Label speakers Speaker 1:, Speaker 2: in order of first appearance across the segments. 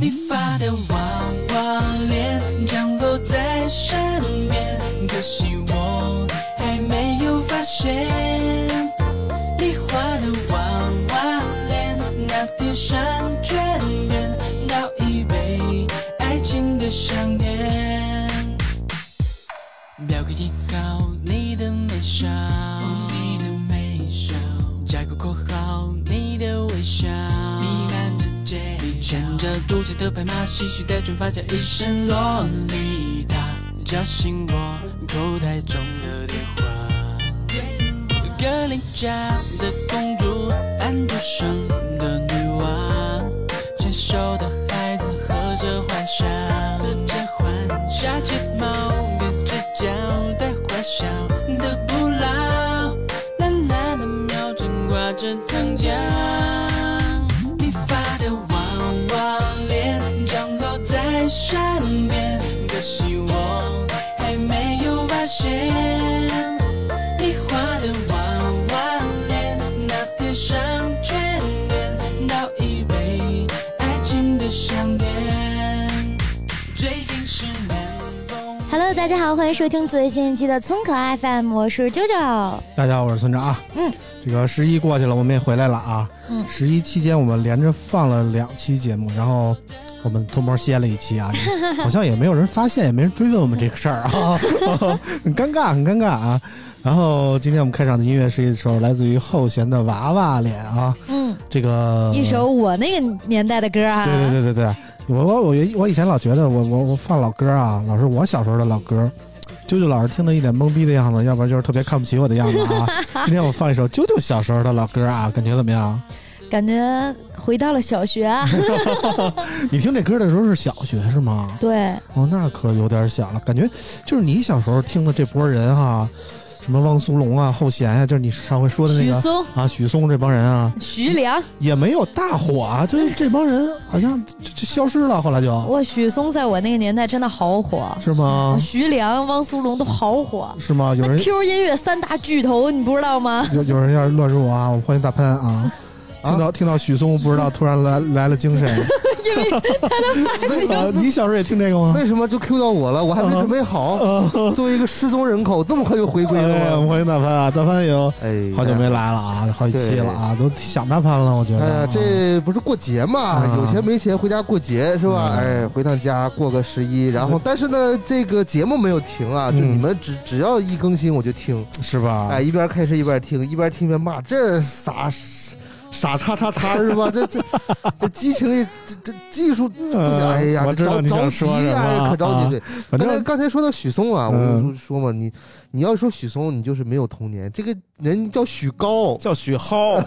Speaker 1: 你发的娃娃脸降落在身边，可惜我还没有发现。你画的娃娃脸，那天像眷恋，倒一杯爱情的香甜。标个引号，你的眉梢，你的眉梢，加个括号，你的微笑，弥漫着街，你牵着独角的白马，细细的卷发夹，一身洛丽塔，叫醒我口袋中的电话。格林家的公主，安徒生的女娃，纤瘦的孩子喝着幻想，喝着幻想，睫毛编着角，带坏笑的不老，懒懒的瞄准挂着藤条。你发的娃娃脸降落在身边，可惜我还没有发现。你画的娃娃脸，那天上眷恋，倒一杯爱情的香甜。最近是南风。
Speaker 2: Hello，大家好，欢迎收听最新一期的村口 FM，我是啾啾。
Speaker 3: 大家好，我是村长啊。
Speaker 2: 嗯，
Speaker 3: 这个十一过去了，我们也回来了啊。
Speaker 2: 嗯
Speaker 3: 十一期间我们连着放了两期节目，然后我们偷摸歇了一 期啊，好像也没有人发现，也没人追问我们这个事儿 啊，很尴尬， 很尴尬啊。然后今天我们开场的音乐是一首来自于后弦的《娃娃脸》啊，
Speaker 2: 嗯，
Speaker 3: 这个
Speaker 2: 一首我那个年代的歌哈、啊。
Speaker 3: 对对对对对，我我我我以前老觉得我我我放老歌啊，老是我小时候的老歌。啾啾老是听着一脸懵逼的样子，要不然就是特别看不起我的样子 啊！今天我放一首啾啾小时候的老歌啊，感觉怎么样？
Speaker 2: 感觉回到了小学 啊。
Speaker 3: 你听这歌的时候是小学是吗？
Speaker 2: 对，
Speaker 3: 哦，那可有点小了，感觉就是你小时候听的这波人哈、什么汪苏泷啊、后弦啊，就是你上回说的那
Speaker 2: 许
Speaker 3: 个
Speaker 2: 嵩、
Speaker 3: 啊，许嵩这帮人啊，
Speaker 2: 徐良，
Speaker 3: 也没有大火啊，就是这帮人好像就就消失了，后来就
Speaker 2: 哇，许嵩在我那个年代真的好火，
Speaker 3: 是吗？
Speaker 2: 徐良、汪苏泷都好火。
Speaker 3: 是吗？有
Speaker 2: 那
Speaker 3: 人
Speaker 2: Q 音乐三大巨头，你不知道 吗？
Speaker 3: 有有人要乱入啊，我们欢迎大潘啊。听到听到许嵩，不知道突然来来了精神。
Speaker 2: 因为
Speaker 3: 啊你小时候也听这个吗？
Speaker 4: 为什么就 Q 到我了？我还没准备
Speaker 3: 嗯
Speaker 4: 好。作为一个失踪人口，这么快就回归
Speaker 3: 哎，我
Speaker 4: 了
Speaker 3: 们
Speaker 4: 吗？
Speaker 3: 欢迎大潘啊！大潘有
Speaker 4: 哎，
Speaker 3: 好久没来了啊，好几期了啊，都想大潘了，我觉
Speaker 4: 哎
Speaker 3: 得
Speaker 4: 呀
Speaker 3: 啊。，
Speaker 4: 这不是过节嘛？
Speaker 3: 嗯
Speaker 4: 有钱没钱回家过节是吧？
Speaker 3: 嗯
Speaker 4: 哎，回趟家过个十一，然后但是呢，这个节目没有停啊，
Speaker 3: 嗯
Speaker 4: 就
Speaker 3: 啊
Speaker 4: 你们只只要一更新我就听，
Speaker 3: 是吧？
Speaker 4: 哎，一边开车一边听，一边听一边骂，这傻
Speaker 3: 啊
Speaker 4: 傻叉叉 叉是吧？这这这激情也这这技术不行，哎呀，
Speaker 3: 嗯我
Speaker 4: 这
Speaker 3: 知道
Speaker 4: 着
Speaker 3: 你想
Speaker 4: 着急
Speaker 3: 说什么
Speaker 4: 呀，
Speaker 3: 啊
Speaker 4: 可着急对。
Speaker 3: 反
Speaker 4: 刚才
Speaker 3: 正
Speaker 4: 刚才说到许嵩啊，我
Speaker 3: 嗯
Speaker 4: 就说嘛，你你要说许嵩，你就是没有童年。这个人叫许高，
Speaker 5: 叫许蒿，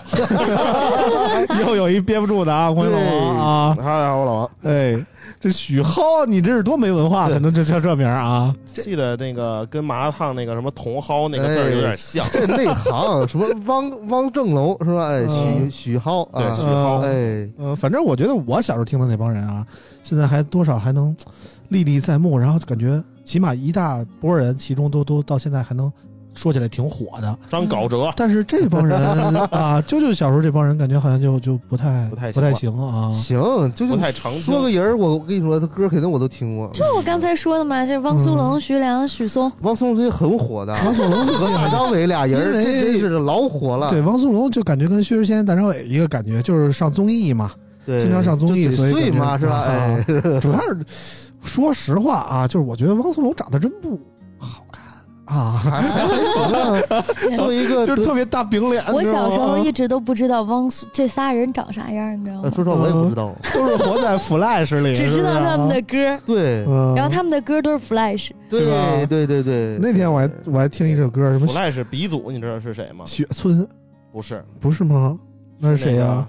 Speaker 3: 又有一憋不住的啊，欢迎老王啊！
Speaker 4: 嗨，我老王，
Speaker 3: 哎，这许蒿，你这是多没文化，才能这叫 这名哎儿啊？
Speaker 6: 记得那个跟麻辣烫那个什么茼蒿那个字儿有点像，
Speaker 4: 这内 行，什么汪汪正龙是吧？哎，
Speaker 3: 嗯
Speaker 4: 许许蒿
Speaker 6: 对，
Speaker 4: 啊
Speaker 6: 许，蒿。
Speaker 4: 哎，
Speaker 3: 呃，反正我觉得我小时候听的那帮人啊，现在还多少还能历历在目，然后感觉起码一大波人，其中都都到现在还能说起来挺火的。
Speaker 6: 张镐哲，
Speaker 3: 但是这帮 人啊，啾啾小时候这帮人感觉好像就就不太
Speaker 6: 不太
Speaker 3: 不太
Speaker 6: 行
Speaker 3: 行啊。
Speaker 4: 行，就
Speaker 6: 不
Speaker 4: 就
Speaker 6: 太常听
Speaker 4: 说个人儿，我我跟你说，他歌肯定我都听过。
Speaker 2: 就我刚才说的嘛，这汪苏泷、徐良、许嵩，
Speaker 4: 汪苏泷最近很火的，
Speaker 3: 汪苏泷
Speaker 4: 和马张伟俩人
Speaker 3: 因
Speaker 4: 儿，
Speaker 3: 为
Speaker 4: 这真是老火了。
Speaker 3: 对汪苏泷就感觉跟薛之谦、大张伟一个感觉，就是上综艺嘛，
Speaker 4: 对，
Speaker 3: 经常上综艺
Speaker 4: 就
Speaker 3: 所以
Speaker 4: 嘴碎嘛
Speaker 3: 感
Speaker 4: 是
Speaker 3: 觉
Speaker 4: 吧？
Speaker 3: 啊
Speaker 4: 哎，
Speaker 3: 主要是说实话啊，就是我觉得汪苏泷长得真不好看，啊，
Speaker 4: 还还做一个
Speaker 3: 就是
Speaker 4: 德
Speaker 3: 特别大饼脸。
Speaker 2: 我
Speaker 3: 你知道
Speaker 2: 小时候
Speaker 3: 吗
Speaker 2: 一直都不知道汪苏这仨人长啥样，你啊哎知道
Speaker 4: 呃
Speaker 2: 吗？
Speaker 4: 说实话，我也不知道。
Speaker 3: 都是活在 Flash 里，
Speaker 2: 只知道他们的
Speaker 3: 是啊
Speaker 2: 歌，
Speaker 4: 对
Speaker 3: 不是啊，
Speaker 2: 然后他们的歌都是 Flash，
Speaker 3: 对吧
Speaker 4: 对对对对，
Speaker 3: 那天我还我还听一首歌，什么
Speaker 6: 不赖是鼻祖，你知道是谁吗？
Speaker 3: 雪村
Speaker 6: 不是，
Speaker 3: 不是吗？那是谁呀？
Speaker 6: 那个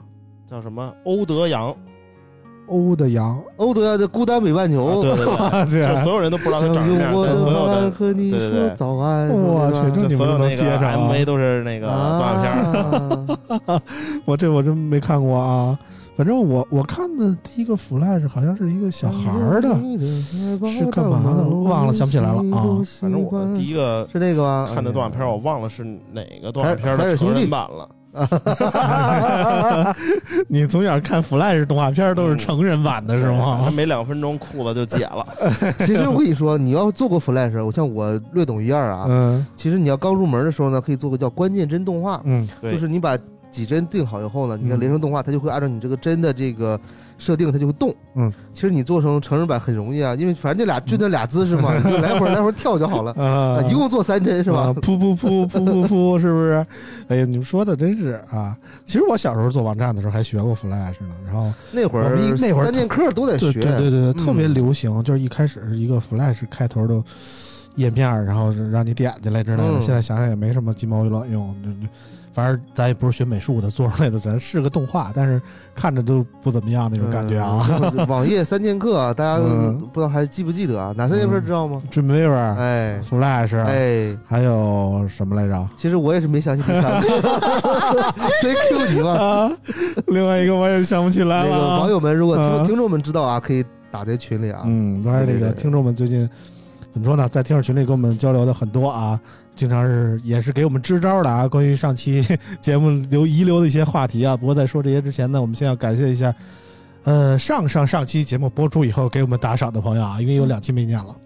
Speaker 6: 叫什么？欧德阳
Speaker 3: 欧的 羊
Speaker 4: 欧德亚的《孤单北半
Speaker 6: 啊
Speaker 4: 球》
Speaker 6: 对对 对，
Speaker 3: 啊，这
Speaker 6: 就是所有人都不知道他长什么样，
Speaker 4: 用我
Speaker 6: 但所有
Speaker 4: 的
Speaker 6: 的
Speaker 4: 和你
Speaker 6: 对对
Speaker 4: 说
Speaker 6: 对
Speaker 4: 早安。
Speaker 3: 我去
Speaker 4: 对吧
Speaker 3: 这
Speaker 6: 就所有
Speaker 3: 你们都能
Speaker 6: 那
Speaker 3: 接
Speaker 6: 个
Speaker 3: 着啊
Speaker 6: MV 都是那个动画片儿。
Speaker 4: 啊
Speaker 3: 我这我真没看过啊。反正我我看的第一个 Flash 好像是一个 小孩儿的，是干嘛的忘了想不起来了啊
Speaker 6: 反正我第一个
Speaker 4: 是那个吧？
Speaker 3: 嗯
Speaker 6: 看的动画片儿，我忘了是哪个动画片儿
Speaker 4: 海尔
Speaker 6: 的成
Speaker 4: 兄弟
Speaker 6: 人版了。
Speaker 3: 哎 你从小看 Flash 动画片都是成人版的是
Speaker 6: 他
Speaker 3: 吗？啊
Speaker 6: 没两分钟裤子就解了，
Speaker 4: 其实我跟你说，你要做过 Flash，我像我略懂一二啊。
Speaker 3: 嗯
Speaker 4: 其实你要刚入门的时候呢，可以做个叫关键帧动画，
Speaker 3: 嗯
Speaker 6: 对
Speaker 4: 就是你把几帧定好以后呢，你看
Speaker 3: 嗯
Speaker 4: 连成动画，它就会按照你这个帧的这个设定，它就会动。
Speaker 3: 嗯，
Speaker 4: 其实你做成成人版很容易啊，因为反正就俩就那俩姿势嘛，你就来回儿来回儿跳就好了。啊
Speaker 3: 嗯 啊，
Speaker 4: 一共做三帧是
Speaker 3: 啊
Speaker 4: 吧？
Speaker 3: 噗噗噗噗噗 噗，是不是？哎呀，你们说的真是啊！其实我小时候做网站的时候还学过 Flash 呢，然后
Speaker 4: 那会
Speaker 3: 我
Speaker 4: 儿
Speaker 3: 们一那会儿
Speaker 4: 三剑客都得
Speaker 3: 对
Speaker 4: 学，
Speaker 3: 对对对对，特别
Speaker 4: 嗯
Speaker 3: 流行，就是一开始是一个 Flash 开头的页面，然后是让你点进来之类的。
Speaker 4: 嗯
Speaker 3: 现在想想也没什么鸡毛卵用，这这反正咱也不是学美术的，做出来的咱是个动画，但是看着都不怎么样那种感觉 啊。
Speaker 4: 嗯。就是网页三剑客啊，大家
Speaker 3: 嗯啊
Speaker 4: 不知道还记不记得啊？哪三剑客知道吗？
Speaker 3: Dreamweaver、
Speaker 4: 哎
Speaker 3: Flash，、
Speaker 4: 哎，
Speaker 3: 还有什么来 着？
Speaker 4: 其实我也是没想起第 三个，谁 Q 你了？
Speaker 3: 啊，另外一个我也想不起来了
Speaker 4: 那个
Speaker 3: 啊。
Speaker 4: 网友们，如果
Speaker 3: 啊
Speaker 4: 听听众们知道啊，可以打在群里啊。
Speaker 3: 嗯，当然这
Speaker 4: 对对
Speaker 3: 个
Speaker 4: 对
Speaker 3: 听众们最近怎么说呢，在听友群里跟我们交流的很多啊，经常是也是给我们支招的啊。关于上期 节目留遗留的一些话题啊，不过在说这些之前呢，我们先要感谢一下，呃，上上上期节目播出以后给我们打赏的朋友啊，因为有两期没念
Speaker 2: 嗯
Speaker 3: 了。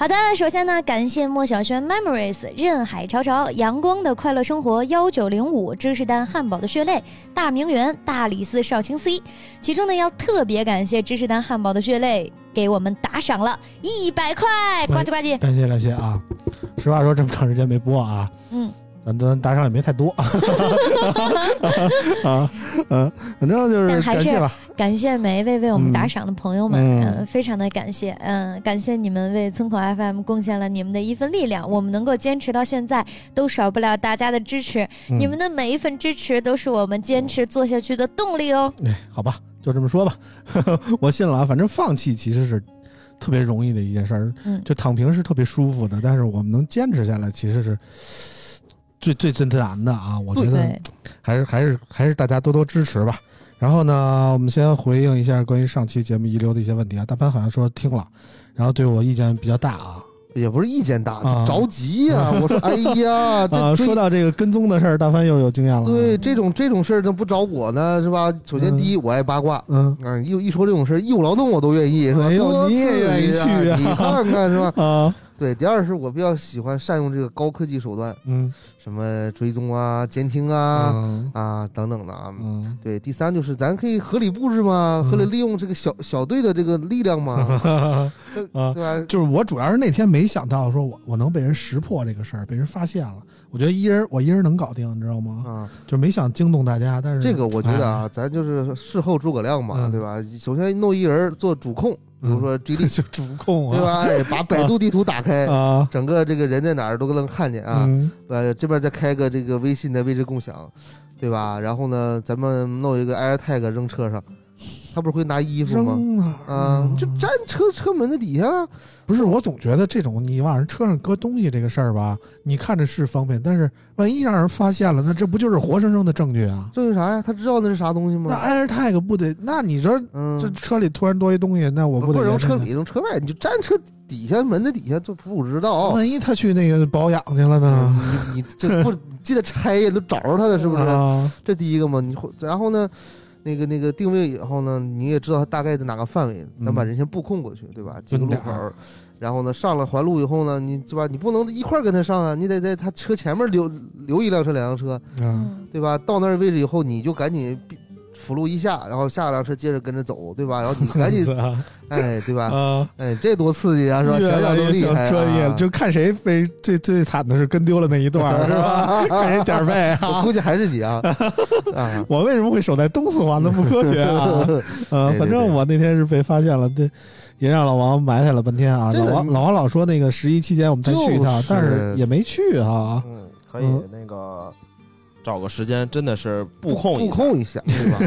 Speaker 2: 好的，首先呢，感谢莫小轩 Memories、任海潮潮、阳光的快乐生活、幺九零五、芝士蛋汉堡的血泪、大名媛、大理寺少卿 C。其中呢，要特别感谢芝士蛋汉堡的血泪给我们打赏了一百块，呱唧呱唧。
Speaker 3: 感谢感谢啊！实话说，这么长时间没播啊，
Speaker 2: 嗯，
Speaker 3: 咱咱打赏也没太 多 啊，嗯，反正就是
Speaker 2: 但还
Speaker 3: 感
Speaker 2: 是
Speaker 3: 谢吧。
Speaker 2: 感谢每一位为我们
Speaker 3: 嗯
Speaker 2: 打赏的朋友们，
Speaker 3: 嗯
Speaker 2: 嗯、非常的感谢，嗯，感谢你们为村口 FM 贡献了你们的一份力量，我们能够坚持到现在，都少不了大家的支持，
Speaker 3: 嗯
Speaker 2: 你们的每一份支持都是我们坚持做下去的动力哦。
Speaker 3: 哎，好吧，就这么说吧， 我信了啊。反正放弃其实是特别容易的一件事儿，
Speaker 2: 嗯
Speaker 3: 就躺平是特别舒服的，但是我们能坚持下来，其实是最最最难的啊。我觉得
Speaker 2: 对，
Speaker 3: 还是还是还是大家多多支持吧。然后呢，我们先回应一下关于上期节目遗留的一些问题啊。大潘好像说听了，然后对我意见比较大啊。
Speaker 4: 也不是意见大，
Speaker 3: 啊
Speaker 4: 就着急呀、 我说，哎呀，
Speaker 3: 啊，
Speaker 4: 这追
Speaker 3: 说到这个跟踪的事儿，大潘又有经验了。
Speaker 4: 对，这种这种事儿，怎么不找我呢？是吧？首先
Speaker 3: 嗯
Speaker 4: 第一，我爱八卦。
Speaker 3: 嗯
Speaker 4: 嗯，一一说这种事儿，义务劳动我都愿意，是吧？
Speaker 3: 哎呦
Speaker 4: 多
Speaker 3: 你也
Speaker 4: 刺
Speaker 3: 愿意
Speaker 4: 激啊
Speaker 3: 去啊
Speaker 4: 你看看是吧？
Speaker 3: 啊
Speaker 4: 对，第二是我比较喜欢善用这个高科技手段，
Speaker 3: 嗯
Speaker 4: 什么追踪啊、监听啊、
Speaker 3: 嗯
Speaker 4: 啊等等的啊。
Speaker 3: 嗯，
Speaker 4: 对，第三就是咱可以合理布置嘛，
Speaker 3: 嗯
Speaker 4: 合理利用这个小小队的这个力 量嘛，
Speaker 3: 啊
Speaker 4: 对吧？
Speaker 3: 就是我主要是那天没想到，说我我能被人识破这个事儿，被人发现了。我觉得一人我一人能搞定，你知道吗？
Speaker 4: 啊，
Speaker 3: 就没想惊动大家，但是哎
Speaker 4: 这个我觉得啊，咱就是事后诸葛亮嘛，
Speaker 3: 嗯
Speaker 4: 对吧？首先弄一人做主控，比如说追
Speaker 3: 哎，
Speaker 4: 力，
Speaker 3: 就主控啊，
Speaker 4: 对？吧？哎， 把百度地图打开，
Speaker 3: 啊
Speaker 4: 整个这个人在哪儿都能看见啊。
Speaker 3: 嗯
Speaker 4: 呃，这边再开个这个微信的位置共享，对吧？然后呢，咱们弄一个 AirTag 扔车上，他不是会拿衣服吗？
Speaker 3: 扔哪儿
Speaker 4: 啊，
Speaker 3: 啊
Speaker 4: 你就站车车门的底下，
Speaker 3: 不是，我总觉得这种你往人车上搁东西这个事儿吧，你看着是方便，但是万一让人发现了，那这不就是活生生的证据啊？
Speaker 4: 这是啥呀？他知道那是啥东西
Speaker 3: 那
Speaker 4: 吗？
Speaker 3: AirTag 不得？那你说
Speaker 4: 嗯，
Speaker 3: 这车里突然多一东西，那我
Speaker 4: 不
Speaker 3: 得
Speaker 4: 扔
Speaker 3: 严
Speaker 4: 车
Speaker 3: 正
Speaker 4: 里，扔车外，你就站车底下门的底下，就不知道。
Speaker 3: 万一他去那个保养去了呢？
Speaker 4: 哦嗯你你 这不你记得拆呀，都找着他了，是不是？
Speaker 3: 啊
Speaker 4: 这第一个嘛，你会然后呢，那个那个定位以后呢，你也知道它大概在哪个范围，咱把
Speaker 3: 嗯
Speaker 4: 人先布控过去，对吧？几个
Speaker 3: 蹲
Speaker 4: 路
Speaker 3: 点
Speaker 4: 口
Speaker 3: 儿
Speaker 4: 儿，然后呢上了环路以后呢，你对吧？你不能一块儿跟他上啊，你得在他车前面留留一辆车、两辆车，
Speaker 3: 啊
Speaker 2: 嗯，
Speaker 4: 对吧？到那儿位置以 嗯后，你就赶紧避。辅路一下，然后下辆车接着跟着走，对吧？然后你赶紧
Speaker 3: 啊
Speaker 4: 哎，对吧？
Speaker 3: 啊，
Speaker 4: 哎，这多刺激啊，是吧？
Speaker 3: 越
Speaker 4: 想
Speaker 3: 来
Speaker 4: 想都
Speaker 3: 越
Speaker 4: 厉
Speaker 3: 想
Speaker 4: 害啊，
Speaker 3: 专业了，就看谁被最最惨的是跟丢了那一 段儿，是吧？看谁点儿背
Speaker 4: 我
Speaker 3: 啊
Speaker 4: 估！计还是你啊啊！
Speaker 3: 我为什么会守在东四环呢？不科学啊！呃，
Speaker 4: 对
Speaker 3: 反
Speaker 4: 对
Speaker 3: 正
Speaker 4: 对
Speaker 3: 我那天是被发现了，这也让老王埋汰了半天啊。
Speaker 4: 真
Speaker 3: 老
Speaker 4: 的
Speaker 3: 王老王老说那个十一期间我们再去一趟，
Speaker 4: 就是
Speaker 3: 但是也没去啊。
Speaker 6: 嗯，可以
Speaker 3: 嗯
Speaker 6: 那个找个时间，真的是布
Speaker 4: 布
Speaker 6: 控一
Speaker 4: 布
Speaker 6: 下
Speaker 4: 控一下，对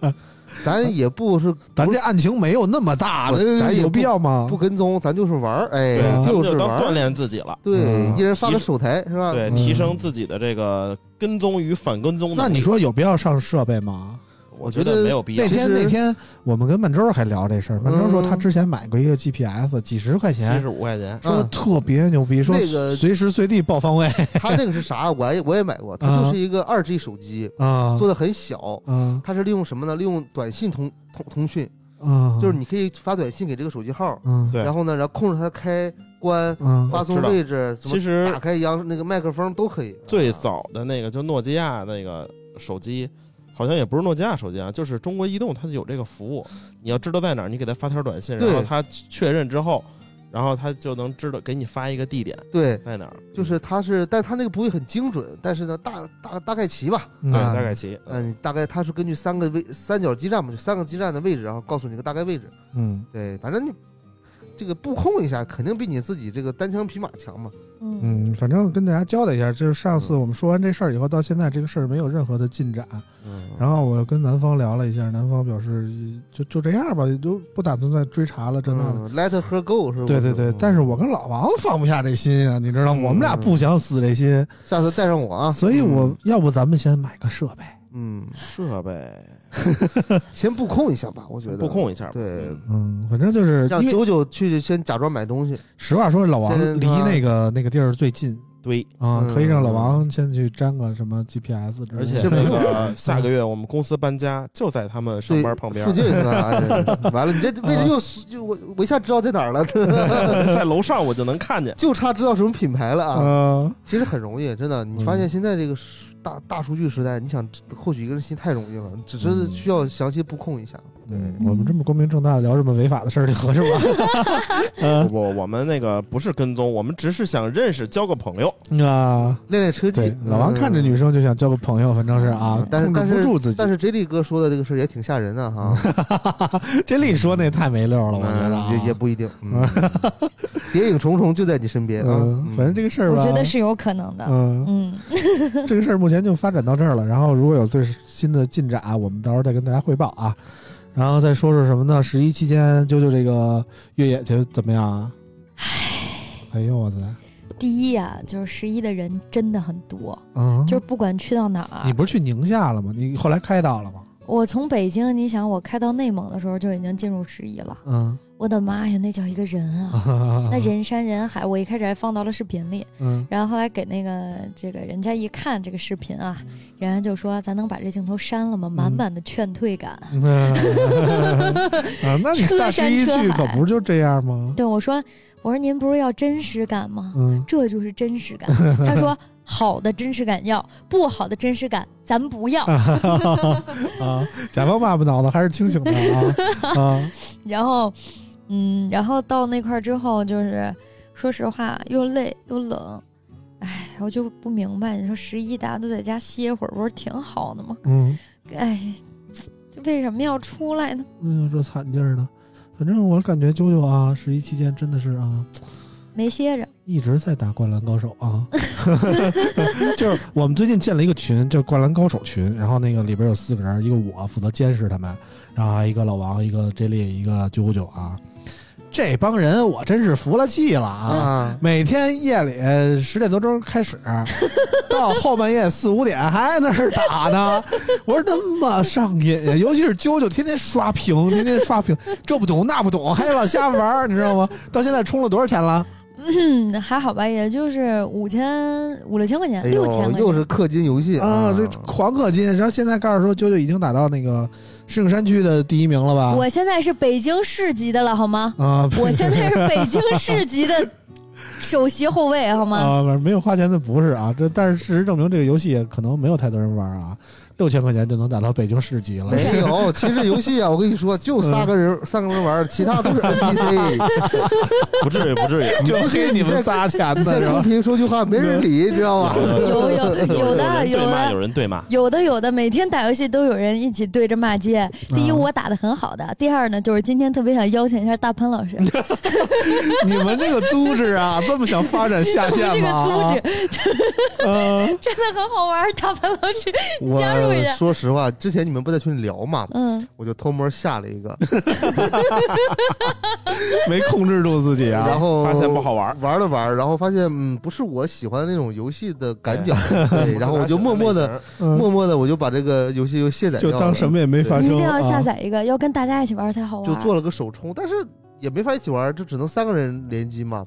Speaker 4: 吧？ 咱也不是
Speaker 3: 咱这案情没有那么大，
Speaker 4: 不
Speaker 3: 这
Speaker 4: 咱也
Speaker 3: 有
Speaker 4: 不
Speaker 3: 必要吗
Speaker 4: 不？跟踪，咱就是玩儿，哎
Speaker 6: 对，咱，们
Speaker 4: 就是
Speaker 6: 就当
Speaker 4: 玩
Speaker 6: 锻
Speaker 4: 儿，啊
Speaker 6: 炼自己了。
Speaker 4: 对，
Speaker 3: 嗯
Speaker 4: 一人发个手台是吧？
Speaker 6: 对，
Speaker 3: 嗯
Speaker 6: 提升自己的这个跟踪与反跟踪能力。
Speaker 3: 那你，说有必要上设备吗？
Speaker 6: 我觉
Speaker 4: 我觉得
Speaker 6: 得没有必要
Speaker 3: 那。天
Speaker 4: 其实
Speaker 3: 那天我们跟曼周还聊这事儿，曼周说
Speaker 4: 嗯
Speaker 3: 他之前买过一个 GPS，几十块
Speaker 6: 七
Speaker 3: 钱，
Speaker 6: 十五块钱，
Speaker 3: 说
Speaker 4: 嗯
Speaker 3: 特别牛逼，说
Speaker 4: 那个
Speaker 3: 随时随地报方 位
Speaker 4: 它这个是啥？我也我也买过，它就是一个二 G 手机，
Speaker 3: 啊
Speaker 4: 做的很小。
Speaker 3: 啊
Speaker 4: 它是利用什么呢？利用短信通通通讯，
Speaker 3: 啊，
Speaker 4: 就是你可以发短信给这个手机号，
Speaker 3: 嗯
Speaker 6: 对
Speaker 4: 然后呢，然后控制它的开关、
Speaker 3: 嗯
Speaker 4: 发送
Speaker 6: 知道
Speaker 4: 位置，什
Speaker 6: 其
Speaker 4: 么啊
Speaker 6: 实
Speaker 4: 打开扬那个麦克风都可以。
Speaker 6: 最早的那个就诺基亚那个手机，好像也不是诺基亚手机啊，就是中国移动它就有这个服务。你要知道在哪儿，你给他发条短信，
Speaker 4: 对
Speaker 6: 然后他确认之后，然后他就能知道给你发一个地点
Speaker 4: 对，
Speaker 6: 在哪儿，
Speaker 4: 就是它是，但它那个不会很精准，但是呢，大大大概齐吧，
Speaker 3: 嗯
Speaker 6: 对
Speaker 4: 啊
Speaker 6: 大概齐。
Speaker 4: 嗯，大概它是根据三个位三角基站嘛，就三个基站的位置，然后告诉你个大概位置。
Speaker 3: 嗯
Speaker 4: 对，反正你这个布控一下，肯定比你自己这个单枪匹马强嘛。
Speaker 2: 嗯
Speaker 3: 嗯，反正跟大家交代一下，就是上
Speaker 6: 嗯
Speaker 3: 次我们说完这事儿以后，到现在这个事儿没有任何的进展。
Speaker 4: 嗯，
Speaker 3: 然后我跟南方聊了一下，南方表示就就这样吧，就不打算再追查了，真的。
Speaker 4: 嗯，Let her go 是吧？
Speaker 3: 对对对，但是我跟老王放不下这心啊，你知道吗，
Speaker 4: 嗯
Speaker 3: 我们俩不想死这心，
Speaker 4: 下次带上我啊。
Speaker 3: 所以我要不咱们先买个设备，
Speaker 4: 嗯，
Speaker 6: 设备
Speaker 4: 嗯先布控一下吧，我觉得
Speaker 6: 布。控一下吧，
Speaker 4: 对
Speaker 6: 嗯
Speaker 3: 嗯，反正就是
Speaker 4: 让
Speaker 3: 因为
Speaker 4: 九九去先假装买东西，
Speaker 3: 实话说，老王
Speaker 4: 先啊
Speaker 3: 离那个那个地儿最近
Speaker 6: 对，
Speaker 3: 啊，
Speaker 4: 嗯
Speaker 3: 可以让老王先去粘个什么 GPS 之类的。
Speaker 6: 而且
Speaker 4: 是
Speaker 6: 那
Speaker 4: 没有
Speaker 6: 个下个月我们公司搬家，就在他们上班旁边
Speaker 4: 附，近是吧？哎对完了，你这位置又就我我一下知道在哪儿了，
Speaker 6: 在楼上我就能看见。
Speaker 4: 就差知道什么品牌了啊。
Speaker 3: 呃，
Speaker 4: 其实很容易，真的。你发
Speaker 3: 嗯
Speaker 4: 现现在这个时大大数据时代，你想获取一个人心太容易了，只是
Speaker 3: 嗯
Speaker 4: 需要详细布控一下。对，
Speaker 3: 嗯我们这么光明正大的聊这么违法的事儿，你合适吗？
Speaker 4: 嗯
Speaker 6: 不不，我们那个不是跟踪，我们只是想认识，交个朋友。
Speaker 3: 啊，
Speaker 4: 练练车技
Speaker 3: 对。，老王看着女生就想交个朋友，反正是啊
Speaker 4: 嗯，但是
Speaker 3: 控
Speaker 4: 但
Speaker 3: 制
Speaker 4: 是
Speaker 3: 不住自己。
Speaker 4: 但是 J 莉哥说的这个事儿也挺吓人的哈，
Speaker 3: 嗯这里说那太没溜儿了，我觉得啊
Speaker 4: 嗯也也不一定。 嗯谍影重重就在你身边啊
Speaker 3: 嗯，，反正这
Speaker 4: 个
Speaker 3: 个事儿
Speaker 2: 我
Speaker 3: 吧，
Speaker 2: 觉得是有可能的。
Speaker 3: 嗯，
Speaker 2: 嗯，
Speaker 3: 这个事儿目前就发展到这儿了。然后如果有最新的进展，我们到时候再跟大家汇报啊。然后再说说什么呢？十一期间，啾啾这个越野去怎么样啊？哎呦我的天，
Speaker 2: 第一呀、就是十一的人真的很多，
Speaker 3: 嗯，
Speaker 2: 就是不管去到哪
Speaker 3: 你
Speaker 2: 儿，
Speaker 3: 不是去宁夏了吗？你后来开到了吗？
Speaker 2: 我从北京，你想我开到内蒙的时候就已经进入十一了，
Speaker 3: 嗯，
Speaker 2: 我的妈呀，那叫一个人啊！ 那人山人海，我一开始还放到了视频里，
Speaker 3: 嗯
Speaker 2: 然后后来给那个这个人家一看这个视频啊，人家就说咱能把这镜头删了吗？满嗯满的劝退感。
Speaker 3: 啊，那你大十一
Speaker 2: 车山
Speaker 3: 去
Speaker 2: 车
Speaker 3: 可
Speaker 2: 海
Speaker 3: 不是就这样吗？
Speaker 2: 对我说，我说您不是要真实感吗？
Speaker 3: 嗯，
Speaker 2: 这就是真实感。他 说好的真实感要，不好的真实感咱不要。
Speaker 3: 啊，甲方爸爸脑子还是清醒的 啊啊，
Speaker 2: 然后，嗯，然后到那块儿之后，就是说实话又累又冷，哎，我就不明白，你说十一大家都在家歇会儿，不是挺好的吗？
Speaker 3: 嗯。
Speaker 2: 哎，这为什么要出来呢？
Speaker 3: 嗯，这惨劲儿呢。反正我感觉啾啾啊，十一期间真的是啊，
Speaker 2: 没歇着，
Speaker 3: 一直在打《灌篮高手》啊。 就是我们最近建了一个群，叫《灌篮高手》群，然后那个里边有四个人，一个我负责监视他们，然后还有一个老王，一个 J 莉，一个啾啾啊。这帮人我真是服了气了啊！
Speaker 4: 啊，
Speaker 3: 每天夜里十点多钟开始， 到后半夜四五点还在那儿打呢。我说那么上瘾呀，尤其是啾啾天天刷屏，天天刷屏，这不懂那不懂，还老瞎玩儿，你知道吗？到现在充了多少钱了？
Speaker 2: 嗯，还好吧，也就是五千五六千块钱，
Speaker 4: 哎
Speaker 2: 六千
Speaker 4: 呦，
Speaker 2: 块
Speaker 4: 又
Speaker 2: 钱。
Speaker 4: 是氪金游戏
Speaker 3: 啊，这狂氪金。然后现在告诉说啾啾已经打到那个石景山区的第一名了吧？
Speaker 2: 我现在是北京市级的了，好吗？
Speaker 3: 啊，
Speaker 2: 我现在是北京市级的首席后卫，好吗？
Speaker 3: 啊，反正没有花钱的不是啊，这但是事实证明这个游戏可能没有太多人玩啊。六千块钱就能打到北京市级了。
Speaker 4: 没有，其实游戏啊，我跟你说，
Speaker 3: 嗯
Speaker 4: 就三个人，三个人玩，其他 都是 NPC。
Speaker 6: 不至于，不至于。
Speaker 3: 就黑你们仨钱
Speaker 4: 你
Speaker 3: 的
Speaker 4: 在
Speaker 3: 是
Speaker 4: 公
Speaker 3: 吧？
Speaker 4: 屏说句话没
Speaker 3: 嗯
Speaker 4: 人理，你知道吗？
Speaker 2: 有有有的
Speaker 6: 人对
Speaker 2: 有
Speaker 6: 骂，
Speaker 2: 的
Speaker 6: 有人对骂。
Speaker 2: 有的有的，每天打游戏都有人一起对着骂街。第一，
Speaker 3: 啊
Speaker 2: 我打的很好的；第二呢，就是今天特别想邀请一下大潘老师，
Speaker 3: 你们这个组织啊，这么想发展下
Speaker 2: 我们
Speaker 3: 线
Speaker 2: 这个
Speaker 3: 吗？啊
Speaker 2: 组织
Speaker 3: 嗯，
Speaker 2: 真的很好玩儿。大潘老师，
Speaker 4: 我
Speaker 2: 加入一下
Speaker 4: 说实话，之前你们不在群里聊 嘛，
Speaker 2: 嗯，
Speaker 4: 我就偷摸下了一个，
Speaker 3: 没控制住自己
Speaker 4: 然
Speaker 3: 啊。
Speaker 4: 后
Speaker 6: 发现不好玩儿，
Speaker 4: 玩了玩儿，然后发现嗯不是我喜欢的那种游戏的感觉，对，然后我就默默的。
Speaker 3: 嗯
Speaker 4: 默默的我就把这个游戏又卸载掉
Speaker 3: 就
Speaker 4: 了，
Speaker 3: 当什么也没发
Speaker 2: 你一
Speaker 3: 生，
Speaker 2: 定要下
Speaker 3: 啊
Speaker 2: 载一个，要跟大家一起玩儿才好玩
Speaker 4: 就
Speaker 2: 儿。
Speaker 4: 做了个首充，但是也没法一起玩，就只能三个人联机嘛。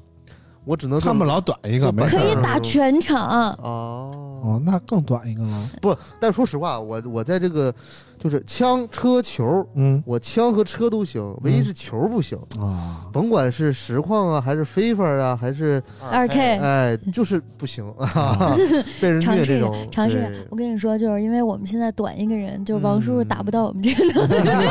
Speaker 4: 我只能这
Speaker 3: 他
Speaker 4: 么
Speaker 3: 们老短一个，没事
Speaker 2: 可以
Speaker 3: 儿。
Speaker 2: 打全场，
Speaker 4: 哦，
Speaker 3: 哦，那更短一个了。
Speaker 4: 但说实话，我我在这个就是枪、车、球，
Speaker 3: 嗯
Speaker 4: 我枪和车都行，唯一是球不行。
Speaker 3: 啊，
Speaker 4: 甭管是实况啊，还是非法啊，还是
Speaker 2: 二 K
Speaker 4: 哎，就是不行
Speaker 3: 啊
Speaker 4: 啊，被人
Speaker 2: 尝
Speaker 4: 虐
Speaker 2: 试
Speaker 4: 这
Speaker 2: 一下
Speaker 4: 种，
Speaker 2: 尝试一下
Speaker 4: 对。
Speaker 2: 我跟你说，就是因为我们现在短一个人，就是王叔叔打不到我们这个 能力。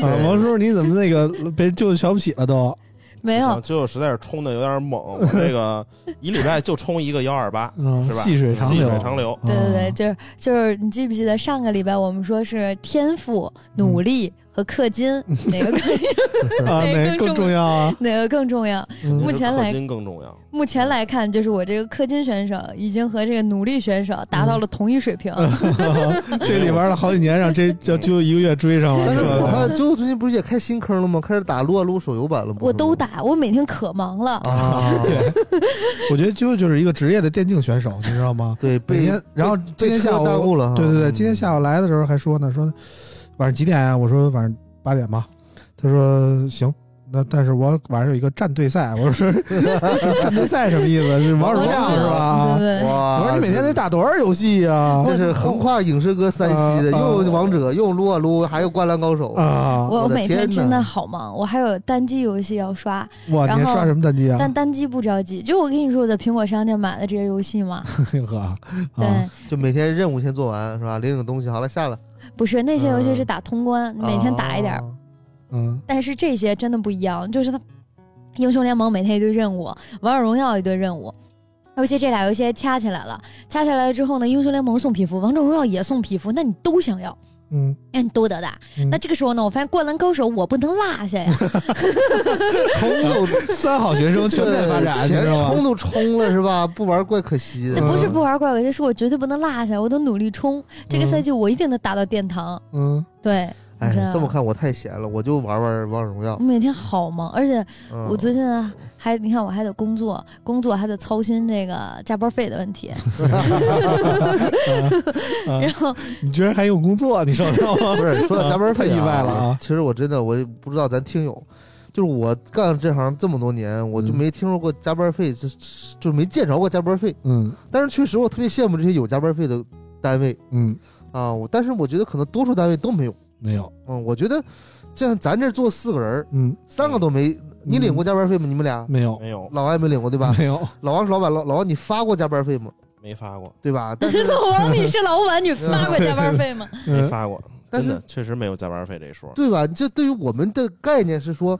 Speaker 3: 啊王叔，你怎么那个被人舅舅瞧不起了都？
Speaker 2: 没
Speaker 6: 不
Speaker 2: 有
Speaker 6: 行，，就实在是冲的有点猛，我这个一礼拜就冲一个幺二八，
Speaker 3: 嗯，
Speaker 6: 是吧？
Speaker 3: 细水长
Speaker 6: 细
Speaker 3: 流，
Speaker 6: 水长流。
Speaker 2: 对对
Speaker 4: 哦
Speaker 2: 对，
Speaker 3: 啊，
Speaker 2: 就是就是，你记不记得上个礼拜我们说是天赋、
Speaker 4: 嗯
Speaker 2: 努力和氪金 哪个更
Speaker 3: 啊，
Speaker 2: 哪个
Speaker 3: 哪个
Speaker 2: 更
Speaker 3: 更
Speaker 2: 重
Speaker 3: 重要 啊？
Speaker 2: 哪个更重要？
Speaker 3: 嗯
Speaker 2: 目前来
Speaker 6: 氪金更重要。
Speaker 2: 目
Speaker 4: 嗯
Speaker 2: 前来看，就是我这个氪金选手已经和这个努力选手达
Speaker 4: 嗯
Speaker 2: 到了同一水平。
Speaker 3: 这里玩了好几年，让这这就一个月追上了，
Speaker 4: 但是
Speaker 3: 是
Speaker 4: 我
Speaker 3: 吧？
Speaker 4: 看最后最近不是也开新坑了吗？开始打撸啊撸手游版了吗？
Speaker 2: 我都打，我每天可忙了。
Speaker 4: 啊，
Speaker 3: 对，我觉得啾啾就是一个职业的电竞选手，你知道吗？
Speaker 4: 对，
Speaker 3: 每
Speaker 4: 被
Speaker 3: 天，然后今天下
Speaker 4: 被车耽
Speaker 3: 午，
Speaker 4: 误了哈，嗯
Speaker 3: 对对对，今天下
Speaker 4: 午
Speaker 3: 午来的时候还说呢，说晚上几点啊？我说晚上八点吧。他说行，那但是我晚上有一个战队赛， 我说战队赛什么意思？是王者荣耀是吧？
Speaker 2: 对对
Speaker 4: 哇，
Speaker 3: 我说你每天得打多少游戏呀、啊？
Speaker 4: 这是横跨影视歌三栖的，
Speaker 3: 啊啊
Speaker 4: 又王者，又撸啊撸，还有灌篮高手。
Speaker 3: 啊！
Speaker 2: 我
Speaker 4: 我的
Speaker 2: 每天
Speaker 4: 天啊
Speaker 2: 真
Speaker 4: 哪
Speaker 2: 的好忙，我还有单机游戏要刷，
Speaker 3: 哇，
Speaker 2: 然
Speaker 3: 你还
Speaker 2: 后
Speaker 3: 刷什么战机啊？
Speaker 2: 但单机不着急。就我跟你说，我在苹果商店买的这些游戏 嘛，
Speaker 3: 呵呵啊，
Speaker 2: 对，
Speaker 4: 就每天任务先做完是吧？领领东西，好了下了。
Speaker 2: 不是那些游戏
Speaker 4: 嗯
Speaker 2: 是打通关，每天打一点儿。
Speaker 4: 啊
Speaker 3: 嗯，
Speaker 2: 但是这些真的不一样，就是它英雄联盟每天一堆任务，王者荣耀一堆任务。而且这俩游戏掐起来了，掐起来了之后呢，英雄联盟送皮肤，王者荣耀也送皮肤，那你都想要，
Speaker 3: 嗯，
Speaker 2: 那你都得打。
Speaker 3: 嗯
Speaker 2: 那这个时候呢，我发现灌篮高手我不能落 下呀，
Speaker 4: 冲都
Speaker 3: 三好学生全面发展，你
Speaker 4: 钱
Speaker 3: 知道
Speaker 4: 冲
Speaker 3: 吗？
Speaker 4: 都冲了是吧？不玩怪可惜
Speaker 2: 这
Speaker 4: 的。嗯
Speaker 2: 不是不玩怪物，这是我绝对不能落下，我得努力冲。这个
Speaker 3: 嗯
Speaker 2: 赛季我一定得打到殿堂。
Speaker 3: 嗯，
Speaker 2: 对，
Speaker 4: 哎
Speaker 2: 你知道，
Speaker 4: 这么看我太闲了，我就玩玩王者荣耀
Speaker 2: 我。每天好忙，而且
Speaker 4: 嗯
Speaker 2: 我最近啊还，你看我还得工作，工作还得操心这个加班费的问 题，
Speaker 3: 啊
Speaker 2: 然后
Speaker 3: 你居然还有工作，你知道吗？
Speaker 4: 不是说到加班费啊
Speaker 3: 太意外了啊
Speaker 4: 其实我真的我也不知道咱听友，就是我干这行这么多年，我就
Speaker 3: 嗯
Speaker 4: 没听说过加班费，就就没见着过加班费。
Speaker 3: 嗯
Speaker 4: 但是确实我特别羡慕这些有加班费的单位
Speaker 3: 嗯，
Speaker 4: 啊，我但是我觉得可能多数单位都没有。
Speaker 3: 没有，
Speaker 4: 嗯，我觉得像咱这坐四个人儿，
Speaker 3: 嗯，
Speaker 4: 三个都没，你领过加班费吗？你们俩？
Speaker 3: 没有，
Speaker 6: 没有，
Speaker 4: 老王也没领过对吧？
Speaker 3: 没有，
Speaker 4: 老王是老板，老老王你发过加班费吗？
Speaker 6: 没发过，
Speaker 4: 对吧？但是
Speaker 2: 老王你是老板，你发过加班费吗？
Speaker 4: 哎
Speaker 6: 没
Speaker 3: 嗯
Speaker 6: 发过，
Speaker 4: 但
Speaker 6: 真
Speaker 4: 是
Speaker 6: 的确实没有加班费这一说。
Speaker 4: 对吧？这对于我们的概念是说，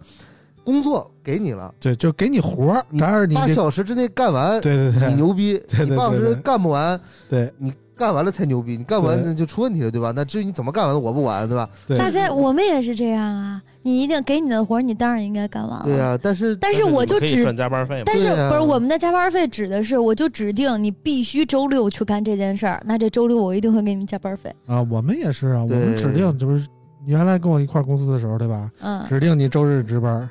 Speaker 4: 工作给你了，
Speaker 3: 对，就给你活儿，但是你
Speaker 4: 八
Speaker 3: 得
Speaker 4: 小嗯时之内干完，
Speaker 3: 对对
Speaker 4: 你
Speaker 3: 对
Speaker 4: 牛逼；
Speaker 3: 对对
Speaker 4: 你八小
Speaker 3: 对
Speaker 4: 时
Speaker 3: 对
Speaker 4: 干不完，
Speaker 3: 对
Speaker 4: 你干完了才牛逼，你干完
Speaker 3: 对
Speaker 4: 那就出问题了，对吧？那至于你怎么干完的，我不管，对吧？
Speaker 3: 对，
Speaker 2: 大家我们也是这样啊，你一定给你的活儿，你当然应该干完了。
Speaker 4: 对
Speaker 3: 啊
Speaker 4: 呀，但是
Speaker 2: 嗯但是我就
Speaker 6: 你们可以
Speaker 2: 指
Speaker 6: 赚，加班费嘛？
Speaker 2: 但是
Speaker 4: 对啊
Speaker 2: 不是我们的加班费指的是，我就指定你必须周六去干这件事儿，那这周六我一定会给你加班费。
Speaker 3: 啊，我们也是啊，我
Speaker 4: 对
Speaker 3: 们指定就是原来跟我一块儿公司的时候，对吧？
Speaker 2: 嗯，
Speaker 3: 指定你周日值班 儿，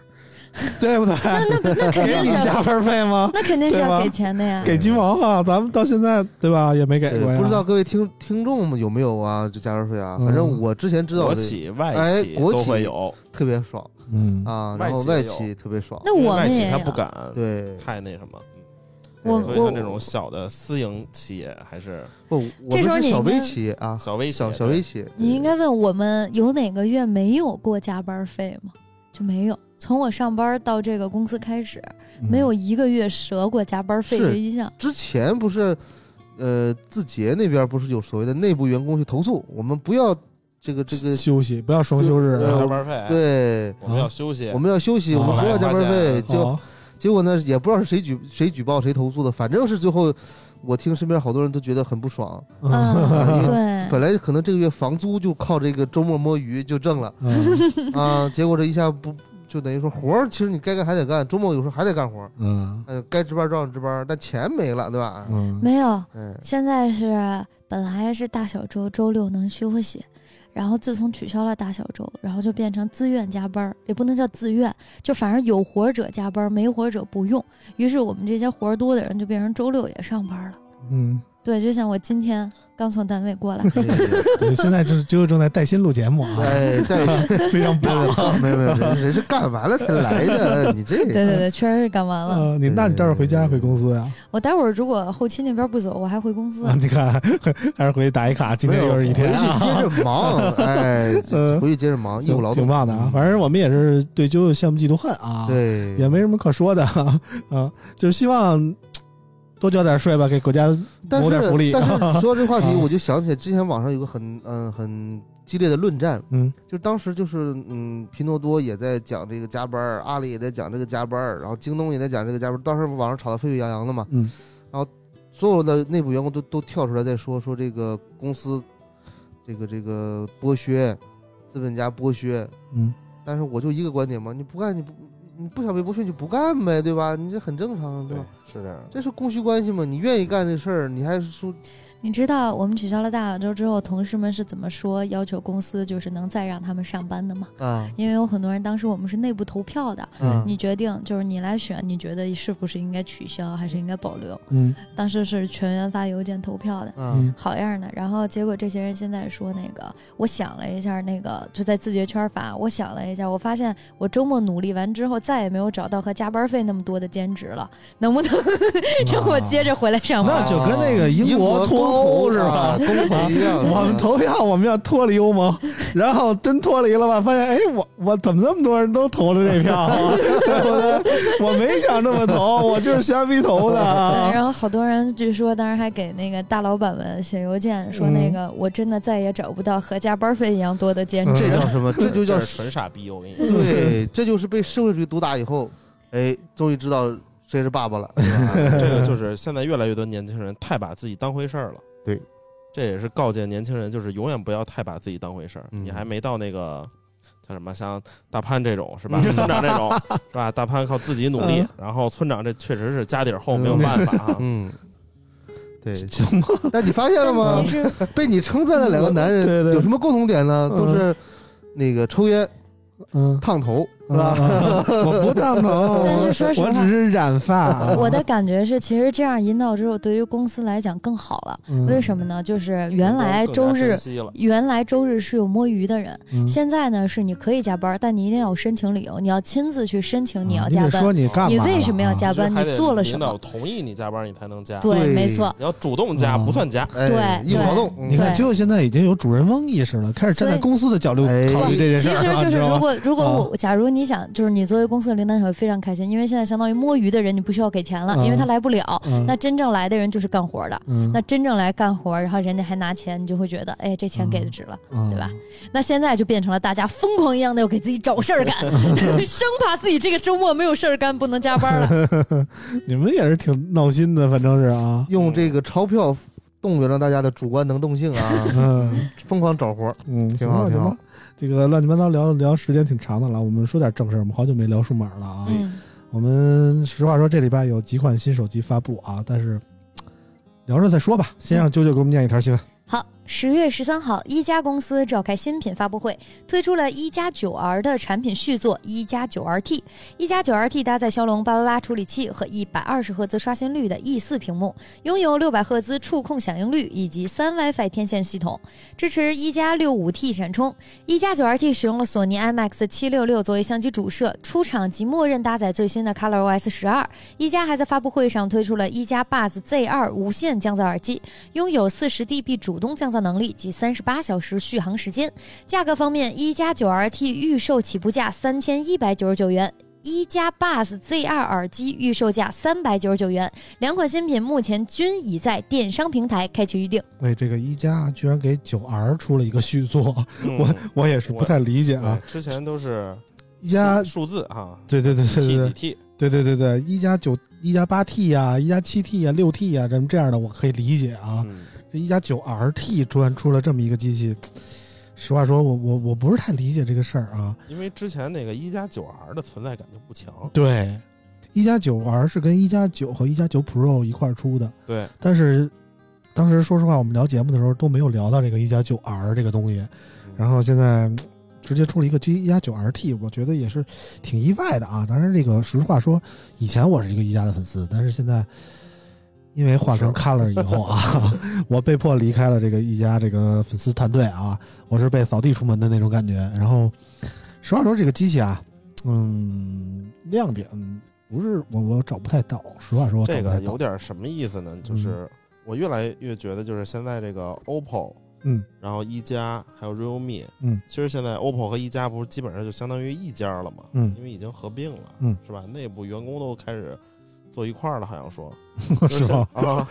Speaker 3: 对不对？
Speaker 2: 那那不那肯
Speaker 3: 给
Speaker 2: 定
Speaker 3: 你
Speaker 2: 是啊嗯要，
Speaker 3: 加班费吗？
Speaker 2: 那肯定是
Speaker 3: 对吧
Speaker 2: 要给钱的呀。
Speaker 3: 给金毛啊，咱们到现在对吧也没给过
Speaker 4: 对
Speaker 3: 呀，
Speaker 4: 不知道各位听听众们有没有啊？这加班费啊，
Speaker 3: 嗯
Speaker 4: 反正我之前知道
Speaker 6: 国
Speaker 4: 的
Speaker 6: 企、外
Speaker 4: 哎
Speaker 6: 企
Speaker 4: 国
Speaker 6: 都
Speaker 4: 企
Speaker 6: 会有，
Speaker 4: 特别爽
Speaker 3: 嗯
Speaker 4: 啊，
Speaker 6: 外
Speaker 4: 然后
Speaker 6: 企也
Speaker 4: 外
Speaker 6: 有
Speaker 4: 企特别爽，
Speaker 2: 那
Speaker 6: 因为
Speaker 2: 我
Speaker 6: 外
Speaker 2: 们
Speaker 6: 企
Speaker 2: 也
Speaker 6: 他
Speaker 2: 有
Speaker 6: 不敢
Speaker 4: 对。
Speaker 6: 太那什么。嗯
Speaker 2: 我
Speaker 4: 对
Speaker 6: 所以像这种小的私营企业还是
Speaker 4: 不，我
Speaker 2: 这时候
Speaker 4: 们是
Speaker 2: 你
Speaker 4: 小
Speaker 2: 应该
Speaker 4: 微企业啊，
Speaker 6: 小微企业
Speaker 4: 小小微企嗯业，
Speaker 2: 你应该问我们有哪个月没有过加班费吗？就没有。从我上班到这个公
Speaker 3: 嗯
Speaker 2: 司开始，没有一个月折过加班费
Speaker 4: 嗯是
Speaker 2: 这一项。
Speaker 4: 之前不是呃，字节那边不是有所谓的内部员工去投诉，我们不要这个这个，
Speaker 3: 休息，不要双休日
Speaker 4: 对
Speaker 6: 加
Speaker 3: 啊。
Speaker 6: 班费，，
Speaker 4: 对，啊
Speaker 6: 我们要休息，
Speaker 4: 我们要休息，我们不要加班费。结
Speaker 3: 哦
Speaker 4: 结果呢，也不知道是谁举谁举报谁投诉的，反正是最后，我听身边好多人都觉得很不爽。
Speaker 2: 嗯，
Speaker 3: 嗯
Speaker 2: 对，
Speaker 4: 本来可能这个月房租就靠这个周末摸鱼就挣了
Speaker 3: 嗯
Speaker 4: 啊，结果这一下不就等于说活儿，其实你该干还得干，周末有时候还得干活儿，
Speaker 3: 嗯
Speaker 4: 呃，该值班照样值班，但钱没了，对吧？
Speaker 3: 嗯，
Speaker 2: 没有，
Speaker 4: 嗯，
Speaker 2: 现在是本来是大小周周六能休息，然后自从取消了大小周，然后就变成自愿加班儿，也不能叫自愿，就反正有活儿者加班儿，没活儿者不用。于是我们这些活儿多的人就变成周六也上班儿了。
Speaker 3: 嗯，
Speaker 2: 对，就像我今天刚从单位过来，
Speaker 3: 对，现在就是就正在带薪录节目啊，
Speaker 4: 哎，但是
Speaker 3: 非 常棒。啊
Speaker 4: 没有没有，人人是干完了才来的，你这
Speaker 2: 对对对，确实是干完了。
Speaker 3: 呃，你那你待会儿回家回公司啊呀？
Speaker 2: 我待会儿如果后期那边不走，我还回公司
Speaker 3: 啊，。 你看，还是回去打一卡，今天又是一天
Speaker 4: 没有
Speaker 3: 啊。
Speaker 4: 回去接着忙，哎，
Speaker 3: 嗯
Speaker 4: 回去接着忙，义务劳
Speaker 3: 挺
Speaker 4: 动
Speaker 3: 棒的啊！反正我们也是对啾啾羡慕嫉妒恨啊，，
Speaker 4: 对，
Speaker 3: 也没什么可说的 啊，就是希望多交点税吧，给国家
Speaker 4: 但
Speaker 3: 谋
Speaker 4: 是
Speaker 3: 点福利
Speaker 4: 但是说这话题，
Speaker 3: 啊
Speaker 4: 我就想起来之前网上有个很嗯很激烈的论战，
Speaker 3: 嗯
Speaker 4: 就是当时就是嗯拼多多也在讲这个加班儿，阿里也在讲这个加班儿，然后京东也在讲这个加班儿，当时网上吵得沸沸扬扬的嘛。
Speaker 3: 嗯
Speaker 4: 所有的内部员工都都跳出来在说说这个公司这个这个剥削，资本家剥削。
Speaker 3: 嗯，
Speaker 4: 但是我就一个观点嘛，你不干你不你不想被剥削你就不干呗，对吧？你这很正常，对
Speaker 6: 对
Speaker 4: 吧？，
Speaker 6: 是这样的。
Speaker 4: 嗯这是供需关系嘛，你愿意干这事儿，你还说
Speaker 2: 你知道我们取消了大小周之后，同事们是怎么说要求公司就是能再让他们上班的吗？
Speaker 4: 啊
Speaker 2: 因为有很多人当时我们是内部投票的，
Speaker 4: 啊
Speaker 2: 你决定就是你来选，你觉得是不是应该取消还是应该保留？
Speaker 3: 嗯
Speaker 2: 当时是全员发邮件投票的，
Speaker 4: 啊
Speaker 3: 嗯
Speaker 2: 好样的！然后结果这些人现在说那个，我想了一下，那个就在自觉圈发，我想了一下，我发现我周末努力完之后，再也没有找到和加班费那么多的兼职了，能 不能 让我接着回来上班？
Speaker 3: 那就跟那个英国脱欧是吧
Speaker 4: 啊公投一样，
Speaker 3: 我们投票，我们要脱离欧 盟，然后真脱离了吧？发现哎，我我怎么那么多人都投了这票 啊？对不对？我没想这么投，我就是瞎逼投的
Speaker 2: 对，
Speaker 3: 啊。
Speaker 2: 然后好多人据说当时还给那个大老板们写邮件说，
Speaker 3: 嗯
Speaker 2: 那个、我真的再也找不到和加班费一样多的兼职
Speaker 4: 这叫
Speaker 2: 了。
Speaker 4: 什么？嗯这就叫
Speaker 6: 是纯傻逼，我跟你说，
Speaker 4: 对，这就是被社会主义毒打以后，哎，终于知道谁是爸爸了。
Speaker 6: 这个就是现在越来越多年轻人太把自己当回事儿了。
Speaker 4: 对，
Speaker 6: 这也是告诫年轻人，就是永远不要太把自己当回事儿。
Speaker 4: 嗯
Speaker 6: 你还没到那个叫什么，像大潘这种是吧？
Speaker 4: 嗯
Speaker 6: 村长这 种是吧？大潘靠自己努力
Speaker 3: 嗯，
Speaker 6: 然后村长这确实是家底儿厚，没有办法啊。
Speaker 4: 嗯， 对。
Speaker 3: 行吧，
Speaker 4: 但你发现了吗
Speaker 2: 但其？实
Speaker 4: 被你称赞的两个男
Speaker 3: 对对
Speaker 4: 人有什么共同点呢？
Speaker 3: 嗯
Speaker 4: 都是那个抽烟、
Speaker 3: 嗯，
Speaker 4: 烫头，是
Speaker 3: 啊
Speaker 4: 吧？
Speaker 3: 我不赞同，
Speaker 2: 但是说实话
Speaker 3: 我只是染
Speaker 6: 嗯
Speaker 3: 发。啊
Speaker 2: 我的感觉是，其实这样引导之后，对于公司来讲更好了。
Speaker 3: 嗯
Speaker 2: 为什么呢？就是原来
Speaker 6: 更加
Speaker 2: 周日
Speaker 6: 珍。惜了，
Speaker 2: 原来周日是有摸鱼的人，
Speaker 3: 嗯
Speaker 2: 现在呢是你可以加班，但你一定要有申请理由，你要亲自去申请，你要加
Speaker 3: 得
Speaker 2: 班，
Speaker 3: 说嗯你干嘛？啊
Speaker 2: 你为什么要？加班，
Speaker 6: 其实还
Speaker 2: 你
Speaker 6: 得
Speaker 2: 做了什
Speaker 6: 领导
Speaker 2: 么？
Speaker 6: 同意你加班，你才能加。
Speaker 2: 对，
Speaker 4: 对
Speaker 2: 没错，
Speaker 6: 你要主动加
Speaker 3: 嗯
Speaker 6: 不算加，
Speaker 4: 哎，
Speaker 2: 对
Speaker 4: 义务劳动
Speaker 2: 对。
Speaker 4: 嗯
Speaker 3: 你看，就现在已经有主人翁意识了，开始站在
Speaker 2: 所以
Speaker 3: 公司的角度
Speaker 4: 哎
Speaker 3: 考虑这件事
Speaker 2: 其
Speaker 3: 儿了，
Speaker 2: 实就
Speaker 3: 你
Speaker 2: 是，
Speaker 3: 知道
Speaker 2: 如
Speaker 3: 吗？
Speaker 2: 果如果我，假如你想，就是你作为公司的领导，你会非常开心，因为现在相当于摸鱼的人，你不需要给钱了，因为他
Speaker 3: 嗯
Speaker 2: 来不了。
Speaker 3: 嗯
Speaker 2: 那真正来的人就是干活的，
Speaker 3: 嗯
Speaker 2: 那真正来干活，然后人家还拿钱，你就会觉得，哎，这钱给的值了。
Speaker 3: 嗯
Speaker 2: 对吧？那现在就变成了大家疯狂一样的要给自己找事儿干，生怕自己这个周末没有事儿干，不能加班了。
Speaker 3: 你们也是挺闹心的，反正是 啊，
Speaker 4: 用这个钞票动员了大家的主观能动性 啊，
Speaker 3: 嗯。
Speaker 4: 疯狂找活儿。
Speaker 3: 嗯，
Speaker 4: 挺
Speaker 3: 行吧
Speaker 4: 好挺
Speaker 3: 行
Speaker 4: 好
Speaker 3: 吧，这个乱七八糟聊聊时间挺长的了，我们说点正事儿，我们好久没聊数码了啊。
Speaker 2: 嗯，
Speaker 3: 我们实话说，这礼拜有几款新手机发布啊，但是聊着再说吧，先让啾啾给我们念一条新闻。
Speaker 2: 好，十月十三号，一加公司召开新品发布会，推出了一加九 R 的产品续作一加九 RT。一加九 RT 搭载骁龙八八八处理器和一百二十赫兹刷新率的 E 四屏幕，拥有六百赫兹触控响应率以及三 WiFi 天线系统，支持一加六五 T 闪充。一加九 RT 使用了索尼 IMX 七六六作为相机主摄，出厂即默认搭载最新的 ColorOS 十二。一加还在发布会上推出了一加 Buds Z 二无线降噪耳机，拥有四十 dB 主动降噪能力及三十八小时续航时间。价格方面，一加九 RT 预售起步价三千一百九十九元。一加 Bus Z2 耳机预售价三百九十九元，两款新品目前均已在电商平台开启预定。
Speaker 3: 哎，这个一加居然给九 R 出了一个续作，我也是不太理解啊
Speaker 6: 嗯对。之前都是
Speaker 3: 一加，
Speaker 6: 数字啊，
Speaker 3: 对对对对对
Speaker 6: T
Speaker 3: 对
Speaker 6: 几 T，
Speaker 3: 对对对对，一加九、一加八 T 呀、一加七 T 呀、六 T 呀、这么这样的我可以理解啊。
Speaker 6: 嗯
Speaker 3: 这一加九 RT 突然出了这么一个机器，实话说我我我不是太理解这个事儿啊。
Speaker 6: 因为之前那个一加九 R 的存在感就不强，
Speaker 3: 对，一加九 R 是跟一加九和一加九 Pro 一块儿出的，
Speaker 6: 对，
Speaker 3: 但是当时说实话，我们聊节目的时候都没有聊到这个一加九 R 这个东西。
Speaker 6: 嗯
Speaker 3: 然后现在嗯直接出了一个 G 一加九 RT，我觉得也是挺意外的啊。当然，这个实话说，以前我是一个一加的粉丝，但是现在因为换成 Color 以后啊，我被迫离开了这个一加这个粉丝团队啊，我是被扫地出门的那种感觉。然后，实话说，这个机器啊，嗯，亮点不是我我找不太到，实话说我找嗯
Speaker 6: 这
Speaker 3: 不太
Speaker 6: 个
Speaker 3: 到
Speaker 6: 有。点什么意思呢？就是我越来越觉得，就是现在这个 OPPO，
Speaker 3: 嗯，
Speaker 6: 然后一加还有 realme，
Speaker 3: 嗯，
Speaker 6: 其实现在 OPPO 和一加不是基本上就相当于一家了嘛，
Speaker 3: 嗯
Speaker 6: 因为已经合并了，
Speaker 3: 嗯，
Speaker 6: 是吧？内部员工都开始坐一块儿了，好像说，
Speaker 3: 是吧？
Speaker 6: 啊，
Speaker 3: 啊，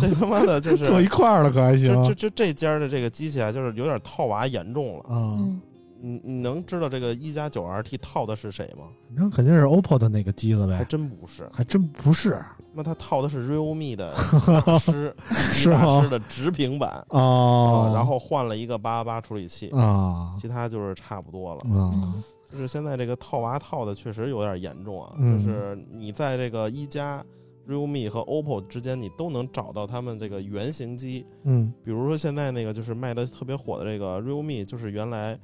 Speaker 6: 这他妈的就是
Speaker 3: 坐一块儿了可还行
Speaker 6: 就就就这家的这个机器啊，就是有点套娃严重了。
Speaker 3: 啊？
Speaker 2: 嗯，
Speaker 6: 你你能知道这个一加九 RT 套的是谁吗？
Speaker 3: 反正肯定是 OPPO 的那个机子
Speaker 6: 还
Speaker 3: 呗，
Speaker 6: 真不是，
Speaker 3: 还真不是。啊
Speaker 6: 那他套的是 realme 的大师，
Speaker 3: 是
Speaker 6: 大师
Speaker 3: 吗？
Speaker 6: 的直屏版。
Speaker 3: 哦
Speaker 6: 啊，，然后换了一个八八八处理器，
Speaker 3: 啊
Speaker 6: 其他就是差不多了。
Speaker 3: 啊，
Speaker 6: 就是现在这个套娃套的确实有点严重啊，
Speaker 3: 嗯
Speaker 6: 就是你在这个一加、realme 和 OPPO 之间，你都能找到他们这个原型机。
Speaker 3: 嗯
Speaker 6: 比如说现在那个就是卖的特别火的这个 realme，就是原来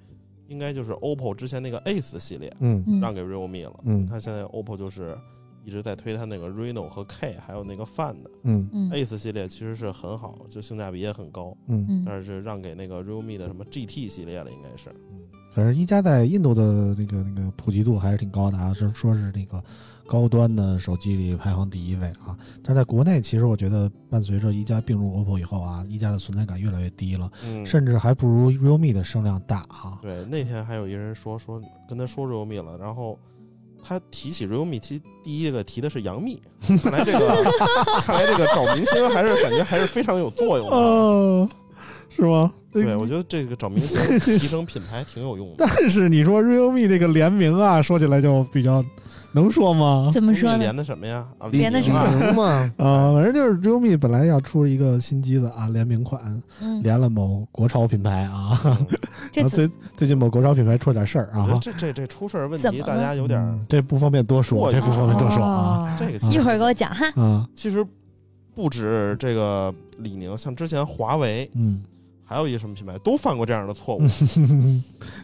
Speaker 6: 应该就是 OPPO 之前那个 Ace 系列
Speaker 3: 嗯
Speaker 2: 嗯
Speaker 6: 让给 realme 了，你
Speaker 3: 嗯
Speaker 6: 看现在 OPPO 就是。一直在推它那个 Reno 和 K，还有那个 Find
Speaker 3: 嗯
Speaker 2: 嗯
Speaker 6: Ace 系列，其实是很好，就性价比也很高。
Speaker 3: 嗯，
Speaker 2: 嗯
Speaker 6: 但是让给那个 realme 的什么 GT 系列了，应该是
Speaker 3: 反正一加在印度的那个那个普及度还是挺高的啊，是说是那个高端的手机里排行第一位啊。但是在国内，其实我觉得伴随着一加并入 OPPO 以后啊，一加的存在感越来越低了，
Speaker 6: 嗯
Speaker 3: 甚至还不如 realme 的声量大啊。
Speaker 6: 对，那天还有一人说说跟他说 realme 了，然后他提起 realme，提第一个提的是杨 幂，看来这个看来这个找明星还是感觉还是非常有作用的。
Speaker 3: 呃，是吗？
Speaker 6: 对，我觉得这个找明星提升品牌挺有用的。
Speaker 3: 但是你说 realme 这个联名啊，说起来就比较能说吗？
Speaker 2: 怎么说
Speaker 6: 你
Speaker 2: 呢？
Speaker 6: 连的什么呀？啊，
Speaker 2: 连的
Speaker 6: 李
Speaker 2: 什
Speaker 6: 宁啊
Speaker 2: 么？
Speaker 4: 能吗？
Speaker 3: 啊，反正就是 realme 本来要出一个新机子啊，联名款，
Speaker 2: 嗯，
Speaker 3: 连了某国潮品牌啊。
Speaker 6: 嗯
Speaker 2: 这
Speaker 3: 然后
Speaker 2: 次
Speaker 3: 最最近某国潮品牌出了点事儿
Speaker 6: 我觉得
Speaker 3: 啊，
Speaker 6: 这这这出事儿问
Speaker 2: 怎
Speaker 6: 题，
Speaker 2: 么
Speaker 6: 大
Speaker 2: 了
Speaker 6: 家有点儿
Speaker 3: 嗯这不方便多说，
Speaker 6: 过于
Speaker 3: 这不方便多说啊。
Speaker 2: 哦
Speaker 6: 这个
Speaker 3: 嗯
Speaker 6: 其
Speaker 2: 一
Speaker 6: 实
Speaker 2: 会儿给我讲哈。
Speaker 3: 啊，
Speaker 6: 其实不止这个李宁，像之前华为
Speaker 3: 嗯，
Speaker 6: 还有一个什么品牌都犯过这样的错误，就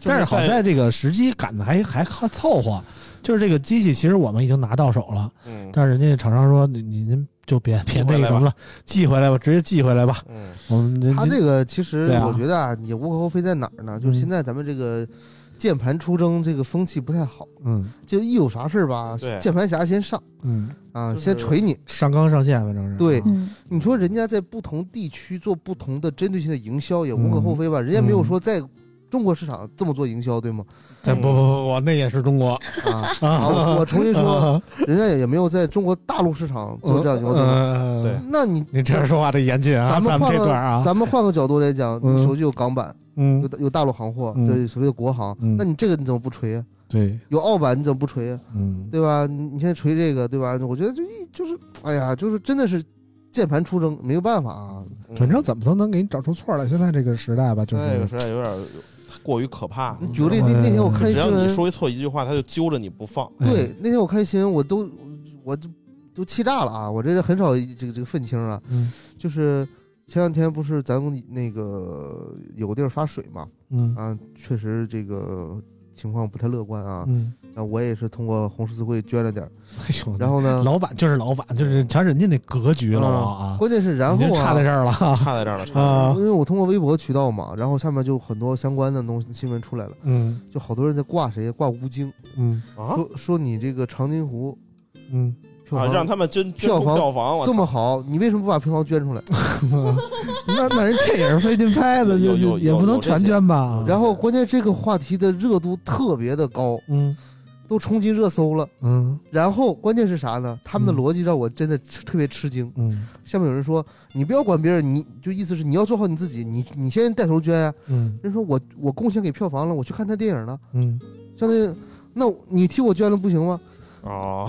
Speaker 3: 但是好
Speaker 6: 在
Speaker 3: 在这个时机赶的还还还凑合，就是这个机器其实我们已经拿到手了，
Speaker 6: 嗯
Speaker 3: 但是人家厂商说你你您就别别那个什么了，寄回来吧，直接寄回来吧。
Speaker 6: 嗯
Speaker 3: 我们
Speaker 4: 他这个其实
Speaker 3: 对啊嗯
Speaker 4: 我觉得啊，也无可厚非在哪儿呢？就是现在咱们这个键盘出征这个风气不太好，
Speaker 3: 嗯
Speaker 4: 就一有啥事儿吧
Speaker 6: 对，
Speaker 4: 键盘侠先上
Speaker 3: 嗯
Speaker 4: 啊，
Speaker 6: 就是
Speaker 4: 先锤你。
Speaker 3: 上纲上线，反正是
Speaker 4: 对
Speaker 3: 啊
Speaker 2: 嗯
Speaker 4: 你说人家在不同地区做不同的针对性的营销，也无可
Speaker 3: 嗯
Speaker 4: 厚非吧？人家没有说在中国市场这么做营销，对吗？
Speaker 3: 咱哎不不不不，那也是中国
Speaker 4: 啊， 啊我我重新说，人家也没有在中国大陆市场做这样营销，对吗？
Speaker 3: 嗯
Speaker 6: 对
Speaker 4: 那你
Speaker 3: 你这样说话得严谨啊，
Speaker 4: 咱
Speaker 3: 咱们
Speaker 4: 们换
Speaker 3: 这
Speaker 4: 个
Speaker 3: 段啊，
Speaker 4: 咱们换个角度来讲，
Speaker 3: 嗯
Speaker 4: 你手机有港版，有
Speaker 3: 嗯，
Speaker 4: 有大陆行货，
Speaker 3: 嗯
Speaker 4: 对所谓的国行，
Speaker 3: 嗯
Speaker 4: 那你这个你怎么不锤啊？
Speaker 3: 对，
Speaker 4: 有澳版你怎么不锤啊？
Speaker 3: 嗯，
Speaker 4: 对吧？你你现在锤这个，对吧？我觉得就一就是，哎呀，就是真的是键盘出征，没有办法啊。
Speaker 6: 嗯
Speaker 3: 反正怎么都能给你找出错来。现在这个时代吧，就
Speaker 6: 那个
Speaker 3: 是
Speaker 6: 时代有点儿过于可怕。
Speaker 3: 嗯
Speaker 4: 举个例，嗯那那天我看
Speaker 6: 只
Speaker 4: 新
Speaker 6: 要你
Speaker 4: 闻，
Speaker 6: 说一错一句话，他就揪着你不放。
Speaker 3: 哎
Speaker 4: 对，那天我看新闻，我都我就都气炸了啊！我这人很少这个这个愤青啊，
Speaker 3: 嗯
Speaker 4: 就是前两天不是咱们那个有个地儿发水嘛，
Speaker 3: 嗯
Speaker 4: 啊，确实这个情况不太乐观啊。
Speaker 3: 嗯，
Speaker 4: 那我也是通过红十字会捐了点儿，
Speaker 3: 哎呦，
Speaker 4: 然后呢，
Speaker 3: 老板就是老板，就是瞧人家那格局了啊，
Speaker 4: 关键是然后
Speaker 3: 你这差在
Speaker 4: 啊。
Speaker 3: 这儿了啊，
Speaker 6: 差在这儿了，差在这儿了
Speaker 3: 啊
Speaker 4: 因为我通过微博渠道嘛，然后下面就很多相关的东西新闻出来了，
Speaker 3: 嗯
Speaker 4: 就好多人在挂谁，挂吴京，
Speaker 3: 嗯
Speaker 6: 啊
Speaker 4: 说说你这个长津湖
Speaker 3: 嗯，
Speaker 4: 票
Speaker 6: 啊！
Speaker 4: 房
Speaker 6: 让他们捐捐
Speaker 4: 票
Speaker 6: 出
Speaker 4: 房
Speaker 6: 票房，我
Speaker 4: 这
Speaker 6: 操
Speaker 4: 么好，你为什么不把票房捐出来？
Speaker 3: 那那人电影费劲拍的，就
Speaker 6: 有有
Speaker 3: 就
Speaker 6: 有啊
Speaker 3: 也不能全捐吧？啊
Speaker 4: 然后关键这个话题的热度特别的高，
Speaker 3: 嗯
Speaker 4: 都冲进热搜了。
Speaker 3: 嗯
Speaker 4: 然后关键是啥呢？他们的
Speaker 3: 嗯
Speaker 4: 逻辑让我真的吃特别吃惊。
Speaker 3: 嗯
Speaker 4: 下面有人说：“你不要管别人，你就意思是你要做好你自己，你你先带头捐啊。
Speaker 3: 嗯”
Speaker 4: 人说我我贡献给票房了，我去看他电影了，
Speaker 3: 嗯，
Speaker 4: 相当于那我你替我捐了不行吗？
Speaker 6: 哦，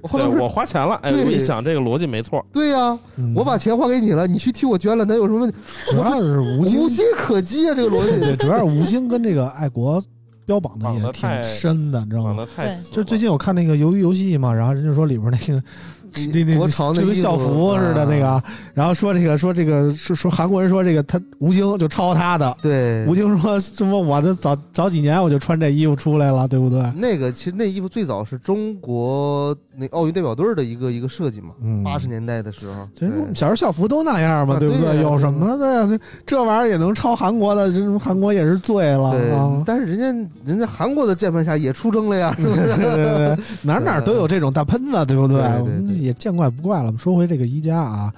Speaker 4: 我后
Speaker 6: 对
Speaker 4: 来
Speaker 6: 我
Speaker 4: 说
Speaker 6: 花钱了，哎，
Speaker 4: 对
Speaker 6: 我一想这个逻辑没错，
Speaker 4: 对呀、
Speaker 3: 嗯
Speaker 4: 我把钱还给你了，你去替我捐了，那有什么问题？
Speaker 3: 主要是吴京
Speaker 4: 无懈可击啊！这个逻辑，
Speaker 3: 对，主要是吴京跟这个爱国标榜的
Speaker 6: 绑
Speaker 3: 也
Speaker 6: 得
Speaker 3: 挺
Speaker 6: 太
Speaker 3: 深的，你知道
Speaker 6: 想
Speaker 3: 吗？
Speaker 6: 的太死
Speaker 3: 就
Speaker 6: 了
Speaker 3: 是最近我看那个《鱿鱼游戏》嘛，然后人家说里边那个 那那
Speaker 4: 嗯国潮
Speaker 3: 就
Speaker 4: 那
Speaker 3: 跟校服似的那个，
Speaker 4: 啊
Speaker 3: 然后说这个说这个说说韩国人说这个他吴京就抄他的，
Speaker 4: 对
Speaker 3: 吴，京说什么我这早早几年我就穿这衣服出来了，对不对？
Speaker 4: 那个其实那衣服最早是中国那奥运代表队的一个一个设计嘛，
Speaker 3: 嗯，
Speaker 4: 八十。年代的时候，
Speaker 3: 其实
Speaker 4: 对
Speaker 3: 小时候校服都那样嘛，
Speaker 4: 啊
Speaker 3: 对不
Speaker 4: 对呀
Speaker 3: 有什么的？这这玩意儿也能抄韩国的？这韩国也是醉了
Speaker 4: 对
Speaker 3: 啊，！
Speaker 4: 但是人家人家韩国的键盘侠也出征了 呀，是不
Speaker 3: 对
Speaker 4: 是？
Speaker 3: 对对， 哪儿哪儿都有这种大喷子，对不对？
Speaker 4: 对对对
Speaker 3: 我们也见怪不怪了。我们说回这个一加啊，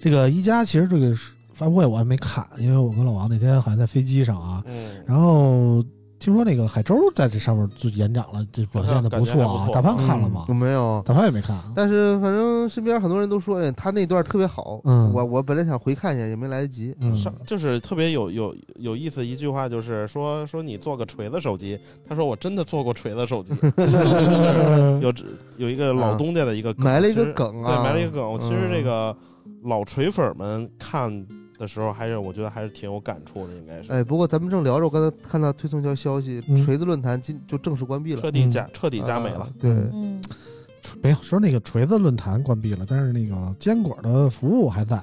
Speaker 3: 这个一加其实这个发布会我还没看，因为我跟老王那天好像在飞机上啊，
Speaker 6: 嗯，
Speaker 3: 然后听说那个海舟在这上面就演讲了，这表现的
Speaker 6: 感觉
Speaker 3: 错
Speaker 6: 还不
Speaker 3: 啊。
Speaker 6: 错
Speaker 3: 大潘看了吗
Speaker 4: 嗯？我没有，
Speaker 3: 大潘也没看啊。
Speaker 4: 但是反正身边很多人都说，哎，他那段特别好。
Speaker 3: 嗯
Speaker 4: 我我本来想回看一下，也没来得及。
Speaker 3: 嗯，
Speaker 6: 上就是特别有有有意思一句话，就是说说你做个锤子手机，他说我真的做过锤 子手机，就是有有一个
Speaker 3: 啊
Speaker 6: 老东家的一个梗
Speaker 4: 埋了一
Speaker 6: 其
Speaker 4: 个
Speaker 6: 实
Speaker 4: 梗啊，
Speaker 6: 对，埋了一个梗。其实
Speaker 4: 嗯
Speaker 6: 这个老锤粉们看的时候，还是我觉得还是挺有感触的，应该是
Speaker 4: 哎，不过咱们正聊着，我刚才看到推送一条消息，
Speaker 3: 嗯
Speaker 4: 锤子论坛今就正式关闭了，
Speaker 6: 彻底加彻底加美了
Speaker 4: 啊。对，
Speaker 2: 嗯，
Speaker 3: 没有说那个锤子论坛关闭了，但是那个坚果的服务还在，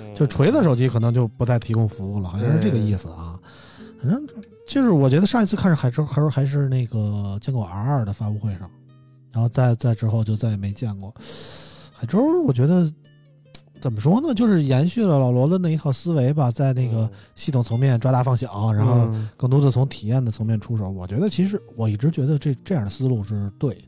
Speaker 6: 嗯
Speaker 3: 就锤子手机可能就不再提供服务了，好像是这个意思啊。反正就是我觉得上一次看是海舟，还是还是那个坚果 R 二的发布会上，然后再再之后就再也没见过海舟。我觉得怎么说呢，就是延续了老罗的那一套思维吧，在那
Speaker 6: 嗯
Speaker 3: 个系统层面抓大放小，然后
Speaker 4: 嗯
Speaker 3: 更多的从体验的层面出手。我觉得其实我一直觉得这这样的思路是对的，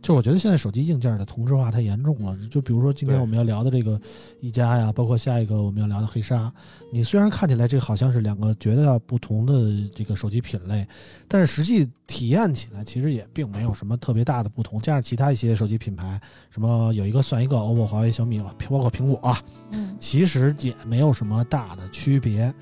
Speaker 3: 就是我觉得现在手机硬件的同质化太严重了。就比如说今天
Speaker 6: 对
Speaker 3: 我们要聊的这个一加呀，包括下一个我们要聊的黑鲨，你虽然看起来这好像是两个绝对不同的这个手机品类，但是实际体验起来其实也并没有什么特别大的不同。加上其他一些手机品牌，什么有一个算一个，OPPO、华为、小米，包括苹果啊、
Speaker 2: 嗯
Speaker 3: 其实也没有什么大的区别。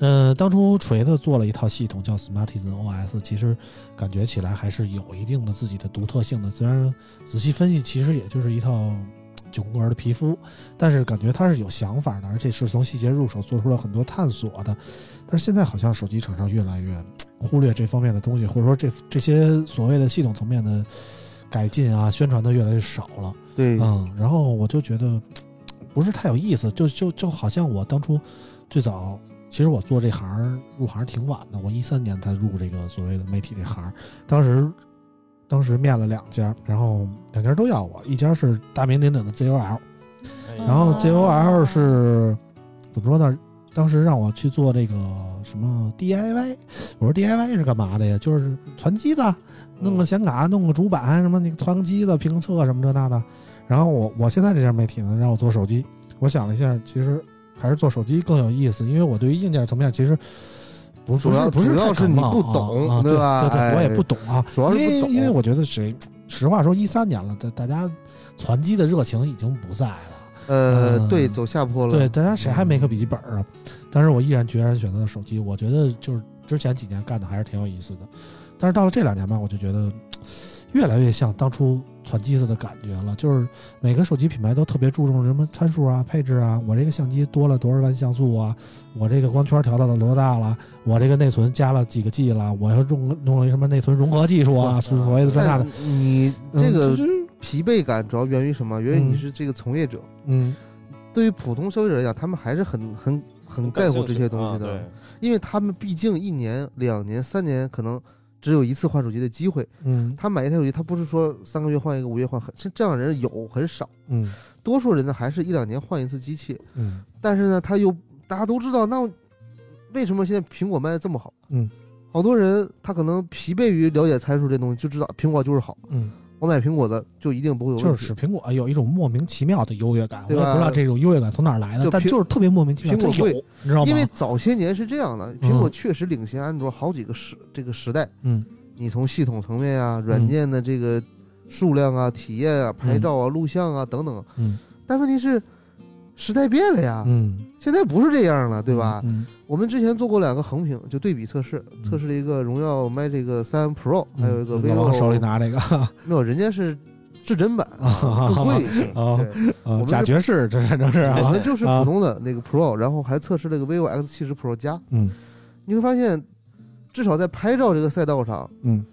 Speaker 3: 呃，当初锤子做了一套系统叫 Smartisan OS，其实感觉起来还是有一定的自己的独特性的。虽然仔细分析，其实也就是一套嗯九宫格的皮肤，但是感觉它是有想法的，而且是从细节入手做出了很多探索的。但是现在好像手机厂商越来越嗯忽略这方面的东西，或者说这这些所谓的系统层面的改进啊，宣传的越来越少了。
Speaker 4: 对，
Speaker 3: 嗯，然后我就觉得不是太有意思，就就就好像我当初最早，其实我做这行儿入行儿挺晚的，我一三年才入这个所谓的媒体这行儿，当时当时面了两家，然后两家都要我，一家是大名鼎鼎的 ZOL，
Speaker 6: 哎
Speaker 3: 然后
Speaker 2: 哦
Speaker 3: ZOL 是怎么说呢？当时让我去做这个什么 DIY，我说 DIY 是干嘛的呀？就是传机子，弄
Speaker 4: 嗯
Speaker 3: 个显卡，弄个主板，什么那个传机子、评测什么这那的。然后我我现在这家媒体呢，让我做手机，我想了一下，其实还是做手机更有意思，因为我对于硬件层面其实不
Speaker 4: 主
Speaker 3: 不
Speaker 4: 要
Speaker 3: 是不是
Speaker 4: 主
Speaker 3: 太
Speaker 4: 要是
Speaker 3: 感
Speaker 4: 你
Speaker 3: 冒
Speaker 4: 不
Speaker 3: 啊
Speaker 4: 懂
Speaker 3: 啊
Speaker 4: 对
Speaker 3: 对
Speaker 4: 吧
Speaker 3: 对对，我也
Speaker 4: 哎
Speaker 3: 不懂啊，
Speaker 4: 主要是不
Speaker 3: 因为
Speaker 4: 懂
Speaker 3: 因为我觉得谁，实话说，一三年了，大大家传机的热情已经不在了。
Speaker 4: 呃，
Speaker 3: 嗯
Speaker 4: 对，走下坡了，嗯
Speaker 3: 对，大家谁还没个笔记本啊？但是我依然决然选择了手机。我觉得就是之前几年干的还是挺有意思的，但是到了这两年吧，我就觉得越来越像当初传机子的感觉了。就是每个手机品牌都特别注重什么参数啊、配置啊，我这个相机多了多少万像素啊，我这个光圈调到了多大了，我这个内存加了几个 G 了，我要用弄了一个什么内存融合技术啊，所所谓的这那
Speaker 4: 但
Speaker 3: 的。
Speaker 4: 你
Speaker 3: 嗯
Speaker 4: 这
Speaker 3: 就
Speaker 4: 个
Speaker 3: 是
Speaker 4: 疲惫感主要源于什么？源于
Speaker 3: 嗯
Speaker 4: 你是这个从业者。
Speaker 3: 嗯
Speaker 4: 对于普通消费者来讲，他们还是很很很在乎这些东
Speaker 6: 啊
Speaker 4: 西的，因为他们毕竟一年、两年、三年可能只有一次换手机的机会。
Speaker 3: 嗯
Speaker 4: 他买一台手机，他不是说三个月换一个，五月换，很这样的人有很少，
Speaker 3: 嗯
Speaker 4: 多数人呢还是一两年换一次机器。
Speaker 3: 嗯
Speaker 4: 但是呢，他又大家都知道，那为什么现在苹果卖的这么好？
Speaker 3: 嗯，
Speaker 4: 好多人他可能疲惫于了解参数这东西，就知道苹果就是好，
Speaker 3: 嗯，
Speaker 4: 我买苹果的就一定不会有问题。
Speaker 3: 就是使苹果哎有一种莫名其妙的优越感，我
Speaker 4: 对
Speaker 3: 也
Speaker 4: 吧
Speaker 3: 不知道这种优越感从哪儿来的，
Speaker 4: 就
Speaker 3: 但
Speaker 4: 苹
Speaker 3: 就是特别莫名其妙，
Speaker 4: 苹果
Speaker 3: 它有，
Speaker 4: 会
Speaker 3: 你知道吗？
Speaker 4: 因为早些年是这样的，苹果确实领先安卓好几个时这个时代，
Speaker 3: 嗯
Speaker 4: 你从系统层面啊、软件的这个数量啊、体验啊、拍照啊、录像啊等等，
Speaker 3: 嗯
Speaker 4: 但问题是时代变了呀，
Speaker 3: 嗯，
Speaker 4: 现在不是这样啊了，对吧？
Speaker 3: 嗯？
Speaker 4: 我们之前做过两个横屏，就对比测试，
Speaker 3: 嗯
Speaker 4: 测试了一个荣耀 Magic 三 Pro，
Speaker 3: 嗯，
Speaker 4: 还有一个
Speaker 3: 嗯
Speaker 4: vivo
Speaker 3: 老王手里拿这个呃
Speaker 4: 没有，人家是至臻版，
Speaker 3: 啊
Speaker 4: 更贵一些。
Speaker 3: 啊
Speaker 4: 对
Speaker 3: 啊
Speaker 4: 们
Speaker 3: 假
Speaker 4: 是
Speaker 3: 爵士，这是这是啊
Speaker 4: 我们就是
Speaker 3: 啊
Speaker 4: 普通的那个 Pro，然后还测试了一个 vivo X 七十 Pro 加。
Speaker 3: 嗯
Speaker 4: 你会发现，至少在拍照这个赛道上，
Speaker 3: 嗯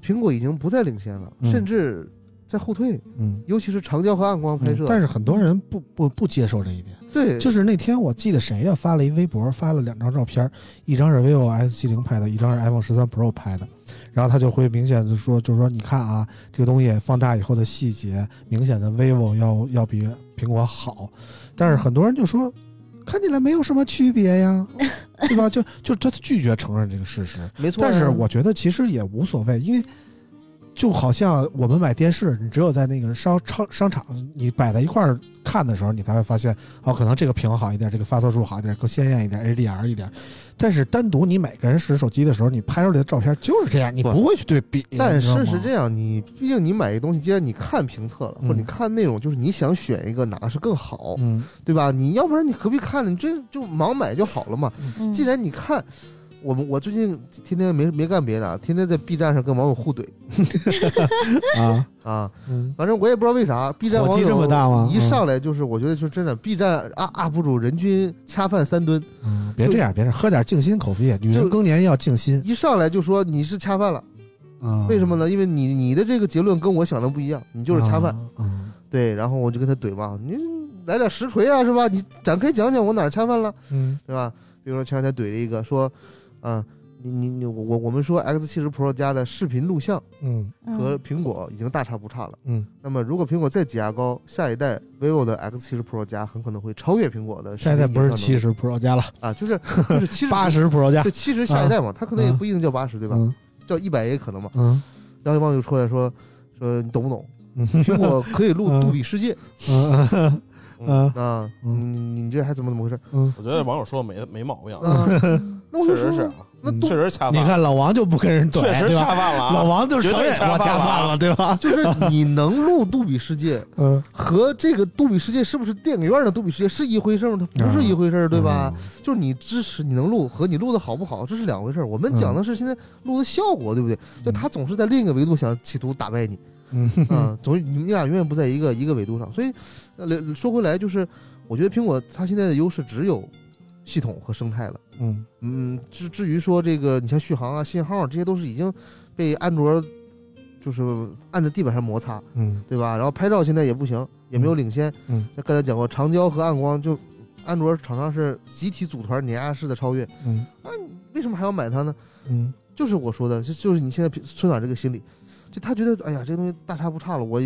Speaker 4: 苹果已经不再领先了，
Speaker 3: 嗯
Speaker 4: 甚至在后退，
Speaker 3: 嗯。
Speaker 4: 尤其是长焦和暗光拍摄。
Speaker 3: 嗯但是很多人不不不接受这一点，
Speaker 4: 对，
Speaker 3: 就是那天我记得谁呀、发了一微博，发了两张照片，一张是 vivo S 7 0拍的，一张是 iPhone 十三 Pro 拍的，然后他就会明显的说，就是说你看啊，这个东西放大以后的细节，明显的 vivo 要要比苹果好，但是很多人就说，看起来没有什么区别呀，对吧？就就他拒绝承认这个事实，
Speaker 4: 没错啊。
Speaker 3: 但是我觉得其实也无所谓，因为就好像我们买电视，你只有在那个商超商场你摆在一块儿看的时候，你才会发现哦，可能这个屏好一点，这个发色数好一点，更鲜艳一点，HDR 一点。但是单独你每个人使手机的时候，你拍出来的照片就是这样，你
Speaker 4: 不
Speaker 3: 不会去对比。
Speaker 4: 但
Speaker 3: 你知道
Speaker 4: 是
Speaker 3: 吗
Speaker 4: 是这样，你毕竟你买一个东西，既然你看评测了，或者
Speaker 3: 嗯
Speaker 4: 你看内容，就是你想选一个哪个是更好，
Speaker 3: 嗯
Speaker 4: 对吧？你要不然你何必看呢？你这就盲买就好了嘛。
Speaker 2: 嗯
Speaker 4: 既然你看，我们我最近天天没没干别的啊，天天在 B 站上跟网友互怼
Speaker 3: 啊，
Speaker 4: 啊。
Speaker 3: 嗯
Speaker 4: 反正我也不知道为啥 B 站
Speaker 3: 火
Speaker 4: 网
Speaker 3: 气
Speaker 4: 友
Speaker 3: 这么大吗
Speaker 4: 一
Speaker 3: 嗯
Speaker 4: 上来就是，我觉得就是真的，B 站 up UP 主人均恰饭三吨，
Speaker 3: 嗯，别这样，别这样，喝点静心口服液，女人
Speaker 4: 就
Speaker 3: 更年要静心
Speaker 4: 一上来就说你是恰饭了，
Speaker 3: 啊。
Speaker 4: 为什么呢？因为你你的这个结论跟我想的不一样，你就是恰饭。
Speaker 3: 啊？嗯
Speaker 4: 对，然后我就跟他怼嘛，你来点实锤啊，是吧？你展开讲讲我哪儿恰饭了，
Speaker 3: 嗯
Speaker 4: 对吧？比如说前两天怼了一个说，啊、你你你我我我们说 X 七十 Pro 加的视频录像
Speaker 3: 嗯
Speaker 4: 和苹果已经大差不差了。
Speaker 3: 嗯
Speaker 4: 那么如果苹果再挤牙膏，下一代 vivo 的 X 七十 Pro 加很可能会超越苹果的视
Speaker 3: 现
Speaker 4: 频影
Speaker 3: 在
Speaker 4: 像
Speaker 3: 不
Speaker 4: 能力。
Speaker 3: 是七十 Pro 加 了，
Speaker 4: 啊，就是就是七十
Speaker 3: 八十 Pro 加
Speaker 4: 对，七十下一代嘛，它可能也不一定叫八十，对吧？
Speaker 3: 嗯
Speaker 4: 叫一百也可能嘛。
Speaker 3: 嗯
Speaker 4: 然后网友就出来说说你懂不懂？
Speaker 3: 嗯
Speaker 4: 苹果可以录
Speaker 3: 嗯
Speaker 4: 杜比世界
Speaker 3: 嗯嗯 嗯
Speaker 4: 啊，你
Speaker 3: 嗯
Speaker 4: 你你这还怎么怎么 回事？
Speaker 3: 嗯，
Speaker 6: 我觉得网友说的没没毛病，
Speaker 4: 啊，那我
Speaker 6: 确
Speaker 4: 就
Speaker 6: 实是
Speaker 4: 说
Speaker 6: 啊，
Speaker 4: 那
Speaker 3: 嗯
Speaker 4: 杜
Speaker 6: 确实恰饭，
Speaker 3: 你看老王就不跟人怼，
Speaker 6: 确实
Speaker 3: 对吧？
Speaker 6: 恰饭了啊，
Speaker 3: 老王就
Speaker 6: 绝
Speaker 3: 承
Speaker 6: 对
Speaker 3: 认我
Speaker 6: 恰
Speaker 3: 加
Speaker 6: 饭
Speaker 3: 饭
Speaker 6: 了
Speaker 3: 了，对吧？
Speaker 4: 就是你能录杜比世界
Speaker 3: 嗯，
Speaker 4: 和这个杜比世界是不是电影院的杜比世界是一回事儿吗？它不是一回事儿，对
Speaker 3: 嗯
Speaker 4: 吧？就是你支持你能录和你录的好不好，这是两回事儿。我们讲的是现在录的效果，对不对？就他总是在另一个维度想企图打败你，
Speaker 3: 嗯
Speaker 4: 啊，总是你们俩永远不在一个一个维度上。所以，呃，说回来，就是我觉得苹果它现在的优势只有系统和生态了。
Speaker 3: 嗯
Speaker 4: 嗯，至至于说这个，你像续航啊、信号啊这些都是已经被安卓就是按在地板上摩擦，
Speaker 3: 嗯
Speaker 4: 对吧？然后拍照现在也不行，也没有领先。
Speaker 3: 嗯，
Speaker 4: 刚才讲过，长焦和暗光就安卓厂商是集体组团碾压式的超越，
Speaker 3: 嗯
Speaker 4: 为什么还要买它呢？
Speaker 3: 嗯
Speaker 4: 就是我说的，就就是你现在平村长这个心理，就他觉得哎呀，这个东西大差不差了，我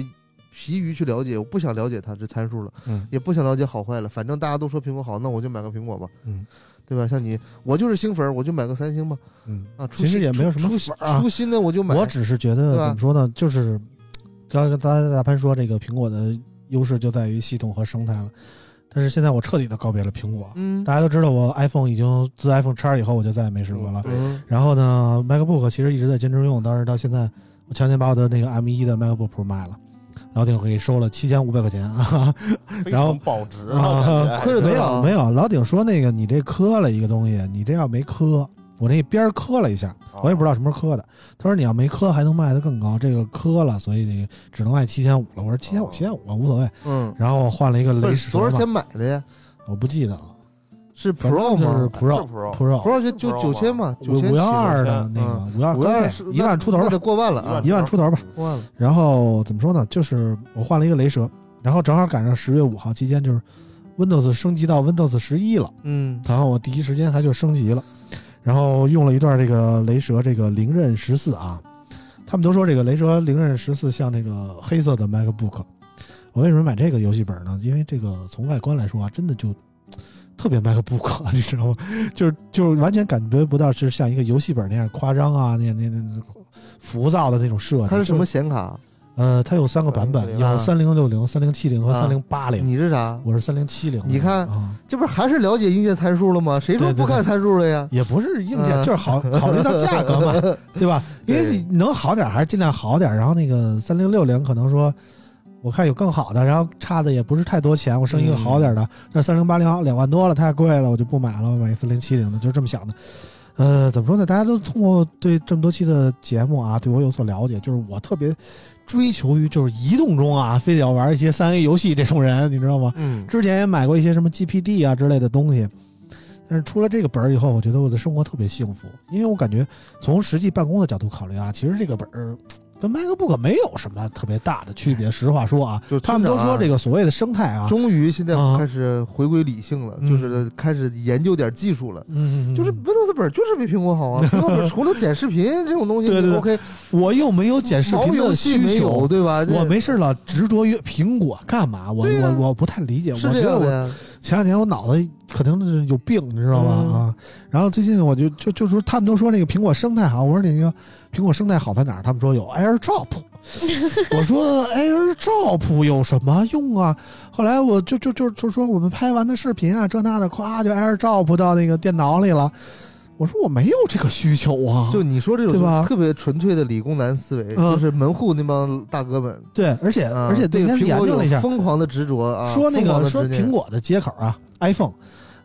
Speaker 4: 疲于去了解，我不想了解它这参数了，
Speaker 3: 嗯
Speaker 4: 也不想了解好坏了，反正大家都说苹果好，那我就买个苹果吧，
Speaker 3: 嗯，
Speaker 4: 对吧？像你，我就是星粉儿，我就买个三星吧，
Speaker 3: 嗯，
Speaker 4: 啊，
Speaker 3: 其
Speaker 4: 出
Speaker 3: 实
Speaker 4: 新
Speaker 3: 也没有什么
Speaker 4: 出
Speaker 3: 粉儿啊
Speaker 4: 出出新的我就买，
Speaker 3: 我只是觉得
Speaker 4: 对
Speaker 3: 怎
Speaker 4: 吧
Speaker 3: 么说呢，就是刚刚大家大潘说这个苹果的优势就在于系统和生态了，但是现在我彻底的告别了苹果。
Speaker 4: 嗯
Speaker 3: 大家都知道，我 iPhone 已经自 iPhone 叉以后，我就再也没使过了。
Speaker 4: 嗯
Speaker 3: 然后呢，MacBook 其实一直在坚持用，但是到现在，我前两天把我的那个 M 1的 MacBook Pro 卖了，老顶回收了七千五百块钱啊。
Speaker 6: 非
Speaker 3: 然后
Speaker 6: 常保值 啊，
Speaker 3: 啊
Speaker 6: 感觉
Speaker 4: 亏了
Speaker 3: 没
Speaker 4: 多少
Speaker 3: 有
Speaker 4: 啊
Speaker 3: 没有，老顶说那个你这磕了一个东西，你这要没磕，我那边儿磕了一下，
Speaker 6: 啊
Speaker 4: 哦
Speaker 3: 我也不知道什么时候磕的。他说你要没磕还能卖得更高，这个磕了，所以你只能卖七千五了。我说七千五，
Speaker 6: 哦
Speaker 3: 七千五啊无所谓。
Speaker 4: 嗯，
Speaker 3: 然后我换了一个
Speaker 4: 不
Speaker 3: 雷
Speaker 4: 是
Speaker 3: 蛇
Speaker 4: 多少
Speaker 3: 嘛
Speaker 4: 钱买的呀？
Speaker 3: 我不记得了
Speaker 4: 是
Speaker 3: 反正
Speaker 4: Pro
Speaker 3: 就
Speaker 4: 吗
Speaker 3: 是 Pro
Speaker 6: 是 Pro
Speaker 3: Pro
Speaker 4: ？Pro 就就九千嘛，
Speaker 3: 五
Speaker 4: 九千
Speaker 3: 五幺二的
Speaker 6: 9000
Speaker 3: 那个
Speaker 4: 嗯
Speaker 3: 五幺二
Speaker 4: 五
Speaker 3: 高
Speaker 4: 幺
Speaker 3: 配
Speaker 4: 二是
Speaker 3: 一万出头
Speaker 4: 那
Speaker 3: 吧
Speaker 4: 得，过万了啊，
Speaker 3: 一万出头吧。
Speaker 4: 过万了，
Speaker 3: 然后怎么说呢？就是我换了一个雷蛇，然后正好赶上十月五号期间，就是 Windows 升级到 Windows 十一了。
Speaker 4: 嗯
Speaker 3: 然后我第一时间还就升级了，然后用了一段这个雷蛇这个凌刃十四啊，他们都说这个雷蛇凌刃十四像这个黑色的 MacBook，我为什么买这个游戏本呢？因为这个从外观来说啊，真的就特别 MacBook，你啊知道吗？就是就是完全感觉不到是像一个游戏本那样夸张啊，那那那那浮躁的那种设计。
Speaker 4: 它是什
Speaker 3: 就
Speaker 4: 么显卡？
Speaker 3: 呃，它有三个版本，有三零啊六零、三零七零和三零八零。
Speaker 4: 你是啥？
Speaker 3: 我是三零七零。
Speaker 4: 你看
Speaker 3: 啊，
Speaker 4: 这不是还是了解硬件参数了吗？谁说
Speaker 3: 对对
Speaker 4: 不看参数了呀？
Speaker 3: 也不是硬件，
Speaker 4: 嗯
Speaker 3: 就是好考虑到价格嘛，对吧？因为你能好点儿还是尽量好点儿。然后那个三零六零可能说，我看有更好的，然后差的也不是太多钱，我升一个好点儿的。那三零八零两万多了，太贵了，我就不买了，我买三零七零的，就这么想的。呃，怎么说呢？大家都通过对这么多期的节目啊，对我有所了解。就是我特别追求于就是移动中啊，非得要玩一些三 A 游戏这种人，你知道吗？
Speaker 4: 嗯，
Speaker 3: 之前也买过一些什么 GPD 啊之类的东西，但是出了这个本儿以后，我觉得我的生活特别幸福，因为我感觉从实际办公的角度考虑啊，其实这个本儿跟 MacBook 没有什么特别大的区别。实话说啊，
Speaker 4: 就
Speaker 3: 他们都说这
Speaker 4: 个。
Speaker 3: 个所谓的生态啊，
Speaker 4: 终于现在
Speaker 3: 啊
Speaker 4: 开始回归理性了，
Speaker 3: 嗯
Speaker 4: 就是开始研究点技术了。
Speaker 3: 嗯，嗯
Speaker 4: 就是
Speaker 3: 嗯
Speaker 4: Windows 本儿就是比苹果好啊，苹果本 儿除了剪视频这种东西
Speaker 3: 对对
Speaker 4: 你
Speaker 3: 对
Speaker 4: OK，
Speaker 3: 我又没有剪视
Speaker 4: 毛
Speaker 3: 频
Speaker 4: 游
Speaker 3: 的
Speaker 4: 戏
Speaker 3: 需
Speaker 4: 没有
Speaker 3: 求，
Speaker 4: 对吧？这
Speaker 3: 我没事儿了，执着于苹果干嘛？我
Speaker 4: 对呀
Speaker 3: 我我不太理解，我
Speaker 4: 是
Speaker 3: 觉
Speaker 4: 这
Speaker 3: 得
Speaker 4: 样
Speaker 3: 我
Speaker 4: 的呀，
Speaker 3: 前两天我脑子可能是有病，你知道吗？
Speaker 4: 嗯
Speaker 3: 啊，然后最近我就就就说他们都说那个苹果生态好，我说那个苹果生态好在哪儿？他们说有 AirDrop，我说 AirDrop 有什么用啊？后来我就就就就说我们拍完的视频啊，这那的，咵就 AirDrop 到那个电脑里了。我说我没有这个需求啊，
Speaker 4: 就你说这种
Speaker 3: 对吧
Speaker 4: 特别纯粹的理工男思维，
Speaker 3: 嗯
Speaker 4: 就是门户那帮大哥们，
Speaker 3: 对，而且、
Speaker 4: 啊
Speaker 3: 而且
Speaker 4: 对
Speaker 3: 那天
Speaker 4: 苹
Speaker 3: 研
Speaker 4: 果
Speaker 3: 究了一
Speaker 4: 有
Speaker 3: 下，
Speaker 4: 疯狂的执着啊，
Speaker 3: 说那
Speaker 4: 疯狂
Speaker 3: 个
Speaker 4: 地
Speaker 3: 说
Speaker 4: 执念
Speaker 3: 苹，果呃的接口啊，iPhone。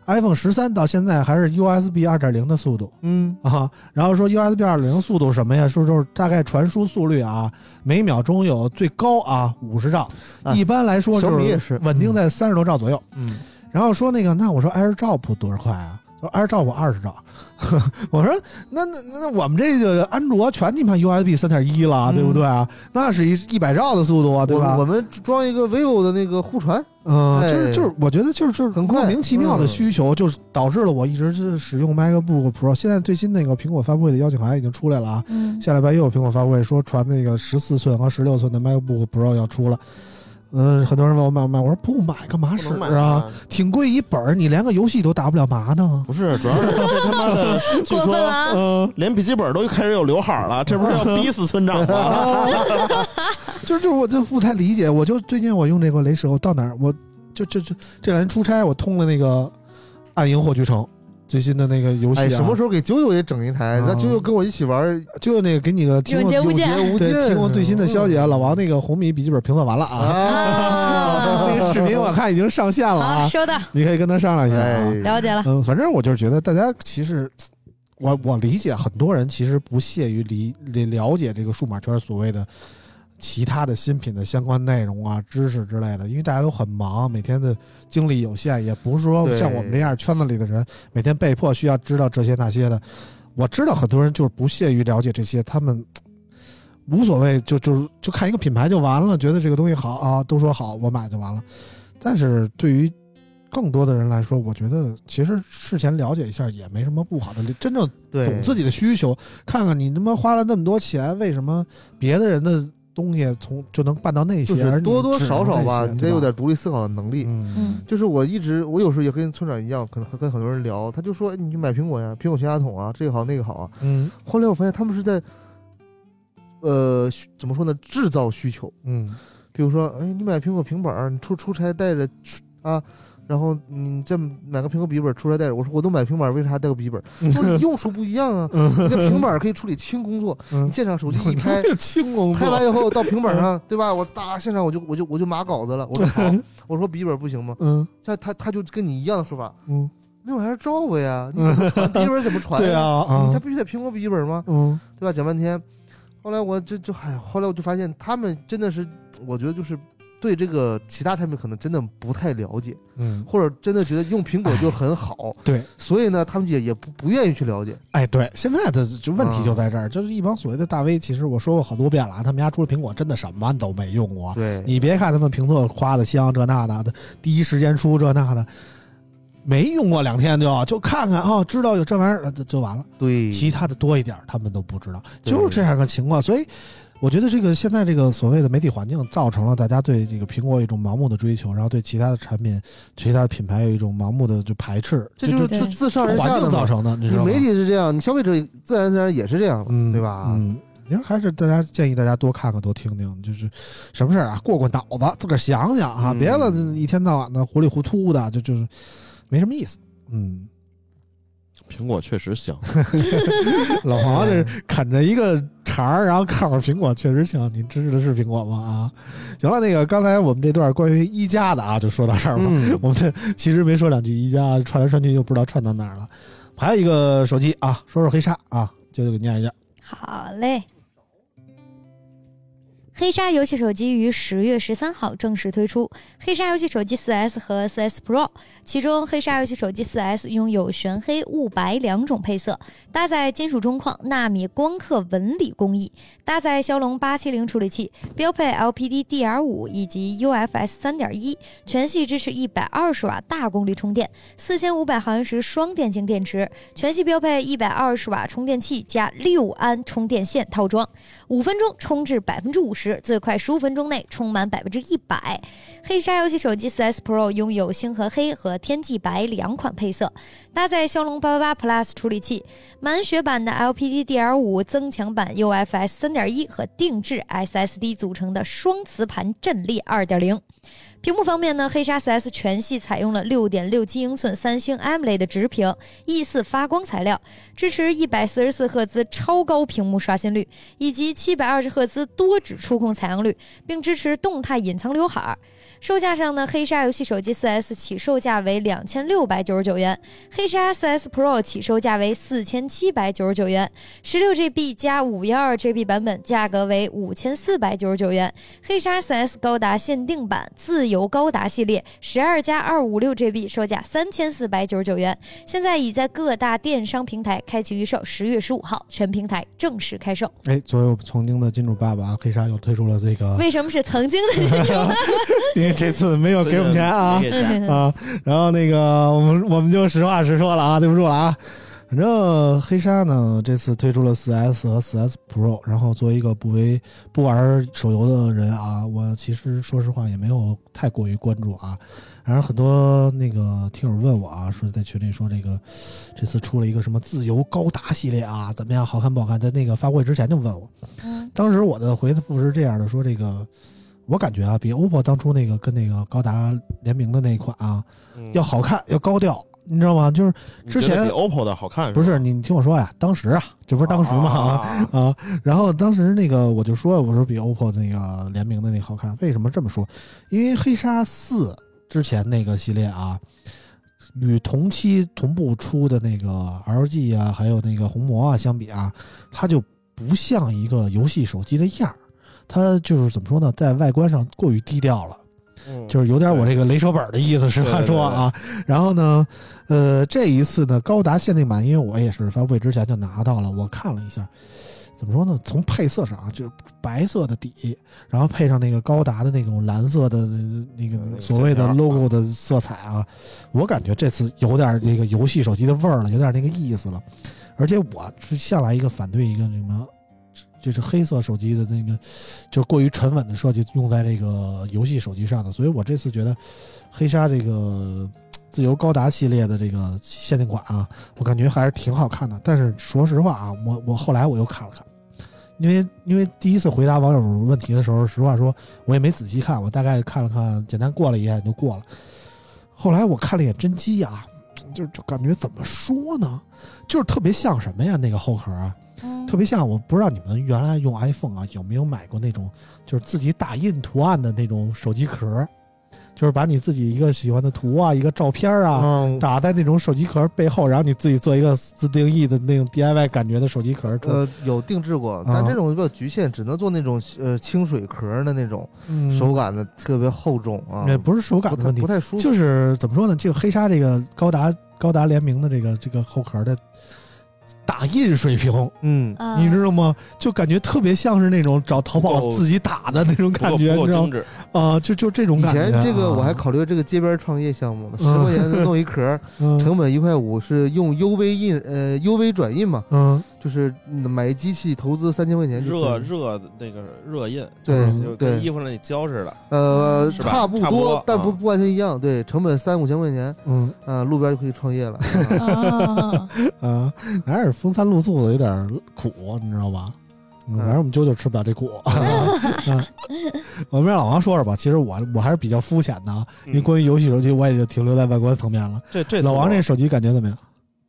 Speaker 3: iPhone 十三到现在还是 USB 二点零的速度，
Speaker 4: 嗯，
Speaker 3: 啊，然后说 USB 二零速度什么呀？说就是大概传输速率啊，每秒钟有最高啊五十兆，
Speaker 4: 啊
Speaker 3: 一般来说
Speaker 4: 小米
Speaker 3: 就
Speaker 4: 也
Speaker 3: 是
Speaker 4: 是
Speaker 3: 稳定在三十多兆左右。
Speaker 4: 嗯，
Speaker 3: 然后说那个，那我说 AirDrop 多少块啊？他说 AirDrop 二十兆， 我说那那那那我们这个安卓全你妈 USB 三点一了，对不对啊？那是一一百兆的速度啊，对吧
Speaker 4: 嗯我我？们装一个 vivo 的那个互传，
Speaker 3: 嗯，
Speaker 4: 哎
Speaker 3: 就是就是，我觉得就是就是
Speaker 4: 很快嗯
Speaker 3: 莫名其妙的需求，就是导致了我一直是使用 MacBook Pro。现在最新那个苹果发布会的邀请函已经出来了啊，
Speaker 2: 嗯，
Speaker 3: 下礼拜又有苹果发布会说传那个十四寸和十六寸的 MacBook Pro 要出了。嗯，很多人问我买不买，我说不买干嘛
Speaker 6: 不
Speaker 3: 使
Speaker 6: 能买
Speaker 3: 啊？，挺贵一本儿，你连个游戏都打不了嘛呢？
Speaker 6: 不是，主要是这他妈 的，据
Speaker 2: 过
Speaker 6: 说
Speaker 2: 分了啊
Speaker 6: 呃，连笔记本都开始有刘海儿了，这不 是要逼死村长 吗？
Speaker 3: 就是就是我就不太理解，我就最近我用这个雷蛇，我到哪儿我就就就这两天出差，我通了那个《暗影火炬城》最新的那个游戏、啊
Speaker 4: 哎，什么时候给九九也整一台，让
Speaker 3: 啊
Speaker 4: 九九跟我一起玩
Speaker 3: 就那个给你个提
Speaker 2: 永
Speaker 3: 供
Speaker 2: 劫无
Speaker 4: 永
Speaker 2: 间，
Speaker 4: 劫无
Speaker 3: 对
Speaker 4: 间，
Speaker 3: 提供最新的消息啊，老王那个红米笔记本评测完了啊，
Speaker 2: 啊
Speaker 3: 那个视频我看已经上线了
Speaker 2: 好，
Speaker 3: 啊，
Speaker 2: 收到，
Speaker 3: 你可以跟他商量一下啊。
Speaker 4: 哎，
Speaker 2: 了解了。
Speaker 3: 嗯，反正我就是觉得大家其实，我我理解很多人其实不屑于理理了解这个数码圈所谓的其他的新品的相关内容啊、知识之类的，因为大家都很忙，每天的精力有限，也不是说
Speaker 4: 对
Speaker 3: 像我们这样圈子里的人每天被迫需要知道这些那些的。我知道很多人就是不屑于了解这些，他们。无所谓，就就就看一个品牌就完了，觉得这个东西好啊，都说好，我买就完了。但是对于更多的人来说，我觉得其实事前了解一下也没什么不好的，真正懂
Speaker 4: 对，
Speaker 3: 自己的需求，看看你他妈花了那么多钱，为什么别的人的东西从就能办到那些，
Speaker 4: 就
Speaker 3: 而
Speaker 4: 是
Speaker 3: 你
Speaker 4: 多多少少吧，
Speaker 3: 只能这些
Speaker 4: 你得有，点独立思考的能
Speaker 3: 对
Speaker 4: 力。
Speaker 3: 嗯
Speaker 2: 嗯，
Speaker 4: 就是我一直，我有时候也跟村长一样，可能跟跟很多人聊，他就说哎你去买苹果呀，苹果全家桶啊，这个好那个好啊。
Speaker 3: 嗯
Speaker 4: 后来我发现他们是在，呃，需怎么说呢，制造需求。
Speaker 3: 嗯
Speaker 4: 比如说，哎，你买苹果平板儿，你出出差带着去啊，然后你再买个苹果笔记本儿出差带着。我说我都买平板儿，为啥还带个笔记本儿？
Speaker 3: 嗯
Speaker 4: 他说你用处不一 样啊，你的平板儿可以处理轻工作，你
Speaker 3: 嗯，
Speaker 4: 现场手机一拍，
Speaker 3: 轻功
Speaker 4: 拍完以后到平板上，对吧？我哒，现场我就我就我就码稿子了。我 说好，我说笔记本不行吗？
Speaker 3: 嗯
Speaker 4: 他他他就跟你一样的 说法，
Speaker 3: 嗯，
Speaker 4: 没有还是照呗呀？你怎 么传笔记本怎么传？
Speaker 3: 对啊，
Speaker 4: 你他
Speaker 3: 啊，
Speaker 4: 必须得苹果笔记本吗？
Speaker 3: 嗯
Speaker 4: 对吧？讲半天，后来我这就哎呀，后来我就发现他们真的是，我觉得就是。对这个其他产品可能真的不太了解，
Speaker 3: 嗯，
Speaker 4: 或者真的觉得用苹果就很好，
Speaker 3: 对，
Speaker 4: 所以呢，他们也也不不愿意去了解。
Speaker 3: 哎，对，现在的就问题就在这
Speaker 4: 嗯
Speaker 3: 儿，就是一帮所谓的大 V，其实我说过好多遍了啊，他们家除了苹果，真的什么都没用过，
Speaker 4: 对，
Speaker 3: 啊你别看他们评测夸的香这那的，第一时间出这那的，没用过两天就就看看啊、知道有这玩意儿就就完了，
Speaker 4: 对，
Speaker 3: 其他的多一点儿他们都不知道，
Speaker 4: 嗯对
Speaker 3: 就是这样个情况。所以我觉得这个现在这个所谓的媒体环境，造成了大家对这个苹果一种盲目的追求，然后对其他的产品、其他的品牌有一种盲目的就排斥，
Speaker 4: 这就是
Speaker 2: 对
Speaker 4: 自自上而
Speaker 3: 环
Speaker 4: 下的
Speaker 3: 境
Speaker 4: 嘛
Speaker 3: 造成的，你知
Speaker 4: 你
Speaker 3: 道吗
Speaker 4: 媒？体是这样，你消费者自然自然也是这样，
Speaker 3: 嗯，
Speaker 4: 对吧？
Speaker 3: 嗯，其实还是大家建议大家多看看、多听听，就是什么事儿啊，过过脑子，自个儿想想啊，
Speaker 6: 嗯
Speaker 3: 别了一天到晚的糊里糊涂的，就就是没什么意思。嗯，
Speaker 6: 苹果确实香，
Speaker 3: 老黄这啃着一个肠儿，然后看会儿苹果，确实行。您吃的是苹果吗？啊，行了，那个刚才我们这段关于一加的啊，就说到这儿吧。
Speaker 4: 嗯，
Speaker 3: 我们其实没说两句，一加串来串去就不知道串到哪儿了。还有一个手机啊，说说黑鲨啊，就给念一下。
Speaker 2: 好嘞。黑鲨游戏手机于十月十三号正式推出，黑鲨游戏手机 4S 和 4S Pro，其中黑鲨游戏手机 4S 拥有玄黑、雾白两种配色，搭载金属中框纳米光刻纹理工艺，搭载骁龙八七零处理器，标配 LPDDR5 以及 UFS 三点一，全系支持一百二十瓦大功率充电，四千五百毫安时双电晶电池，全系标配一百二十瓦充电器加六安充电线套装，五分钟充至百分之五十，最快十五分钟内充满百分之一百。黑鲨游戏手机 4S Pro 拥有星河黑和天际白两款配色，搭载骁龙八八八 Plus 处理器，满血版的 LPDDR5 增强版 UFS 三点一和定制 SSD 组成的双磁盘阵列二点零。屏幕方面呢，黑鲨 4S 全系采用了六点六七英寸三星 AMOLED 的直屏，E 四发光材料，支持一百四十四赫兹超高屏幕刷新率以及七百二十赫兹多指触控采样率，并支持动态隐藏刘海儿。售价上呢，黑鲨游戏手机 4S 起售价为两千六百九十九元，黑鲨 4S Pro 起售价为四千七百九十九元，十六 GB 加五幺二 GB 版本价格为五千四百九十九元，黑鲨 4S 高达限定版自由高达系列十二加二五六 GB 售价三千四百九十九元，现在已在各大电商平台开启预售，十月十五号全平台正式开售。
Speaker 3: 哎，作为我们曾经的金主爸爸啊，黑鲨又推出了这个，
Speaker 2: 为什么是曾经的这种？
Speaker 3: 因为这次没有 给我们钱啊，
Speaker 6: 没给钱
Speaker 3: 啊，然后那个我们我们就实话实说了啊，对不住了啊。反正黑鲨呢，这次推出了 4S 和 4S Pro，然后作为一个不为不玩手游的人啊，我其实说实话也没有太过于关注啊。然后很多那个听友问我啊，说在群里说这个这次出了一个什么自由高达系列啊，怎么样，好看不好看？在那个发布会之前就问我，
Speaker 2: 嗯
Speaker 3: 当时我的回复是这样的：说这个，我感觉啊，比 OPPO 当初那个跟那个高达联名的那一款啊，
Speaker 6: 嗯
Speaker 3: 要好看，要高调，你知道吗？就是
Speaker 6: 你觉得
Speaker 3: 之前
Speaker 6: 比 OPPO 的好看，
Speaker 3: 不是你，你听我说呀，当时啊，这不
Speaker 6: 不
Speaker 3: 是当时吗？啊
Speaker 6: 啊
Speaker 3: 啊，然后当时那个我就说，我说比 OPPO 那个联名的那个好看，为什么这么说？因为黑鲨四之前那个系列啊，与同期同步出的那个 LG 啊，还有那个红魔啊相比啊，它就不像一个游戏手机的样儿，它就是怎么说呢，在外观上过于低调了。
Speaker 6: 嗯
Speaker 3: 就是有点我这个雷手本的意思是吧？
Speaker 6: 对对对
Speaker 3: 说啊，然后呢，呃，这一次呢，高达限定版，因为我也是发布会之前就拿到了，我看了一下，怎么说呢？从配色上啊，就是白色的底，然后配上那个高达的那种蓝色的呃那
Speaker 6: 那
Speaker 3: 个
Speaker 6: 个
Speaker 3: 所谓的
Speaker 6: 线条啊
Speaker 3: logo 的色彩啊，我感觉这次有点那个游戏手机的味儿了，有点那个意思了。而且我是向来一个反对一个什么。就是黑色手机的那个，就是过于沉稳的设计用在这个游戏手机上的，所以我这次觉得黑鲨这个自由高达系列的这个限定款啊，我感觉还是挺好看的。但是说实话啊，我我后来我又看了看，因为因为第一次回答网友问题的时候，实话说我也没仔细看，我大概看了看，简单过了一眼就过了。后来我看了一眼真机啊，就就感觉怎么说呢，就是特别像什么呀？那个后壳啊，
Speaker 2: 嗯
Speaker 3: 特别像，我不知道你们原来用 iPhone 啊有没有买过那种就是自己打印图案的那种手机壳儿，就是把你自己一个喜欢的图啊、一个照片儿啊，
Speaker 4: 嗯，
Speaker 3: 打在那种手机壳儿背后，然后你自己做一个自定义的那种 DIY 感觉的手机壳儿出来。
Speaker 4: 呃，有定制过，
Speaker 3: 啊
Speaker 4: 但这种比较局限，只能做那种呃清水壳儿的那种，
Speaker 3: 嗯
Speaker 4: 手感的特别厚重啊，
Speaker 3: 也呃不是手感
Speaker 4: 不
Speaker 3: 的
Speaker 4: 太
Speaker 3: 问题
Speaker 4: 不，太舒服。
Speaker 3: 就是怎么说呢？这个黑鲨这个高达高达联名的这个这个后壳的打印水平，
Speaker 4: 嗯，
Speaker 2: 啊
Speaker 3: 你知道吗？就感觉特别像是那种找淘
Speaker 6: 不
Speaker 3: 宝
Speaker 6: 够
Speaker 3: 自己打的那种
Speaker 6: 不
Speaker 3: 感
Speaker 6: 够
Speaker 3: 觉，
Speaker 6: 不
Speaker 3: 你
Speaker 6: 够
Speaker 3: 知道
Speaker 6: 精
Speaker 3: 吗？
Speaker 6: 致，
Speaker 3: 啊，就就这种
Speaker 4: 以
Speaker 3: 感觉啊。
Speaker 4: 前这个我还考虑这个街边创业项目呢，十
Speaker 3: 嗯
Speaker 4: 块钱弄一壳儿，
Speaker 3: 嗯
Speaker 4: 成本一块五，是用 UV 印呃 UV 转印嘛，
Speaker 3: 嗯
Speaker 4: 就是嗯买一机器投资三千块钱就可
Speaker 6: 热
Speaker 4: 以
Speaker 6: 热那个热印，
Speaker 3: 嗯
Speaker 6: 就
Speaker 4: 对
Speaker 6: 跟
Speaker 4: 对
Speaker 6: 衣服上那胶似的。
Speaker 4: 呃
Speaker 6: 嗯是吧
Speaker 4: 差不
Speaker 6: 差不
Speaker 4: 多
Speaker 6: 多，
Speaker 4: 但不
Speaker 6: 啊
Speaker 4: 不完全一样，对，成本三五千块钱
Speaker 3: 嗯
Speaker 4: 啊，路边就可以创业 了。
Speaker 2: 啊
Speaker 3: 啊，还是风餐露宿的有点苦，你知道吧？嗯反正我们啾啾吃不了这苦。嗯， 我们让老王说说吧。其实我我还是比较肤浅的，啊，因为
Speaker 6: 嗯啊
Speaker 3: 关于游戏手机，我也就停留在外观层面了。
Speaker 6: 这这次
Speaker 3: 老王
Speaker 6: 我
Speaker 3: 这手机感觉怎么样？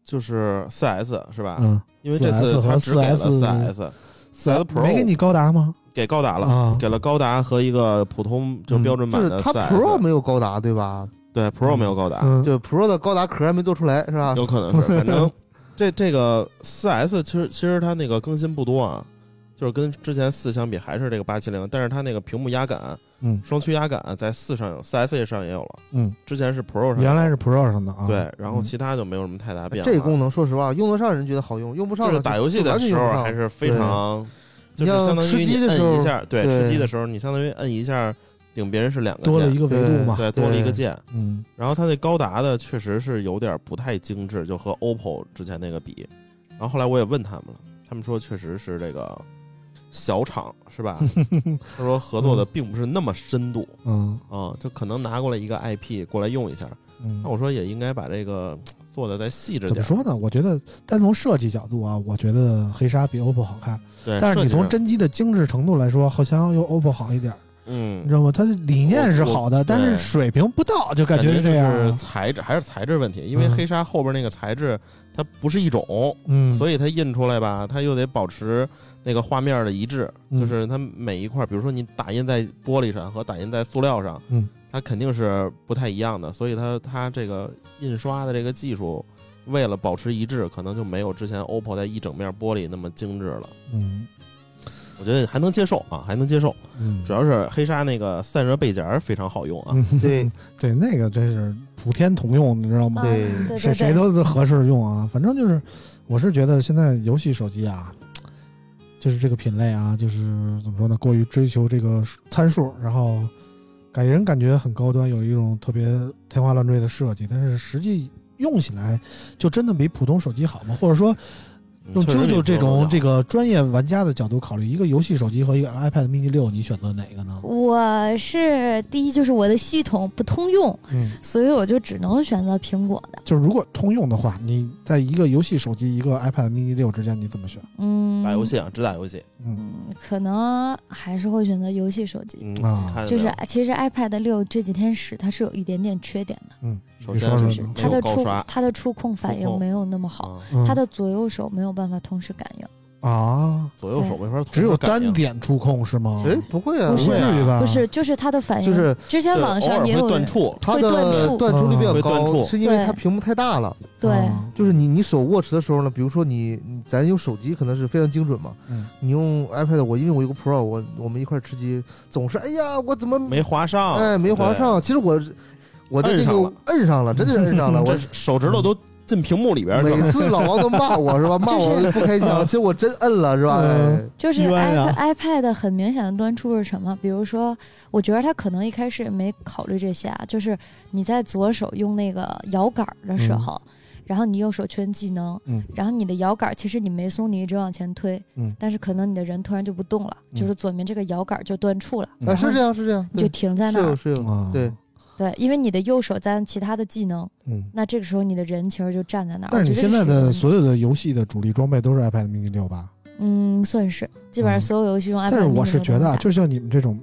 Speaker 6: 就是 4S 是吧？
Speaker 3: 嗯，
Speaker 6: 因为这
Speaker 3: 4S
Speaker 6: 次
Speaker 3: 和
Speaker 6: 他只给了
Speaker 3: 4S
Speaker 6: 4S，4S Pro
Speaker 3: 呃没给你高达吗？
Speaker 6: 给高达了，
Speaker 3: 啊，
Speaker 6: 给了高达和一个普通就
Speaker 3: 嗯
Speaker 6: 标准
Speaker 4: 就
Speaker 6: 版
Speaker 4: 是
Speaker 6: 的
Speaker 4: 它
Speaker 6: 4S，
Speaker 4: Pro 没有高达对吧？
Speaker 6: 对 Pro 没有高达，
Speaker 3: 嗯，
Speaker 4: 就 Pro 的高达壳还没做出来是吧？
Speaker 6: 有可能是，反正这这个 4S 其实其实它那个更新不多啊，就是跟之前四相比还是这个八七零，但是它那个屏幕压感、
Speaker 3: 嗯
Speaker 6: 双区压感在四上有，4S 上也有了，
Speaker 3: 嗯，
Speaker 6: 之前是 Pro 上，
Speaker 3: 原来是 Pro 上的啊。
Speaker 6: 对，然后
Speaker 3: 嗯
Speaker 6: 其他就没有什么太大变化。
Speaker 4: 这功能说实话，用得上人觉得好用，用不上
Speaker 6: 就
Speaker 4: 呢
Speaker 6: 是打游戏的时候啊还是非常，
Speaker 4: 对
Speaker 6: 就是相当于
Speaker 4: 你像吃鸡
Speaker 6: 你
Speaker 4: 的时候
Speaker 6: 摁一下，对，
Speaker 4: 对
Speaker 6: 吃鸡的时候你相当于摁一下顶别人是两个键，
Speaker 3: 多了一个维度嘛。
Speaker 6: 对，多了一个
Speaker 4: 对
Speaker 6: 键。
Speaker 3: 嗯，
Speaker 6: 然后它那高达的确实是有点不太精致，就和 OPPO 之前那个比。然后后来我也问他们了，他们说确实是这个小厂 是吧？他说合作的并不是那么深度
Speaker 3: 嗯
Speaker 6: 啊、就可能拿过来一个 IP 过来用一下。
Speaker 3: 嗯
Speaker 6: 那，我说也应该把这个做的再细致
Speaker 3: 怎么
Speaker 6: 点。
Speaker 3: 说呢？我觉得单从设计角度啊，我觉得黑鲨比 OPPO 好看，
Speaker 6: 对，
Speaker 3: 但是你
Speaker 6: 设计
Speaker 3: 从
Speaker 6: 上
Speaker 3: 真机的精致程度来说，好像又 OPPO 好一点儿，你知
Speaker 6: 嗯。
Speaker 3: 道吗？它的理念是好的，但是
Speaker 6: 对
Speaker 3: 水平不到，就感觉
Speaker 6: 就
Speaker 3: 这样啊。
Speaker 6: 是材质还是材质问题，因为
Speaker 3: 嗯
Speaker 6: 黑鲨后边那个材质它不是一种，
Speaker 3: 嗯，
Speaker 6: 所以它印出来吧，它又得保持那个画面的一致，
Speaker 3: 嗯
Speaker 6: 就是它每一块，比如说你打印在玻璃上和打印在塑料上，
Speaker 3: 嗯，
Speaker 6: 它肯定是不太一样的，所以它它这个印刷的这个技术，为了保持一致，可能就没有之前 OPPO 在一整面玻璃那么精致了。
Speaker 3: 嗯
Speaker 6: 我觉得还能接受啊，还能接受，
Speaker 3: 嗯，
Speaker 6: 主要是黑鲨那个散热背夹儿非常好用啊，
Speaker 3: 嗯
Speaker 4: 对
Speaker 3: 对，那个真是普天同用，你知道吗
Speaker 2: 啊？
Speaker 4: 对
Speaker 2: 对
Speaker 3: 谁
Speaker 2: 对
Speaker 3: 谁
Speaker 2: 对，
Speaker 3: 都是合适用啊。反正就是，我是觉得现在游戏手机啊，就是这个品类啊，就是怎么说呢，过于追求这个参数，然后给人感觉很高端，有一种特别天花乱坠的设计，但是实际用起来就真的比普通手机好吗？或者说，用
Speaker 6: 嗯确实
Speaker 3: 啾
Speaker 6: 比
Speaker 3: 啾嗯这
Speaker 6: 普通手
Speaker 3: 种
Speaker 6: 机
Speaker 3: 这
Speaker 6: 好
Speaker 3: 个专业玩家的角度考虑，一个游戏手机和一个 iPad mini 六，你选择哪个呢？
Speaker 2: 我是第一就是我的系统不通用，
Speaker 3: 嗯，
Speaker 2: 所以我就只能选择苹果的。
Speaker 3: 就是如果通用的话，你在一个游戏手机、一个 iPad mini 六之间，你怎么选？
Speaker 2: 嗯，
Speaker 6: 打游戏啊，只打游戏，
Speaker 3: 嗯
Speaker 2: 嗯，可能还是会选择游戏手机。
Speaker 6: 嗯
Speaker 3: 啊
Speaker 6: 你看见
Speaker 2: 就
Speaker 6: 没
Speaker 2: 是
Speaker 6: 有
Speaker 2: 其实 iPad 六这几天使它是有一点点缺点的，
Speaker 3: 嗯，
Speaker 6: 首
Speaker 3: 你
Speaker 6: 先
Speaker 3: 说
Speaker 6: 就
Speaker 3: 说
Speaker 6: 是
Speaker 3: 呢
Speaker 6: 没
Speaker 2: 它
Speaker 6: 有
Speaker 2: 的
Speaker 6: 高
Speaker 2: 触
Speaker 6: 刷
Speaker 2: 它的触控反
Speaker 6: 触
Speaker 2: 应
Speaker 6: 控
Speaker 3: 嗯
Speaker 2: 没有那么好，
Speaker 6: 啊，
Speaker 3: 嗯
Speaker 2: 它的左右手没有办法同时感应。
Speaker 3: 啊，
Speaker 6: 左右手没法同时
Speaker 3: 只有
Speaker 6: 感应
Speaker 3: 单点触控是吗？
Speaker 4: 哎，不会啊
Speaker 3: 嗯
Speaker 2: 不，
Speaker 3: 不
Speaker 2: 是
Speaker 3: 至于吧？
Speaker 2: 不是，就是它的反应。
Speaker 4: 就是
Speaker 2: 之前
Speaker 6: 对
Speaker 2: 网上也有
Speaker 6: 偶尔会断
Speaker 2: 人
Speaker 6: 触，
Speaker 3: 嗯
Speaker 4: 它
Speaker 2: 会断
Speaker 4: 的
Speaker 2: 触
Speaker 4: 断触率比较
Speaker 6: 会断触
Speaker 4: 高，是因为
Speaker 2: 对
Speaker 4: 它屏幕太大了。
Speaker 2: 对，
Speaker 3: 啊
Speaker 4: 就是你你手握持的时候呢，比如说你你咱用手机可能是非常精准嘛，
Speaker 3: 嗯
Speaker 4: 你用 iPad，我因为我有个 Pro，我我们一块儿吃鸡，总是哎呀我怎么
Speaker 6: 没划上，
Speaker 3: 嗯
Speaker 4: 哎没划
Speaker 6: 对，
Speaker 4: 上？其实我我的这个摁上了，真的是摁 上了，我
Speaker 6: 这手指
Speaker 3: 嗯
Speaker 6: 头都进屏幕里边去了。
Speaker 4: 每次老王都骂我是吧？骂我我就不开
Speaker 2: 嗯
Speaker 4: 枪，其实我真摁了是吧？哎
Speaker 3: 嗯
Speaker 2: 就是
Speaker 3: 一般呀
Speaker 2: iPad iPad 很明显的端出是什么？比如说，我觉得它可能一开始也没考虑这些啊，就是你在左手用那个摇杆儿的时候。然后你右手圈技能，
Speaker 3: 嗯
Speaker 2: 然后你的摇杆儿其实你没松，你一直往前推，
Speaker 3: 嗯
Speaker 2: 但是可能你的人突然就不动了，
Speaker 3: 嗯
Speaker 2: 就是左面这个摇杆儿就断触了，
Speaker 4: 哎，是这样是这样，
Speaker 2: 嗯你
Speaker 4: 对
Speaker 2: 就停在
Speaker 4: 是
Speaker 2: 那儿
Speaker 4: 有。是有，
Speaker 3: 啊，
Speaker 4: 对，
Speaker 2: 对，因为你的右手在按其他的技能，
Speaker 3: 嗯。
Speaker 2: 那这个时候你的人其实就站在那儿。
Speaker 3: 但是你
Speaker 2: 我觉得
Speaker 3: 现
Speaker 2: 这
Speaker 3: 在
Speaker 2: 一个
Speaker 3: 的
Speaker 2: 问
Speaker 3: 所有的游戏的主力装备都是 iPad mini 六吧？
Speaker 2: 题嗯，算是基本上
Speaker 3: 嗯
Speaker 2: 所有游戏用 iPad
Speaker 3: 但是我
Speaker 2: mini
Speaker 3: 是
Speaker 2: 都
Speaker 3: 觉
Speaker 2: 能
Speaker 3: 得啊，
Speaker 2: 打
Speaker 3: 就像你们这种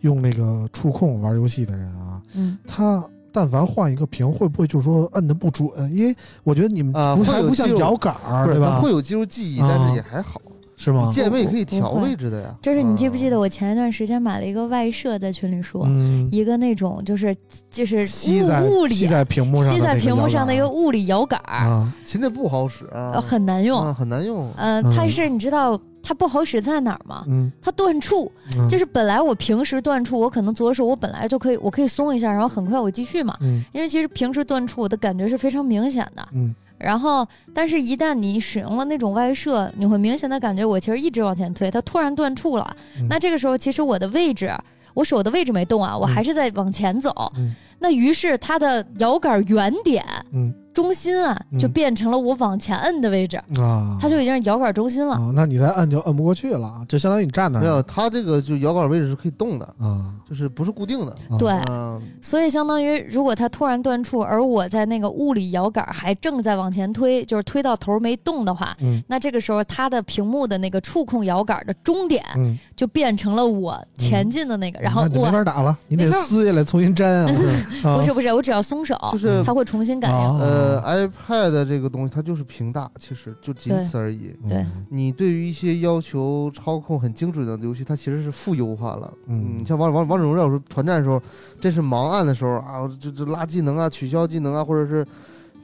Speaker 3: 用那个触控玩游戏的人啊，
Speaker 2: 嗯，
Speaker 3: 他但凡换一个屏，会不会就说摁的不准？因为我觉得你们
Speaker 4: 啊
Speaker 3: 不
Speaker 4: 会
Speaker 3: 还
Speaker 4: 有
Speaker 3: 不像
Speaker 4: 肌肉
Speaker 3: 摇杆儿，
Speaker 4: 不
Speaker 3: 对
Speaker 4: 是它
Speaker 3: 吧
Speaker 4: 会？有肌肉记忆，
Speaker 3: 啊
Speaker 4: 但是也还好，
Speaker 3: 是吗？
Speaker 4: 键位可以调
Speaker 2: 不会
Speaker 4: 位置的呀。
Speaker 2: 就是你记不记得
Speaker 4: 啊？
Speaker 2: 我前一段时间买了一个外设，在群里说、
Speaker 3: 嗯，
Speaker 2: 一个那种就是就是
Speaker 3: 吸
Speaker 2: 物
Speaker 3: 在
Speaker 2: 物理
Speaker 3: 吸在屏幕上的
Speaker 2: 吸
Speaker 3: 那个摇杆
Speaker 2: 在
Speaker 3: 儿，
Speaker 2: 屏幕上的一个物理摇杆儿，
Speaker 3: 啊，
Speaker 4: 琴那不好使啊
Speaker 2: 呃，，很难用。
Speaker 4: 啊很难用。
Speaker 2: 呃，
Speaker 3: 嗯
Speaker 2: 它是你知道它不好使在哪儿吗？
Speaker 3: 嗯，
Speaker 2: 它断触，
Speaker 3: 嗯
Speaker 2: 就是本来我平时断触，我可能左手我本来就可以，我可以松一下，然后很快我继续嘛。
Speaker 3: 嗯
Speaker 2: 因为其实平时断触我的感觉是非常明显的，
Speaker 3: 嗯
Speaker 2: 然后但是一旦你使用了那种外设，你会明显的感觉我其实一直往前推，它突然断触了，
Speaker 3: 嗯
Speaker 2: 那这个时候，其实我的位置，我手的位置没动啊，我还是在往前走。
Speaker 3: 嗯
Speaker 2: 那于是它的摇杆原点
Speaker 3: 嗯
Speaker 2: 中心啊，
Speaker 3: 嗯
Speaker 2: 就变成了我往前摁的位置，
Speaker 3: 啊，
Speaker 2: 它就已经是摇杆中心了。
Speaker 3: 啊，那你再摁就摁不过去了啊，就相当于你站那儿
Speaker 4: 没有，
Speaker 3: 了
Speaker 4: 它这个就摇杆位置是可以动的，
Speaker 3: 啊，
Speaker 4: 就是不是固定的。
Speaker 3: 啊
Speaker 2: 对，
Speaker 4: 嗯，
Speaker 2: 所以相当于如果它突然断触，而我在那个物理摇杆还正在往前推，就是推到头没动的话，
Speaker 3: 嗯
Speaker 2: 那这个时候它的屏幕的那个触控摇杆的终点
Speaker 3: 嗯，
Speaker 2: 就变成了我前进的那个，啊然后
Speaker 3: 那你
Speaker 2: 我
Speaker 3: 没法打了，你得
Speaker 2: 没法
Speaker 3: 撕下来重新 粘啊，啊
Speaker 2: 不是不是，我只要松手，
Speaker 4: 就是
Speaker 2: 它会重新感应。
Speaker 3: 啊
Speaker 4: 呃，iPad 这个东西它就是屏大，其实就仅
Speaker 2: 对
Speaker 4: 此而已。
Speaker 3: 嗯
Speaker 2: 对
Speaker 3: 啊
Speaker 4: 你对于一些要求操控很精准的游戏，它其实是负优化了。
Speaker 3: 嗯
Speaker 4: 像王王王者荣耀时候团战的时候，啊真是盲按的时候啊，这这拉技能啊、取消技能啊，或者是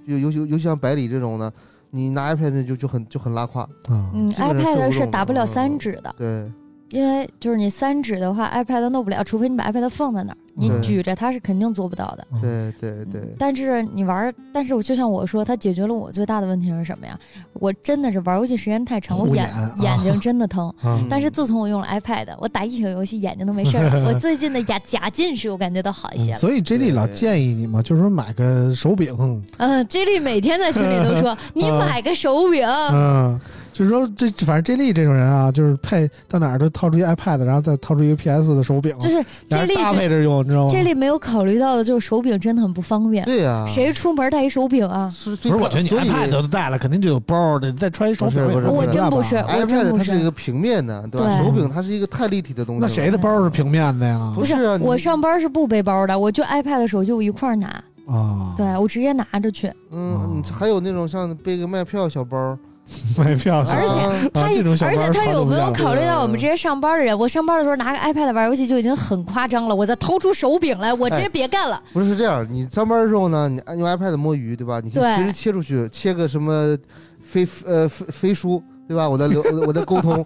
Speaker 4: 有尤其尤其像百里这种的，你拿 iPad 就就很就很拉胯。
Speaker 3: 啊，
Speaker 2: 嗯
Speaker 4: 基本
Speaker 2: ，iPad
Speaker 4: 上是不
Speaker 2: 是
Speaker 4: 动
Speaker 2: 打
Speaker 4: 的
Speaker 2: 不了
Speaker 4: 嗯
Speaker 2: 三指的，
Speaker 4: 对，
Speaker 3: 哦
Speaker 2: 因为就是你三指的话，iPad 弄不了，除非你把 iPad 放在那儿，你
Speaker 4: 对
Speaker 2: 举着它是肯定做不到的。
Speaker 3: 嗯
Speaker 4: 对对对
Speaker 2: 但是你玩儿，但是我就像我说，它解决了我最大的问题是什么呀？我真的是玩游戏时间太长，我
Speaker 3: 护
Speaker 2: 眼
Speaker 3: 眼啊
Speaker 2: 眼睛真的疼。
Speaker 3: 啊
Speaker 2: 但是自从我用了 iPad，我打一宿游戏眼睛都没事儿了。我最近的牙假近视我感觉到好一些
Speaker 3: 嗯
Speaker 2: 了。
Speaker 3: 所以 J D 老建议你嘛，就是说买个手柄，
Speaker 2: 嗯，J 莉每天在群里都说你买个手柄，
Speaker 3: 嗯，就是说这反正 J D 这种人啊，就是配到哪儿都掏出一 iPad，然后再掏出一个 PS 的手柄，
Speaker 2: 就是 J
Speaker 3: 俩
Speaker 2: 莉
Speaker 3: 人搭
Speaker 2: 就
Speaker 3: 配着用，你知道吗？
Speaker 2: J 莉没有考虑到的就是手柄真的很不方便，
Speaker 4: 对啊呀，
Speaker 2: 谁出门带一手柄啊？
Speaker 4: 是
Speaker 3: 不
Speaker 4: 最
Speaker 3: 是，
Speaker 4: 大
Speaker 3: 我觉得你
Speaker 4: 所以
Speaker 3: iPad 都带了，肯定就有包的，再揣一手柄
Speaker 4: 不是不是
Speaker 3: 也
Speaker 4: 不
Speaker 2: 我
Speaker 4: 是
Speaker 2: 真不是，我真
Speaker 4: iPad
Speaker 2: 不
Speaker 4: 哎它是一
Speaker 2: 是
Speaker 4: 个。平面的，对吧？
Speaker 2: 对
Speaker 4: 手柄它是一个太立体的东西了。
Speaker 3: 那谁的包是平面的呀？
Speaker 4: 不是啊？你
Speaker 2: 我上班是不背包的，我就 iPad、手机我一块儿拿，
Speaker 3: 啊，
Speaker 2: 对我直接拿着去。
Speaker 4: 嗯，你
Speaker 3: 哦
Speaker 4: 还有那种像背个卖票小包儿，
Speaker 3: 买票去，
Speaker 2: 而且
Speaker 4: 啊
Speaker 2: 他
Speaker 3: 啊这种小
Speaker 2: 而且
Speaker 3: 班儿
Speaker 2: 他
Speaker 3: 好
Speaker 2: 有
Speaker 3: 久不
Speaker 2: 没有
Speaker 3: 见了
Speaker 2: 考虑到我们
Speaker 4: 嗯
Speaker 2: 这些上班的人？我上班的时候拿个 iPad 玩游戏就已经很夸张了，我再掏出手柄来，我直接
Speaker 4: 哎
Speaker 2: 别干了。
Speaker 4: 不是是这样，你上班的时候呢，你按用 iPad 摸鱼，对吧？你可
Speaker 2: 对
Speaker 4: 以随时切出去，切个什么飞呃飞飞书，对吧？我在留我在沟通，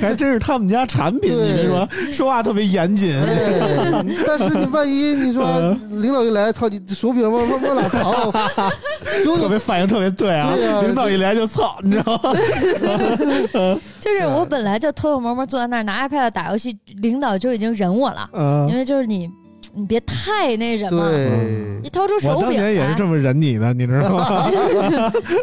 Speaker 3: 还真是他们家产品，
Speaker 4: 对
Speaker 3: 你说说话特别严谨。
Speaker 4: 哎但是你万一你说
Speaker 3: 嗯
Speaker 4: 领导一来，操你这手柄往往往哪藏了？就
Speaker 3: 特别反应特别对啊！
Speaker 4: 对啊
Speaker 3: 领导一来就操，你知道吗？
Speaker 2: 就是我
Speaker 4: 对
Speaker 2: 本来就偷偷摸摸坐在那儿拿 iPad 打游戏，领导就已经忍我了，因
Speaker 3: 嗯，
Speaker 2: 为就是你，你别太那什么，
Speaker 4: 对
Speaker 2: 你，掏出手
Speaker 3: 我当
Speaker 2: 柄啊
Speaker 3: 年也
Speaker 2: 来
Speaker 3: 是，这么忍你的，你知道 吗？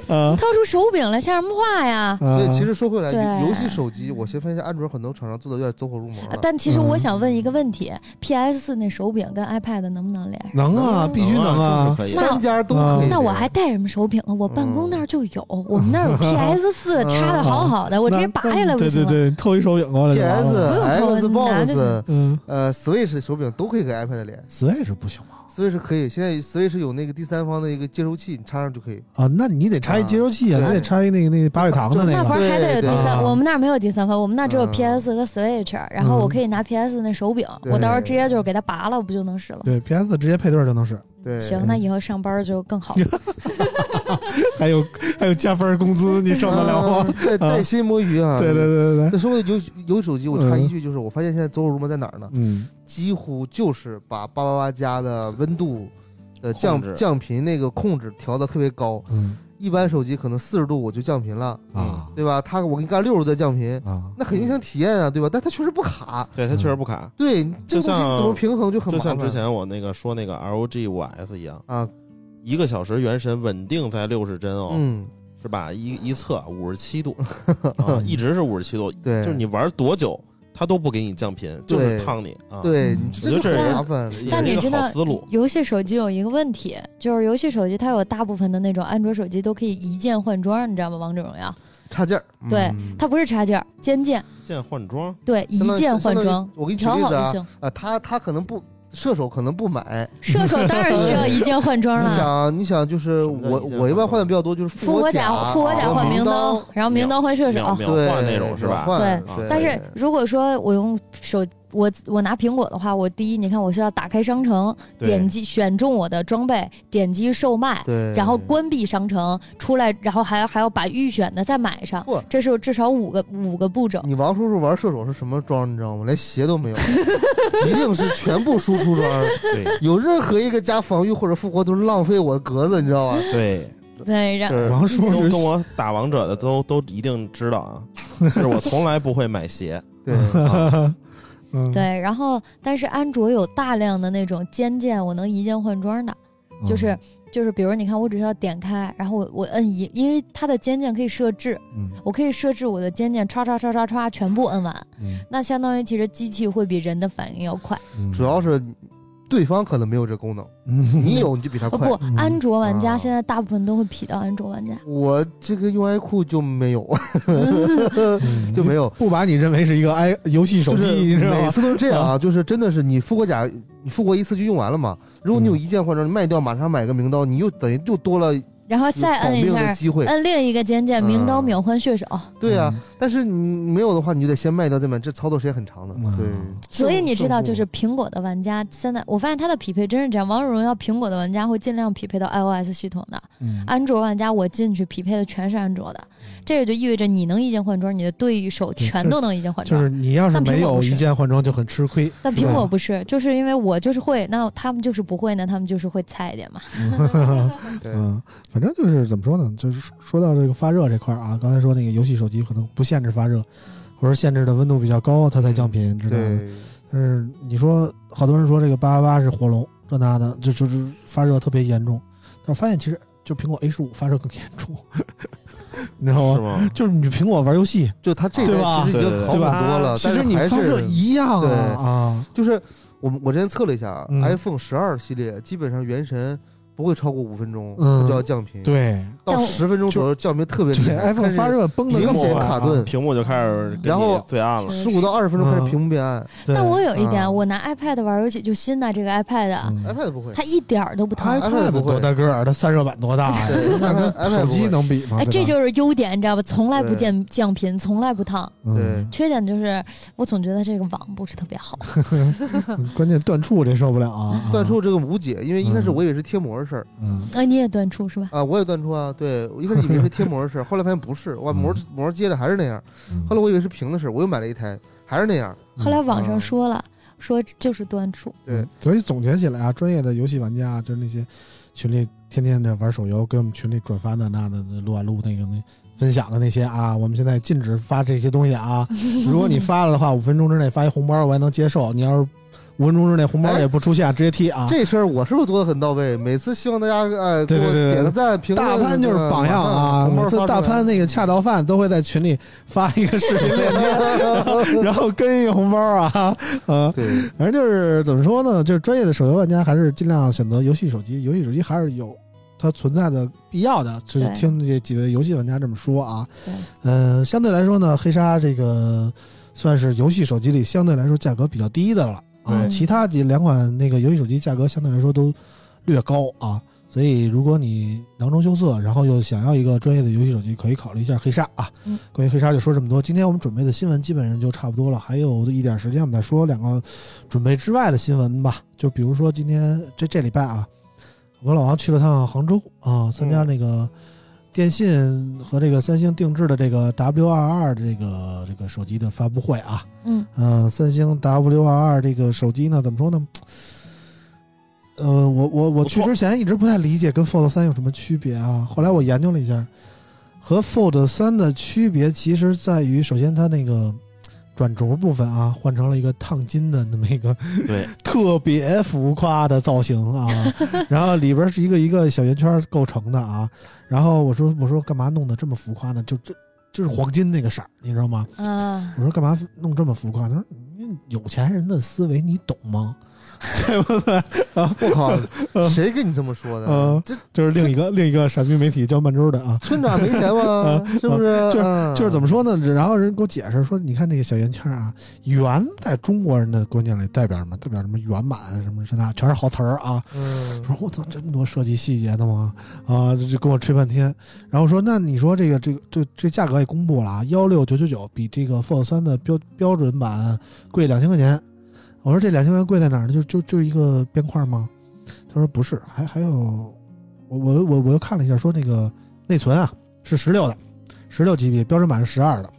Speaker 3: 嗯，
Speaker 2: 掏出手柄来，像什么话呀？
Speaker 4: 所以其实说回来，
Speaker 2: 对
Speaker 4: 游游戏手机，我先发现安卓很多厂商做的有点走火入魔
Speaker 2: 啊
Speaker 4: 了。
Speaker 2: 但其实我
Speaker 3: 嗯
Speaker 2: 想问一个问题：PS 四那手柄跟 iPad 能不能连？
Speaker 3: 能啊，必须能啊！
Speaker 6: 嗯
Speaker 4: 哎
Speaker 6: 就是可以
Speaker 2: 那
Speaker 4: 三家都可以
Speaker 3: 对
Speaker 4: 的。
Speaker 2: 那我还带什么手柄啊？我办公那儿就有，我们那儿有 PS 四插的好好的，我直接拔下来
Speaker 3: 嗯
Speaker 2: 不
Speaker 3: 对对
Speaker 2: 行吗？
Speaker 3: 对，偷一手柄过来就完
Speaker 4: PS、
Speaker 3: 了。
Speaker 2: 不用掏你拿就
Speaker 4: Xbox
Speaker 2: 行、
Speaker 3: 嗯
Speaker 4: 呃 Switch 的手柄都可以给 iPad 连
Speaker 3: ，Switch 不行吗？
Speaker 4: ，Switch 可以。现在 Switch 有那个第三方的一个接收器，你插上就可以。
Speaker 3: 啊，那你得插一接收器啊，
Speaker 4: 啊
Speaker 3: 你得插一那个那个八味堂的
Speaker 2: 那
Speaker 3: 那
Speaker 2: 不
Speaker 3: 个。
Speaker 2: 是还得有第
Speaker 3: 对
Speaker 2: 三？
Speaker 3: 对
Speaker 2: 我们那儿没有第三方，我们那儿只有
Speaker 4: 嗯
Speaker 2: PS 和 Switch，然后我
Speaker 3: 嗯
Speaker 2: 可以拿 PS 那手柄，
Speaker 4: 对
Speaker 2: 我到时候直接就是给它拔了，我不就能使了？
Speaker 3: 对，PS 直接配对就能使，
Speaker 4: 对，嗯
Speaker 2: 行，那以后上班就更好了。
Speaker 3: 还有还有加分工资，你受得了 吗？
Speaker 4: 啊？带带薪摸鱼啊！
Speaker 3: 对对对对对，
Speaker 4: 那说回游游手机，我插一句，就是我发现现在走火入魔在哪儿呢？
Speaker 3: 嗯
Speaker 4: 几乎就是把八八八加的温度的
Speaker 6: 控制
Speaker 4: 降降频那个控制调的特别高，
Speaker 3: 嗯
Speaker 4: 一般手机可能四十度我就降频了，嗯
Speaker 3: 啊
Speaker 4: 对吧？它我给你干六十度再降频，
Speaker 3: 啊，
Speaker 4: 那很影响体验啊，对吧？但它确实不卡，
Speaker 6: 对它确实不
Speaker 3: 嗯
Speaker 6: 卡，
Speaker 4: 对，这个东
Speaker 6: 就
Speaker 4: 西
Speaker 6: 像
Speaker 4: 怎么平衡就很
Speaker 6: 就
Speaker 4: 麻烦。
Speaker 6: 像之前我那个说那个 ROG 五 S 一样，
Speaker 4: 啊，
Speaker 6: 一个小时原神稳定在六十帧哦，
Speaker 4: 嗯，
Speaker 6: 是吧？一一测五十 七度，啊，一直是五十七度，
Speaker 4: 对，
Speaker 6: 就是你玩多久，它都不给你降频，就是烫你啊。
Speaker 4: 对，
Speaker 3: 嗯
Speaker 4: 你
Speaker 6: 我觉
Speaker 4: 这
Speaker 6: 得
Speaker 4: 就
Speaker 6: 这人
Speaker 4: 很麻烦。
Speaker 6: 也
Speaker 2: 但
Speaker 6: 是
Speaker 2: 你
Speaker 6: 一个
Speaker 2: 知道
Speaker 6: 好思路，
Speaker 2: 游戏手机有一个问题，就是游戏手机它有大部分的那种安卓手机都可以一键换装，你知道吗？王者荣耀
Speaker 4: 插件儿，
Speaker 2: 对
Speaker 4: 嗯
Speaker 2: 它不是插件儿，肩键，
Speaker 6: 键换装，
Speaker 2: 对，一
Speaker 4: 相当于
Speaker 2: 键换
Speaker 4: 相当于
Speaker 2: 装，
Speaker 4: 我给你举
Speaker 2: 调
Speaker 4: 例
Speaker 2: 好
Speaker 4: 子
Speaker 2: 就
Speaker 4: 啊
Speaker 2: 行。
Speaker 4: 啊，他他可能不射手可能不买，
Speaker 2: 射手当然需要一键换装
Speaker 4: 你
Speaker 2: 了。
Speaker 4: 想你想就是
Speaker 6: 什么
Speaker 4: 我
Speaker 6: 叫一键
Speaker 4: 我一般
Speaker 6: 换
Speaker 4: 换的比较多就是
Speaker 2: 复活甲，
Speaker 4: 甲，
Speaker 2: 复活甲
Speaker 4: 啊
Speaker 2: 换
Speaker 4: 明
Speaker 2: 明
Speaker 4: 刀
Speaker 2: 刀，，然后明刀换射手。
Speaker 6: 秒秒
Speaker 4: 啊对
Speaker 6: 换那种是
Speaker 4: 秒
Speaker 6: 吧？
Speaker 4: 换
Speaker 6: 对
Speaker 4: 对
Speaker 2: 但是如果说我用手，我我拿苹果的话，我第一，你看我需要打开商城，
Speaker 6: 对
Speaker 2: 点击选中我的装备，点击售卖，
Speaker 4: 对，
Speaker 2: 然后关闭商城出来，然后还要还要把预选的再买上
Speaker 4: 不，
Speaker 2: 这是至少五个五个步骤。
Speaker 4: 你王叔叔玩射手是什么装，你知道吗？连鞋都没有，一定是全部输出装。
Speaker 6: 对
Speaker 4: 有任何一个加防御或者复活都是浪费我的格子，你知道吧？
Speaker 6: 对，
Speaker 2: 对，然
Speaker 4: 是
Speaker 3: 王叔
Speaker 6: 都
Speaker 3: 叔
Speaker 6: 跟我打王者的都都一定知道啊，就是我从来不会 买鞋，
Speaker 4: 对，
Speaker 3: 嗯，
Speaker 2: 对，嗯
Speaker 4: 嗯
Speaker 2: 然后但是安卓有大量的那种肩键，我能一键换装的，就是就是比如你看，我只需要点开，然后我我摁一，因为它的键键可以设置，
Speaker 3: 嗯
Speaker 2: 我可以设置我的键键唰唰唰唰唰全部摁完，
Speaker 3: 嗯
Speaker 2: 那相当于其实机器会比人的反应要快。
Speaker 3: 嗯，
Speaker 4: 主要是对方可能没有这功能，
Speaker 3: 你
Speaker 4: 你有你就比他
Speaker 2: 哦
Speaker 4: 快
Speaker 2: 不。，安卓玩
Speaker 4: 啊
Speaker 2: 家现在大部分都会匹到安卓玩家。
Speaker 4: 我这个用爱酷就 没有，就没有。
Speaker 3: 不把你认为是一个哎游戏手
Speaker 4: 嗯就
Speaker 3: 机，
Speaker 4: 是
Speaker 3: 你知道
Speaker 4: 每
Speaker 3: 吗？
Speaker 4: 次都是这样啊，就是真的是你复活甲，你复活一次就用完了嘛。如果你有
Speaker 3: 嗯
Speaker 4: 一键换装，你卖掉马上买个名刀，你又等于又多了
Speaker 2: 然后再
Speaker 4: 保
Speaker 2: 摁一
Speaker 4: 命的
Speaker 2: 下，
Speaker 4: 机会。
Speaker 3: 嗯
Speaker 2: 摁另一个键键，名刀
Speaker 4: 嗯
Speaker 2: 秒换血手。
Speaker 4: 对啊，但是你没有的话，你就得先卖掉再买，这操作时间很长的。
Speaker 3: 嗯
Speaker 4: 对，
Speaker 2: 所以你知道，
Speaker 3: 正负
Speaker 2: 就是苹果的玩家现在，我发现它的匹配真是这样。王者荣耀苹果的玩家会尽量匹配到 iOS 系统的，
Speaker 3: 嗯
Speaker 2: 安卓玩家我进去匹配的全是安卓的，这也就意味着你能一键换装，你的对手
Speaker 3: 对
Speaker 2: 全
Speaker 3: 这
Speaker 2: 都能一键换
Speaker 3: 就
Speaker 2: 装。
Speaker 3: 是你要是
Speaker 2: 但苹果
Speaker 3: 没有
Speaker 2: 不是
Speaker 3: 一键换装就很吃亏，
Speaker 2: 但
Speaker 3: 是吧
Speaker 2: 苹果不是，就是因为我就是会，那他们就是不会呢，他们就是会菜一点嘛。
Speaker 4: 对
Speaker 3: 嗯，反正就是怎么说呢，就是说说到这个发热这块儿啊，刚才说那个游戏手机可能不限制发热，或者限制的温度比较高，它才降频之类的。
Speaker 4: 对，
Speaker 3: 但是你说，好多人说这个八八八是火龙，这那的，就就是发热特别严重，但是发现其实就苹果 A 十五发热更严重， 你知道
Speaker 6: 是
Speaker 3: 吗？
Speaker 6: 吗？
Speaker 3: 就是你苹果玩游戏，
Speaker 4: 就它这
Speaker 3: 对
Speaker 4: 边
Speaker 3: 吧
Speaker 4: 其实已
Speaker 6: 对
Speaker 4: 经
Speaker 6: 对
Speaker 4: 好很
Speaker 3: 对
Speaker 4: 多了，
Speaker 3: 其
Speaker 4: 但
Speaker 3: 实
Speaker 4: 是
Speaker 3: 你
Speaker 4: 还
Speaker 3: 发热
Speaker 4: 是
Speaker 3: 一样
Speaker 4: 对
Speaker 3: 啊啊，
Speaker 4: 就是我们我之前测了一下、
Speaker 3: 嗯
Speaker 4: i p h o n e 十二系列基本上原神不会超过五分钟、
Speaker 3: 嗯
Speaker 4: 它就要降频，
Speaker 3: 对
Speaker 4: 到
Speaker 2: 但我
Speaker 4: 十分钟左右降频特别厉
Speaker 3: 对
Speaker 4: 害
Speaker 3: ，iPhone 发热崩的
Speaker 4: 明显卡
Speaker 3: 啊
Speaker 4: 顿，
Speaker 6: 屏幕就开始给
Speaker 4: 然后
Speaker 6: 你最
Speaker 3: 哦
Speaker 6: 暗了，
Speaker 4: 十五到二十分钟
Speaker 3: 嗯
Speaker 4: 开始屏幕变暗、
Speaker 2: 嗯但我有一
Speaker 4: 啊
Speaker 2: 点，我拿 iPad 玩游戏，就新的这个 iPad，啊
Speaker 4: i p a d 不会。
Speaker 2: 它一点儿都不疼。
Speaker 3: 嗯 iPad
Speaker 4: 不会
Speaker 3: 多大个儿？它散热板多大呀？
Speaker 4: 对
Speaker 3: 那
Speaker 4: iPad
Speaker 3: 跟
Speaker 4: 不
Speaker 3: 手机
Speaker 4: 会
Speaker 3: 能比吗？
Speaker 2: 哎，
Speaker 3: 对
Speaker 2: 这
Speaker 3: 吧
Speaker 2: 就是优点，你知道吧？从来不
Speaker 4: 对
Speaker 2: 见降频，从来不烫。
Speaker 4: 对
Speaker 3: 嗯，
Speaker 2: 缺点就是，我总觉得这个网不是特别好。
Speaker 3: 关键断触这受不了啊！
Speaker 4: 断触这个无解，因为一开始
Speaker 3: 嗯
Speaker 4: 我以为是贴膜的事儿
Speaker 3: 嗯，
Speaker 2: 啊，你也断触是吧？
Speaker 4: 啊，我也断触啊，对，我一开始以为是贴膜的事儿，后来发现不是，哇，膜膜接的还是那样，
Speaker 3: 嗯，
Speaker 4: 后来我以为是平的事儿，我又买了一台，还是那样，
Speaker 3: 嗯
Speaker 2: 后来网上
Speaker 4: 啊
Speaker 2: 说了，说就是断触。
Speaker 4: 对，
Speaker 3: 所以总结起来啊，专业的游戏玩家啊就是那些群里天天的玩手游，给我们群里转发那那的撸啊撸那个那分享的那些啊，我们现在禁止发这些东西 啊。如果你发了的话，五分钟之内发一红包我还能接受，你要是五分钟之内红包
Speaker 4: 哎
Speaker 3: 也不出现，直接踢啊。
Speaker 4: 这事儿我是不是做的很到位？每次希望大家哎
Speaker 3: 对
Speaker 4: 给
Speaker 3: 对对
Speaker 4: 我
Speaker 3: 对
Speaker 4: 点个赞、评论。
Speaker 3: 大潘就是榜样啊！
Speaker 4: 马上红包
Speaker 3: 每次
Speaker 4: 发出
Speaker 3: 大
Speaker 4: 来嗯
Speaker 3: 潘那个恰到饭都会在群里发一个视频 链接，然后跟一个红包啊，呃，
Speaker 4: 对
Speaker 3: 反正就是怎么说呢，就是专业的手游玩家还是尽量选择游戏手机，游戏手机还是有它存在的必要的。就是
Speaker 2: 对
Speaker 3: 听这几位游戏玩家这么说啊
Speaker 2: 对，
Speaker 3: 嗯、相对来说呢，黑鲨这个算是游戏手机里相对来说价格比较低的了啊，
Speaker 2: 对
Speaker 3: 其他几两款那个游戏手机价格相对来说都略高啊。所以，如果你囊中羞涩，然后又想要一个专业的游戏手机，可以考虑一下黑鲨啊。
Speaker 2: 嗯
Speaker 3: 关于黑鲨就说这么多，今天我们准备的新闻基本上就差不多了，还有一点时间，我们再说两个准备之外的新闻吧。就比如说今天这这礼拜啊，我老王去了趟杭州啊、参加那个电信和这个三星定制的这个 W 二二这个这个手机的发布会啊。
Speaker 2: 嗯，
Speaker 3: 呃，三星 W 二二这个手机呢，怎么说呢？呃，我我我
Speaker 6: 不
Speaker 3: 去
Speaker 6: 错
Speaker 3: 之前一直不太理解跟 Fold 三有什么区别啊，后来我研究了一下，和 Fold 三的区别其实在于，首先它那个转轴部分啊，换成了一个烫金的那么一个
Speaker 6: 对，
Speaker 3: 特别浮夸的造型啊，然后里边是一个一个小圆圈构成的啊，然后我说我说干嘛弄得这么浮夸呢？就这就是黄金那个色儿，你知道吗？
Speaker 2: 啊，
Speaker 3: 我说干嘛弄这么浮夸？他说你有钱人的思维你懂吗？对不对？
Speaker 4: 我靠，谁跟你这么说
Speaker 3: 嗯
Speaker 4: 的？这
Speaker 3: 这是另一个另一个闪避媒体叫曼周的啊，
Speaker 4: 村长没钱吗？是不是？嗯
Speaker 3: 就是怎么说呢？然后人给我解释说，你看这个小圆圈啊，圆在中国人的观念里代表什么？代表什么圆满啊什么这那，全是好词儿啊。
Speaker 4: 嗯，
Speaker 3: 我说我操，这么多设计细节的吗？啊，这就跟我吹半天。然后说，那你说这个这个这这价格也公布了啊，幺六九九九比这个 Fold 三的标标准版贵两千块钱。我说这两千块钱贵在哪儿呢？就就就一个边框吗？他说不是，还还有，我我我我又看了一下，说那个内存啊是十六的，十六 GB 标准版是十二的。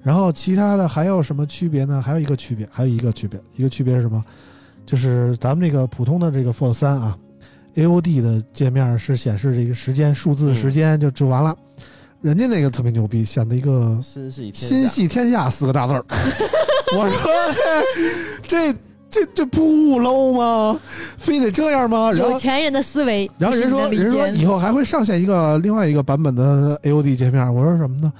Speaker 3: 然后其他的还有什么区别呢？还有一个区别，还有一个区别，一个区别是什么？就是咱们这个普通的这个 Fold 三啊，AOD 的界面是显示这个时间数字
Speaker 6: 嗯
Speaker 3: 时间就就完了，人家那个特别牛逼，显得一个
Speaker 6: 心系
Speaker 3: “心系天下”四个大字儿。我说这这这不搂吗？非得这样吗？然
Speaker 2: 有
Speaker 3: 后
Speaker 2: 钱人的思维，
Speaker 3: 然后人说
Speaker 2: 不是你的
Speaker 3: 人
Speaker 2: 理
Speaker 3: 说
Speaker 2: 解
Speaker 3: 以后还会上线一个另外一个版本的 AOD 界面，我说什么呢？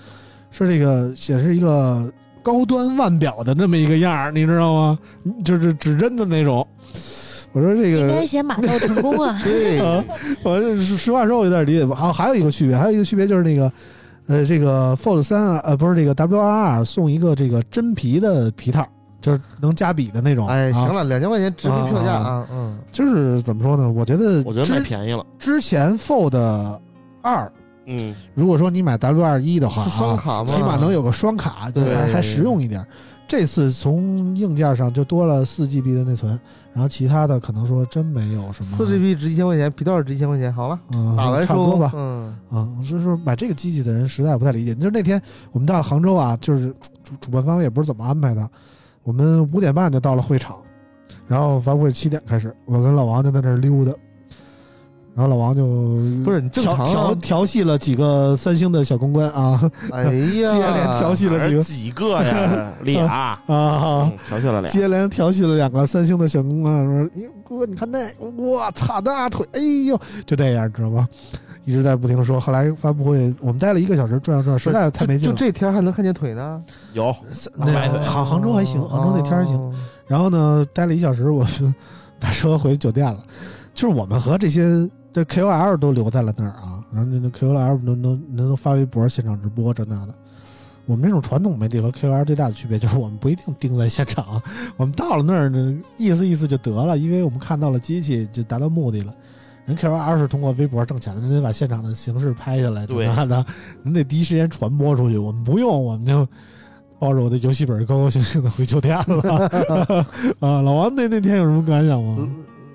Speaker 3: 是这个显示一个高端腕表的那么一个样儿，你知道吗？嗯就是指针的那种。我说这
Speaker 2: 应
Speaker 3: 个
Speaker 2: 该写马到成功啊
Speaker 4: 对，
Speaker 3: 啊，我这实实话说，我有点理解不。啊，还有一个区别，还有一个区别就是那个，呃，这个 Fold 三啊，呃，不是这个 WRR 送一个这个真皮的皮套，就是能加笔的那种。
Speaker 4: 哎，行
Speaker 3: 啊，
Speaker 4: 了，两千块钱直飞票价啊，嗯，
Speaker 3: 就是怎么说呢？我觉得
Speaker 6: 我觉得买
Speaker 3: 之
Speaker 6: 便宜了，
Speaker 3: 之前 Fold 二，
Speaker 6: 嗯，
Speaker 3: 如果说你买 WR 一的话、
Speaker 4: 是
Speaker 3: 啊，
Speaker 4: 双卡吗？
Speaker 3: 起码能有个双卡，就
Speaker 4: 对
Speaker 3: 还还实用一点。这次从硬件上就多了四 GB 的内存，然后其他的可能说真没有什么。
Speaker 4: 四 GB 值一千块钱，皮套值一千块钱，好了，
Speaker 3: 嗯，
Speaker 4: 打完
Speaker 3: 差
Speaker 4: 收
Speaker 3: 不多吧。
Speaker 4: 嗯，
Speaker 3: 啊，所以说买这个机器的人实在不太理解。就是那天我们到了杭州啊，就是主主办方也不是怎么安排的，我们五点半就到了会场，然后晚会七点开始，我跟老王就在那儿溜达，然后老王就
Speaker 4: 不是你正
Speaker 3: 调
Speaker 4: 常
Speaker 3: 调
Speaker 4: 啊，
Speaker 3: 调戏了几个三星的小公关啊，
Speaker 4: 哎呀，
Speaker 3: 接连调戏了几个
Speaker 6: 几 个呀？俩，
Speaker 3: 啊
Speaker 6: 嗯，调戏了俩。
Speaker 3: 接连调戏了两个三星的小公关，说：“哎呦哥，你看那，我操，那腿，哎呦，就那样，知道吗？”一直在不停说，后来发布会我们待了一个小时，转悠转悠，实在太没劲
Speaker 4: 就
Speaker 3: 了。
Speaker 4: 这天还能看见腿呢，
Speaker 6: 有
Speaker 3: 那
Speaker 6: 大白腿
Speaker 3: 杭杭州还行，杭州那天还行。
Speaker 4: 哦，
Speaker 3: 然后呢，待了一小时，我就打车回酒店了。 就是我们和这些这 KOL 都留在了那儿啊，然后那那 KOL 能能能发微博、现场直播这那的。我们这种传统媒体和 KOL 最大的区别就是我们不一定盯在现场，啊 我们到了那儿呢，意思意思就得了，因为我们看到了机器就达到目的了。人 KOL 是通过微博挣钱的，人得把现场的形式拍下来，
Speaker 6: 对
Speaker 3: 这那的，人得第一时间传播出去。我们不用，我们就抱着我的游戏本，高高兴兴的回酒店 了。啊，老王那那天有什么感想
Speaker 6: 嗯
Speaker 3: 吗？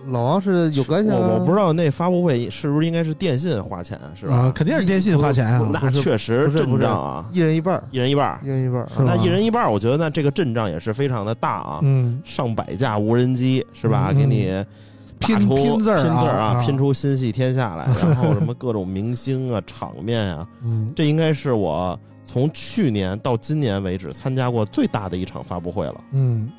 Speaker 4: 老王是有关系啊，
Speaker 6: 我我不知道那发布会是不是应该是电信花钱是
Speaker 3: 啊，
Speaker 6: 吧？
Speaker 3: 肯定是电信花钱啊。
Speaker 6: 那确实
Speaker 4: 不是不
Speaker 6: 阵
Speaker 4: 是
Speaker 6: 仗啊，
Speaker 4: 一人一半儿，
Speaker 6: 一人一半儿
Speaker 4: 一。人一半儿，
Speaker 3: 是吧
Speaker 6: 那一人一半儿，我觉得那这个阵仗也是非常的大啊，
Speaker 3: 嗯，
Speaker 6: 上百架无人机是吧？
Speaker 3: 嗯
Speaker 6: 给你
Speaker 3: 拼
Speaker 6: 打出
Speaker 3: 拼
Speaker 6: 拼
Speaker 3: 字儿啊
Speaker 6: 儿
Speaker 3: 啊
Speaker 6: 拼出心系天下来，然后什么各种明星啊、场面啊，
Speaker 3: 嗯，
Speaker 6: 这应该是我从去年到今年为止参加过最大的一场发布会了
Speaker 3: 嗯，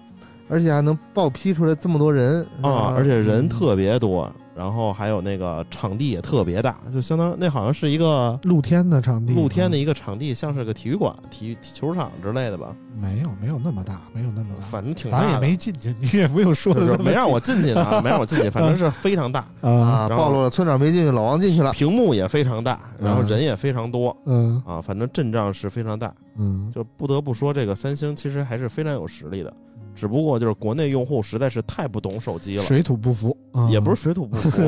Speaker 4: 而且还能爆批出来这么多人
Speaker 6: 啊、而且
Speaker 3: 嗯
Speaker 6: 人特别多，然后还有那个场地也特别大，就相当那好像是一个
Speaker 3: 露天的场地，啊
Speaker 6: 露天的一个场地，像是个体育馆、体育球场之类的吧，
Speaker 3: 没有没有那么大，没有那么大，
Speaker 6: 反正挺
Speaker 3: 嗯咱
Speaker 6: 大
Speaker 3: 也
Speaker 6: 的。
Speaker 3: 没进去，你也不用说
Speaker 6: 就
Speaker 3: 的
Speaker 6: 是没让我进 去呢，没让我进去，反正是非常大，
Speaker 3: 啊，
Speaker 4: 啊，
Speaker 6: 然后
Speaker 4: 暴露了村长没进去，老王进去了，
Speaker 6: 屏幕也非常大，然后人也非常多
Speaker 3: 嗯
Speaker 6: 啊，反正阵仗是非常大。
Speaker 3: 嗯，
Speaker 6: 就不得不说，这个三星其实还是非常有实力的，
Speaker 3: 嗯
Speaker 6: 只不过就是国内用户实在是太不懂手机了，
Speaker 3: 水土不服，啊
Speaker 6: 也不是水土不服，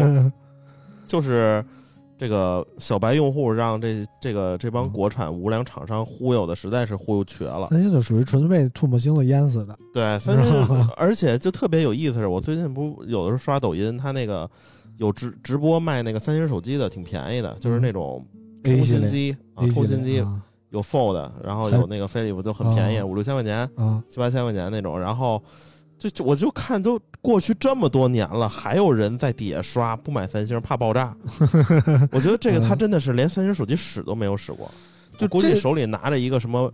Speaker 6: 就是这个小白用户让这这个这
Speaker 3: 嗯
Speaker 6: 帮国产无良厂商忽悠的实在是忽悠瘸了。
Speaker 3: 三星就属于纯被唾沫星子淹死的，
Speaker 6: 对，三星，而且就特别有意思是，我最近不有的时候刷抖音，他那个有直直播卖那个三星手机的，挺便宜的，就是那种
Speaker 3: 嗯 A
Speaker 6: 抽
Speaker 3: 系
Speaker 6: 新
Speaker 3: 列
Speaker 6: 机啊，
Speaker 3: A
Speaker 6: 抽
Speaker 3: 系列
Speaker 6: 新机
Speaker 3: 啊
Speaker 6: 有 Fold，然后
Speaker 3: 还
Speaker 6: 有那个飞利浦，就很便宜，
Speaker 3: 哦
Speaker 6: 五六千块钱。
Speaker 3: 啊，
Speaker 6: 七八千块钱那种，然后就就我就看都过去这么多年了，还有人在底下刷不买三星怕爆炸， 我觉得这个他真的是连三星手机使都没有使过，
Speaker 4: 嗯就
Speaker 6: 我估计
Speaker 4: 这
Speaker 6: 手里拿着一个什么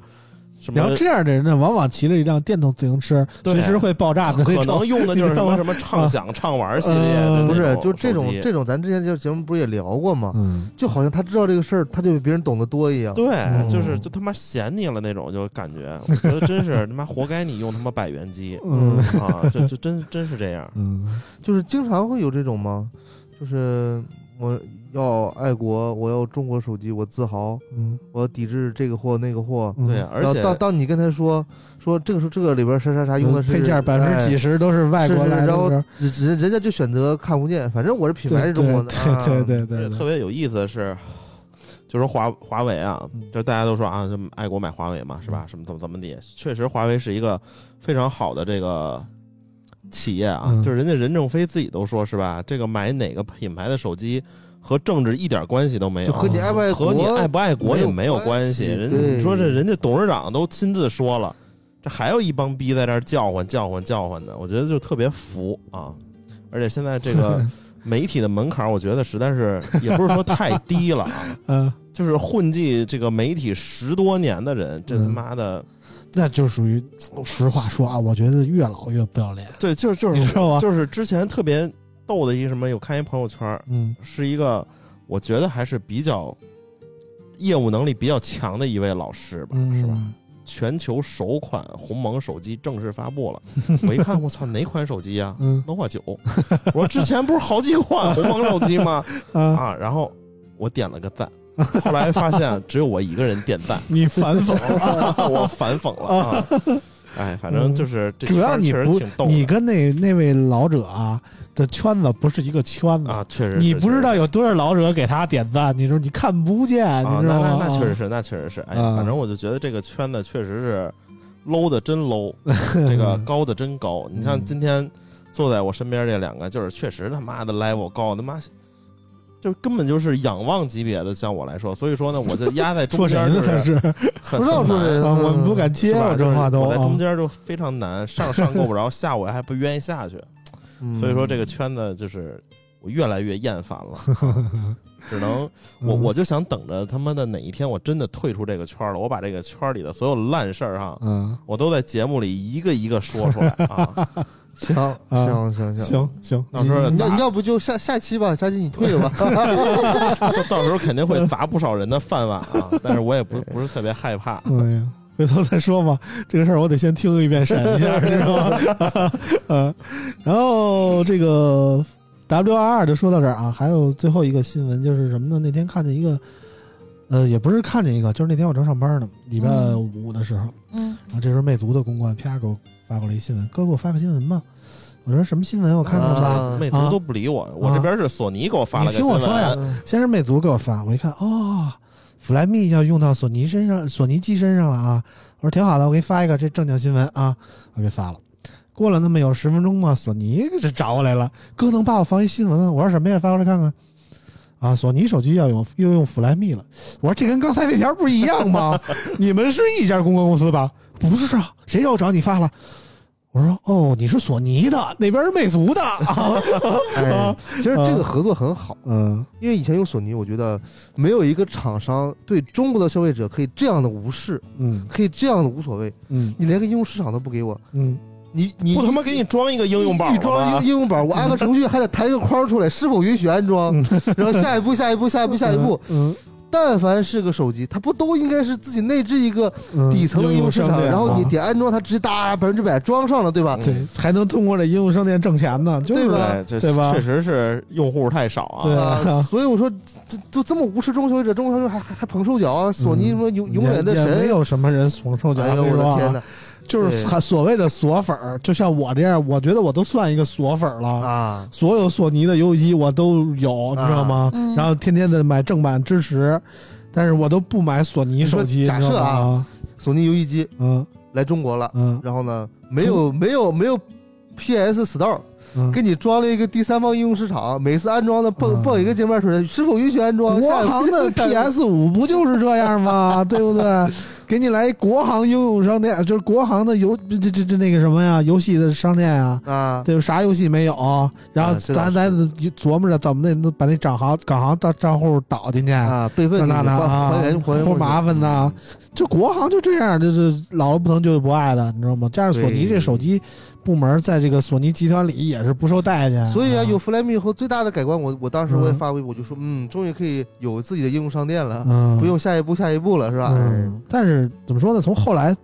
Speaker 6: 什
Speaker 3: 你要
Speaker 6: 么。
Speaker 3: 这样的人呢，往往骑着一辆电动自行车，
Speaker 6: 对
Speaker 3: 随时会爆炸的那种，
Speaker 6: 可能 用的就是什么什么畅享畅玩系列的那
Speaker 3: 嗯
Speaker 6: 种
Speaker 4: 啊不是就
Speaker 6: 手机，
Speaker 4: 这种这种，咱之前就节目不是也聊过吗？
Speaker 3: 嗯，
Speaker 4: 就好像他知道这个事儿，他就比别人懂得多一样。
Speaker 6: 对，就是就他妈嫌你了那种，就感觉，我觉得真是他妈活该你用他妈百元 机
Speaker 3: 嗯
Speaker 6: 啊，就就真真是这样，
Speaker 3: 嗯
Speaker 4: 就是经常会有这种吗？就是我要爱国，我要中国手机，我自豪，
Speaker 3: 嗯，
Speaker 4: 我要抵制这个货那个货。
Speaker 3: 嗯
Speaker 6: 对，啊而
Speaker 4: 然后
Speaker 6: 且
Speaker 4: 当当你跟他说说这个时候这个里边啥啥啥用的是
Speaker 3: 嗯配件百分之几
Speaker 4: 哎
Speaker 3: 十都是外国
Speaker 4: 是是
Speaker 3: 来的，
Speaker 4: 然后人人人家就选择看不见，反正我是品牌是中国的，啊
Speaker 3: 对对对
Speaker 6: 而
Speaker 3: 对
Speaker 6: 且
Speaker 3: 对，
Speaker 6: 特别有意思的是，就是华华为啊
Speaker 3: 嗯，
Speaker 6: 就是大家都说啊，就爱国买华为嘛，是
Speaker 4: 嗯
Speaker 6: 吧？什么怎么怎么地，确实华为是一个非常好的这个企业啊，
Speaker 3: 嗯
Speaker 6: 就是人家任正非自己都说是吧，这个买哪个品牌的手机和政治一点关系都没
Speaker 4: 就
Speaker 6: 有。啊
Speaker 4: 和你爱不爱国，
Speaker 6: 和你爱不爱国也没有
Speaker 4: 没有关
Speaker 6: 关
Speaker 4: 系
Speaker 6: 系，人
Speaker 4: 对
Speaker 6: 你说这人家董事长都亲自说了，这还有一帮逼在这儿叫唤叫唤叫唤的，我觉得就特别服啊！而且现在这个媒体的门槛儿，我觉得实在是 也不是说太低了啊，
Speaker 3: 嗯，
Speaker 6: 嗯就是混迹这个媒体十多年的人，这他妈的
Speaker 3: 那就属于实话说啊，我觉得越老越不要脸，
Speaker 6: 对，就是就
Speaker 3: 你
Speaker 6: 是
Speaker 3: 知道吗
Speaker 6: 就是之前特别逗的一什么，有看一朋友圈儿，
Speaker 3: 嗯
Speaker 6: 是一个我觉得还是比较业务能力比较强的一位老师吧，
Speaker 3: 嗯，
Speaker 6: 是吧？？全球首款鸿蒙手机正式发布 了，我一看，我操，哪款手机 呀、
Speaker 3: 嗯
Speaker 6: n o v a 九。我说之前不是好几款鸿蒙手机吗？
Speaker 3: 啊，
Speaker 6: 啊，然后我点了个赞，后来发现啊只有我一个人点赞，
Speaker 3: 你 反讽
Speaker 6: 我反讽了啊！ 哎，反正就是 这
Speaker 3: 嗯主要
Speaker 6: 圈儿
Speaker 3: 你
Speaker 6: 确实
Speaker 3: 不
Speaker 6: 挺逗，的
Speaker 3: 你跟那那位老者啊的圈子不是一个圈子，
Speaker 6: 啊，确实
Speaker 3: 你
Speaker 6: 是
Speaker 3: 不
Speaker 6: 确
Speaker 3: 知
Speaker 6: 实
Speaker 3: 道
Speaker 6: 是
Speaker 3: 有多少老者给他点赞，你说你看不见，
Speaker 6: 啊，
Speaker 3: 你知
Speaker 6: 那
Speaker 3: 道吗
Speaker 6: 那？那
Speaker 3: 啊
Speaker 6: 确实是，那确实是，哎，
Speaker 3: 啊
Speaker 6: 反正我就觉得这个圈子确实是 low 的真 low，这个高的真高。你
Speaker 3: 嗯
Speaker 6: 看今天坐在我身边这两个，就是确实他妈的 level 高，他妈。就根本就是仰望级别的，像我来说，所以说呢，我就压在中
Speaker 3: 说谁
Speaker 6: 间，
Speaker 3: 呢？
Speaker 6: 就
Speaker 3: 他
Speaker 6: 是
Speaker 3: 是
Speaker 6: 很
Speaker 4: 不知呃道
Speaker 6: 很
Speaker 4: 说
Speaker 6: 难
Speaker 4: 谁
Speaker 3: 啊，我们不敢
Speaker 6: 是
Speaker 3: 接，
Speaker 6: 吧
Speaker 3: 我这
Speaker 6: 就是
Speaker 3: 话都
Speaker 6: 我在中
Speaker 3: 啊。
Speaker 6: 间就非常难，上上过不着，下我还不愿意下去，
Speaker 3: 嗯
Speaker 6: 所以说这个圈子就是我越来越厌烦 了，只能
Speaker 3: 嗯
Speaker 6: 我我就想等着他妈的哪一天我真的退出这个圈儿了，我把这个圈儿里的所有烂事儿哈，
Speaker 3: 嗯，
Speaker 6: 我都在节目里一个一个说出来 啊。
Speaker 4: 行行行行，
Speaker 3: 行行，
Speaker 6: 到时候
Speaker 4: 你要
Speaker 6: 砸
Speaker 4: 你要不就下下期吧，下期你退 了吧。
Speaker 6: 到到时候肯定会砸不少人的饭碗啊，但是我 也不不是特别害怕。
Speaker 3: 哎呀，回头再说吧。这个事儿我得先听一遍，审一下，知道吗？ 嗯，然后这个 W R 就说到这儿啊，还有最后一个新闻就是什么呢？那天看见一个，呃，也不是看见一个，就是那天我正上班呢，礼拜五的时候，
Speaker 2: 嗯
Speaker 3: 然后啊这时候魅族的公关啪给我发过来一新闻，哥给我发个新闻吧。我说什么新闻？我看看吧。
Speaker 4: 啊
Speaker 6: 魅族都不理我，我这边是索尼给我发了个
Speaker 3: 你听我
Speaker 6: 新闻
Speaker 3: 说呀先是魅族给我发，我一看，哦，f l y me 要用到索尼身上，索尼机身上了啊！我说挺好的，我给你发一个这正经新闻啊，我给发了。过了那么有十分钟嘛，索尼这找我来了，哥能把我放一新闻吗？我说什么呀？发过来看看。啊，索尼手机要用又用 Fly Me 了，我说这跟刚才那条不是一样 吗？你们是一家公关公司吧？不是啊，谁要找你发了？我说哦，你是索尼的，那边是魅族的 啊，
Speaker 4: 哎，其实这个合作很好，
Speaker 3: 嗯
Speaker 4: 因为以前用索尼，我觉得没有一个厂商对中国的消费者可以这样的无视，
Speaker 3: 嗯
Speaker 4: 可以这样的无所谓。
Speaker 3: 嗯
Speaker 4: 你连个应用市场都不给我，
Speaker 3: 嗯，
Speaker 4: 你你
Speaker 6: 不他妈给你装一个应用宝
Speaker 4: 预
Speaker 6: 了
Speaker 4: 装
Speaker 6: 吗
Speaker 4: 应？应用宝，我安个程 序还得弹一个框出来，是否允许安装？然后下一步，下一步，下一步，下一步。
Speaker 3: 嗯，
Speaker 4: 但凡是个手机，它不都应该是自己内置一个
Speaker 3: 嗯
Speaker 4: 底层的应用市
Speaker 3: 商
Speaker 4: 场，
Speaker 3: 店
Speaker 4: 然后
Speaker 3: 啊
Speaker 4: 你点安装，它直接哒百分之百装上了，对吧？
Speaker 3: 对，还能通过这应用商店挣钱呢，就是嗯
Speaker 4: 对吧
Speaker 6: 哎这
Speaker 3: 对吧
Speaker 6: 确实是用户太少啊。
Speaker 3: 对
Speaker 4: 啊，所以我说，这就这么无视中消费者，中消费者还还还捧臭脚啊！索尼什么永永远的
Speaker 3: 嗯也也没
Speaker 4: 神，
Speaker 3: 有什么人怂手脚，
Speaker 4: 哎呦
Speaker 3: 跟
Speaker 4: 我
Speaker 3: 你说
Speaker 4: 的
Speaker 3: 啊
Speaker 4: 天哪
Speaker 3: 就是
Speaker 4: 对
Speaker 3: 他所谓的锁粉儿，就像我这样，我觉得我都算一个锁粉儿了。
Speaker 4: 啊！
Speaker 3: 所有索尼的游戏机我都有，你知道吗？
Speaker 2: 嗯
Speaker 3: 然后天天的买正版支持，但是我都不买索尼手机。
Speaker 4: 你说
Speaker 3: 你知道
Speaker 4: 假设啊
Speaker 3: 吗，
Speaker 4: 索尼游戏机
Speaker 3: 嗯
Speaker 4: 来中国了，
Speaker 3: 嗯
Speaker 4: 然后呢，没有没有没有 PS Store，
Speaker 3: 嗯，
Speaker 4: 给你装了一个第三方应用市场，每次安装的蹦
Speaker 3: 嗯
Speaker 4: 蹦一个界面出来，是否允许安装？
Speaker 3: 国
Speaker 4: 下一步
Speaker 3: 行的 PS 五不就是这样 吗？对不对？给你来国行应用商店，就是国行的游这这这这那个什么呀，游戏的商店啊，
Speaker 4: 啊，
Speaker 3: 对，啥游戏没有？然后
Speaker 4: 啊这倒
Speaker 3: 咱咱琢磨着怎么的，把那账行港行账账户导进去，
Speaker 4: 啊，备份
Speaker 3: 那那
Speaker 4: 你
Speaker 3: 那
Speaker 4: 还还
Speaker 3: 啊
Speaker 4: 原，还原
Speaker 3: 多麻烦呐！
Speaker 4: 嗯
Speaker 3: 就国行就这样，就是老了不疼，旧了不爱的，你知道吗？加上索尼
Speaker 4: 对
Speaker 3: 这手机部门在这个索尼集团里也是不受待见，
Speaker 4: 所以啊，有 Flyme 以后最大的改观，我我当时我也发微博，我就说，嗯，终于可以有自己的应用商店了，
Speaker 3: 嗯，
Speaker 4: 不用下一步下一步了，是吧？
Speaker 3: 嗯，但是怎么说呢？从后来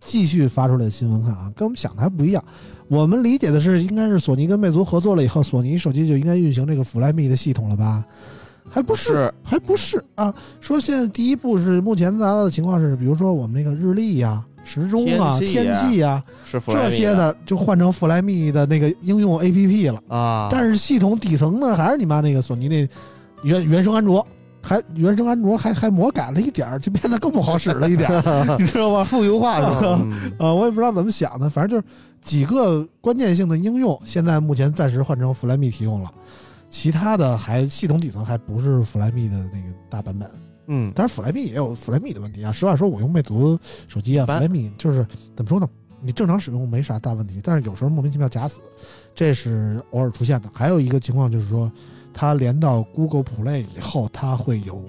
Speaker 3: 继续发出来的新闻看啊，跟我们想的还不一样。我们理解的是，应该是索尼跟魅族合作了以后，索尼手机就应该运行这个 Flyme 的系统了吧？还不是，
Speaker 6: 是
Speaker 3: 还不是啊。说现在第一步是目前达到的情况是，比如说我们那个日历呀、时钟啊、
Speaker 6: 天气呀
Speaker 3: 天气呀、
Speaker 6: 是 Flyme
Speaker 3: 这些的，就换成 Flyme 的那个应用 APP 了。
Speaker 4: 啊，
Speaker 3: 但是系统底层呢，还是你妈那个索尼那原原生安卓，还原生安卓还还魔改了一点儿，就变得更不好使了一点儿， 你知道吗？
Speaker 4: 负优化 是吧？嗯
Speaker 3: 呃，我也不知道怎么想的，反正就是几个关键性的应用，现在目前暂时换成 Flyme 提供了，其他的还系统底层还不是 Flyme 的那个大版本。
Speaker 4: 嗯，
Speaker 3: 当然，Flyme 也有 Flyme 的问题啊。实话说，我用魅族手机啊
Speaker 6: 般
Speaker 3: ，Flyme 就是怎么说呢？你正常使用没啥大问题，但是有时候莫名其妙假死，这是偶尔出现的。还有一个情况就是说，它连到 Google Play 以后，它会有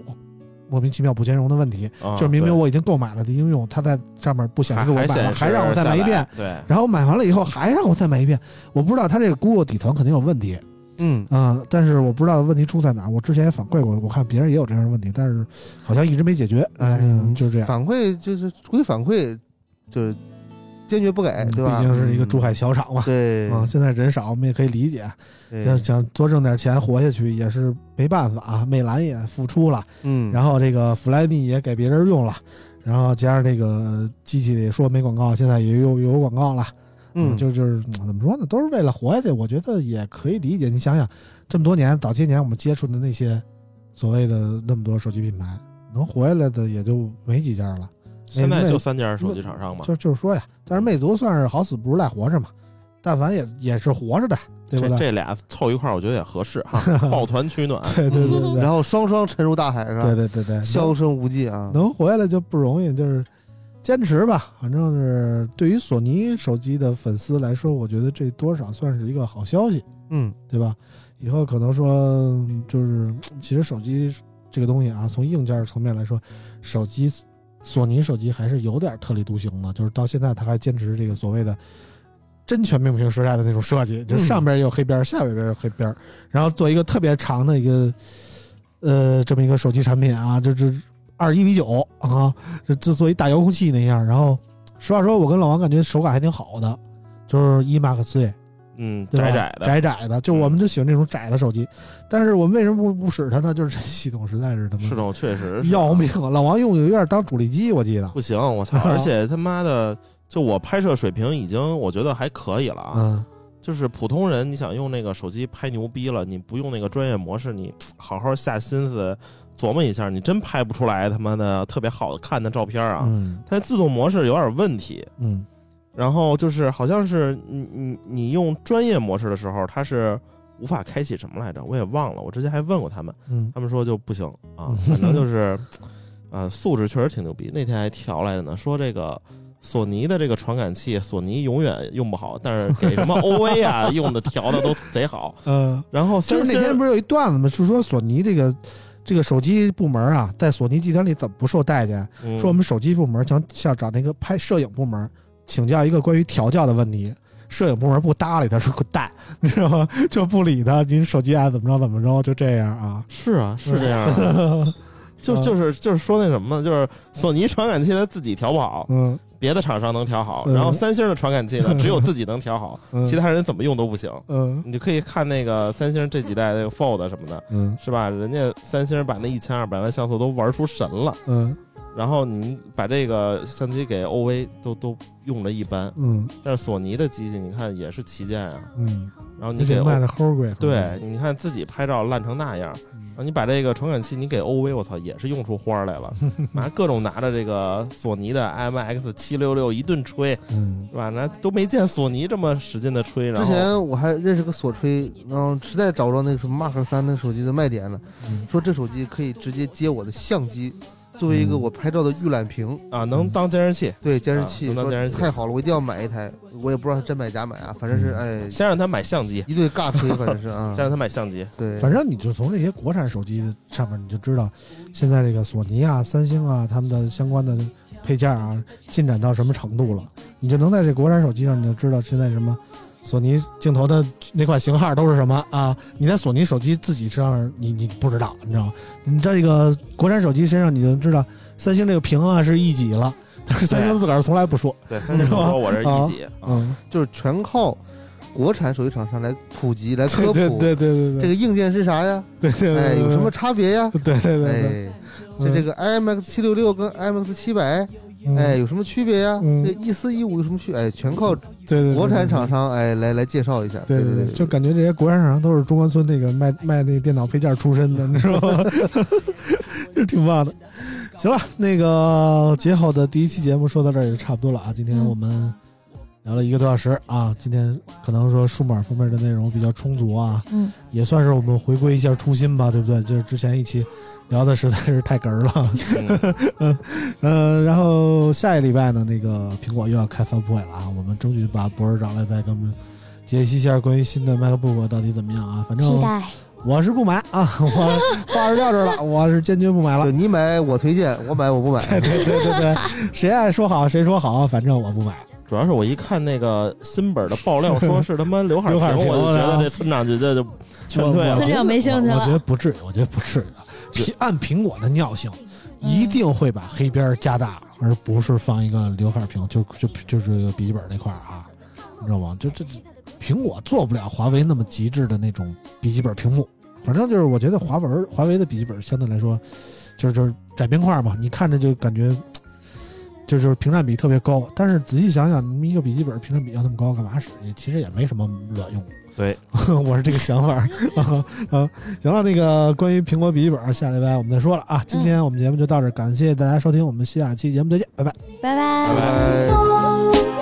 Speaker 3: 莫名其妙不兼容的问题，
Speaker 6: 啊
Speaker 3: 就是明明
Speaker 6: 对
Speaker 3: 我已经购买了的应用，它在上面不显
Speaker 6: 还
Speaker 3: 示我买
Speaker 6: 还显
Speaker 3: 了，
Speaker 6: 示
Speaker 3: 还让我再
Speaker 6: 下
Speaker 3: 买一遍，，
Speaker 6: 对，
Speaker 3: 然后买完了以后还让我再买一遍，我不知道它这个 Google 底层肯定有问题，
Speaker 6: 嗯，
Speaker 3: 嗯，但是我不知道问题出在哪儿。我之前也反馈过，我看别人也有这样的问题，但是好像一直没解决。哎，
Speaker 4: 嗯
Speaker 3: 就是这样，
Speaker 4: 反馈就是归反馈，就是坚决不改，对吧？
Speaker 3: 嗯
Speaker 4: 嗯
Speaker 3: 毕竟是一个珠海小厂嘛，
Speaker 4: 对
Speaker 3: 啊，现在人少，我们也可以理解。
Speaker 4: 对
Speaker 3: 想想多挣点钱活下去也是没办法啊。魅蓝也复出了，
Speaker 6: 嗯，
Speaker 3: 然后这个 Flyme 也给别人用了，然后加上这个机器里说没广告，现在也有有广告了。
Speaker 6: 嗯，
Speaker 3: 就就是嗯怎么说呢，都是为了活下去，我觉得也可以理解。你想想，这么多年，早些年我们接触的那些所谓的那么多手机品牌，能活下来的也就没几家了。
Speaker 6: 现在
Speaker 3: 那
Speaker 6: 就三家手机厂商嘛，
Speaker 3: 就就是说呀，但是魅族算是好死不如赖活着嘛，但凡也也是活着的，对不
Speaker 6: 这
Speaker 3: 对？
Speaker 6: 这俩凑一块儿，我觉得也合适 哈，抱团取暖，
Speaker 3: 对 对对对
Speaker 4: 然后双双沉入大海，是吧？
Speaker 3: 对对对对，
Speaker 4: 销声无迹啊！
Speaker 3: 能活下来就不容易，就是坚持吧。反正是对于索尼手机的粉丝来说，我觉得这多少算是一个好消息，
Speaker 4: 嗯，
Speaker 3: 对吧？以后可能说，就是其实手机这个东西啊，从硬件层面来说，手机索尼手机还是有点特立独行的，就是到现在它还坚持这个所谓的。真全面屏时代的那种设计，就上边也有黑边，下边也有黑边，然后做一个特别长的一个，呃，这么一个手机产品啊，这这二一比九啊，这这做一大遥控器那样。然后实话说，我跟老王感觉手感还挺好的，就是一 Mark 3，
Speaker 6: 嗯，
Speaker 3: 对吧？
Speaker 6: 窄窄的，嗯
Speaker 3: 窄窄的，就我们就喜欢这种窄的手机。但是我们为什么不不使它呢？就是这系统实在是他
Speaker 6: 系
Speaker 3: 妈
Speaker 6: 统确实是
Speaker 3: 要命，啊老王用有点当主力机，我记得。
Speaker 6: 不行，我操！而且他妈的，就我拍摄水平已经我觉得还可以了啊。
Speaker 3: 嗯，
Speaker 6: 就是普通人，你想用那个手机拍牛逼了，你不用那个专业模式，你好好下心思琢磨一下，你真拍不出来他妈的特别好看的照片啊。
Speaker 3: 嗯
Speaker 6: 它自动模式有点问题，
Speaker 3: 嗯
Speaker 6: 然后就是好像是你你你用专业模式的时候，它是无法开启什么来着？我也忘了，我之前还问过他们，
Speaker 3: 嗯
Speaker 6: 他们说就不行 啊，反正就是， 呃，素质确实挺牛逼。那天还调来着呢，说这个索尼的这个传感器，索尼永远用不好，但是给 什么 OA 啊用的调的都贼好。
Speaker 3: 呃，
Speaker 6: 然后
Speaker 3: 就
Speaker 6: 三
Speaker 3: 是那
Speaker 6: 星
Speaker 3: 天不是有一段子吗？是说索尼这个这个手机部门啊，在索尼集团里怎么不受待见？
Speaker 6: 嗯
Speaker 3: 说我们手机部门想想找那个拍摄影部门请教一个关于调教的问题，摄影部门不搭理他，说滚蛋，你知道吗？ 就不理他，您手机爱怎么着怎么着，就这样啊。
Speaker 6: 是啊，是这样的。 就就是就是说那什么，就是索尼传感器它自己调不好，
Speaker 3: 嗯，
Speaker 6: 别的厂商能调好，
Speaker 3: 嗯
Speaker 6: 然后三星的传感器 呢，只有自己能调好，
Speaker 3: 嗯
Speaker 6: 其他人怎么用都不行。
Speaker 3: 嗯
Speaker 6: 你就可以看那个三星这几代那个 Fold 什么的，
Speaker 3: 嗯
Speaker 6: 是吧？人家三星把那一千二百万像素都玩出神了，
Speaker 3: 嗯
Speaker 6: 然后你把这个相机给 OV 都都用了一般，
Speaker 3: 嗯
Speaker 6: 但是索尼的机器你看也是旗舰啊，
Speaker 3: 嗯，
Speaker 6: 然后你
Speaker 3: 而
Speaker 6: 给
Speaker 3: 且
Speaker 6: O-
Speaker 3: 卖的嗯齁贵。嗯
Speaker 6: 对，你看自己拍照烂成那样，然后你把这个传感器你给 OV，我操，也是用出花儿来 了，拿各种拿着这个索尼的 MX 七六六一顿吹，
Speaker 3: 嗯，
Speaker 6: 是吧？那都没见索尼这么使劲的吹，然
Speaker 4: 之
Speaker 6: 后
Speaker 4: 前我还认识个索吹，然后实在找不着那个什么 Mark 三那手机的卖点了，
Speaker 3: 嗯
Speaker 4: 说这手机可以直接接我的相机，作为一
Speaker 3: 嗯
Speaker 4: 个我拍照的预览屏，
Speaker 6: 啊能当监视器，
Speaker 4: 对监视器，
Speaker 6: 啊能当
Speaker 4: 说
Speaker 6: 监视器
Speaker 4: 太好了，我一定要买一台，我也不知道真买假买啊，反正
Speaker 3: 嗯
Speaker 4: 是哎
Speaker 6: 先让他买相机，
Speaker 4: 一顿尬吹，反正是 啊
Speaker 6: 先，让他买相机，
Speaker 4: 对，
Speaker 3: 反正你就从这些国产手机上面你就知道，现在这个索尼啊、三星啊，他们的相关的配件啊，进展到什么程度了，你就能在这国产手机上你就知道现在什么。索尼镜头的那款型号都是什么啊？你在索尼手机自己上面你你不知道，你知道吗？你在这个国产手机身上，你就知道三星这个屏啊是一几了，但是三星自个儿从来不说。
Speaker 6: 对，三星说我是一级， 啊
Speaker 3: 嗯，
Speaker 4: 就是全靠国产手机厂商来普及、来科
Speaker 3: 对
Speaker 4: 普
Speaker 3: 对对对对
Speaker 4: 这
Speaker 3: 对
Speaker 4: 个硬件是啥呀，
Speaker 3: 对对，
Speaker 4: 哎，
Speaker 3: 对
Speaker 4: 有什么？差别呀，
Speaker 3: 对对对对，
Speaker 4: 哎。就这个 IMX 七六六跟 IMX 七百，
Speaker 3: 嗯，
Speaker 4: 哎，有什么区别呀？
Speaker 3: 嗯
Speaker 4: 这一四一五有什么区？哎，全靠
Speaker 3: 对对，
Speaker 4: 国产
Speaker 3: 厂。
Speaker 4: 厂商哎来来介绍一下。
Speaker 3: 对
Speaker 4: 对
Speaker 3: 对对，就感觉这些国产厂商都是中关村那个卖卖那电脑配件出身的，你知道吗？ 这挺棒的。行了，那个节后的第一期节目说到这儿也就差不多了啊。今天
Speaker 2: 嗯
Speaker 3: 我们聊了一个多小时啊，今天可能说数码方面的内容比较充足啊，
Speaker 2: 嗯，
Speaker 3: 也算是我们回归一下初心吧，对不对？就是之前一期聊的实在是太哏儿了，
Speaker 6: 嗯
Speaker 3: 嗯，然后下一礼拜呢，那个苹果又要开发布会了啊，我们争取把博士找来再跟我们解析一下关于新的 MacBook 到底怎么样啊。反正
Speaker 2: 期待，
Speaker 3: 我是不买啊，我话说到这儿了，我是坚决不买了
Speaker 4: 就。你买我推荐，我买我不 买。
Speaker 3: 对对对对对，谁爱说好谁说好，反正我不买。
Speaker 6: 主要是我一看那个新本的爆料，说是他妈 刘海
Speaker 3: 刘海
Speaker 6: 屏，
Speaker 3: 屏
Speaker 6: 我就觉
Speaker 3: 啊
Speaker 6: 得这村长就这就全
Speaker 3: 我
Speaker 6: 退
Speaker 3: 我
Speaker 6: 了
Speaker 2: 村。长没兴趣
Speaker 3: 我我觉得
Speaker 2: 了。
Speaker 3: 不至于，我觉得不至于的。
Speaker 6: 是
Speaker 3: 苹按苹果的尿性，
Speaker 2: 嗯
Speaker 3: 一定会把黑边儿加大，而不是放一个刘海屏，就就就是这个笔记本那块儿啊，你知道吗？就这这苹果做不了华为那么极致的那种笔记本屏幕。反正就是我觉得华为儿华为的笔记本相对来说，就是就是窄边框嘛，你看着就感觉。就就是屏占比特别高，但是仔细想想，你一个笔记本屏占比要那么高，干嘛使？也其实也没什么卵用。
Speaker 6: 对，
Speaker 3: 我是这个想法儿。 啊啊，行了，那个关于苹果笔记本儿，下礼拜我们再说了啊。今天我们节目就到这儿，感谢大家收听，我们下期节目再见，拜拜。
Speaker 2: 拜拜。
Speaker 6: 拜拜。
Speaker 7: 风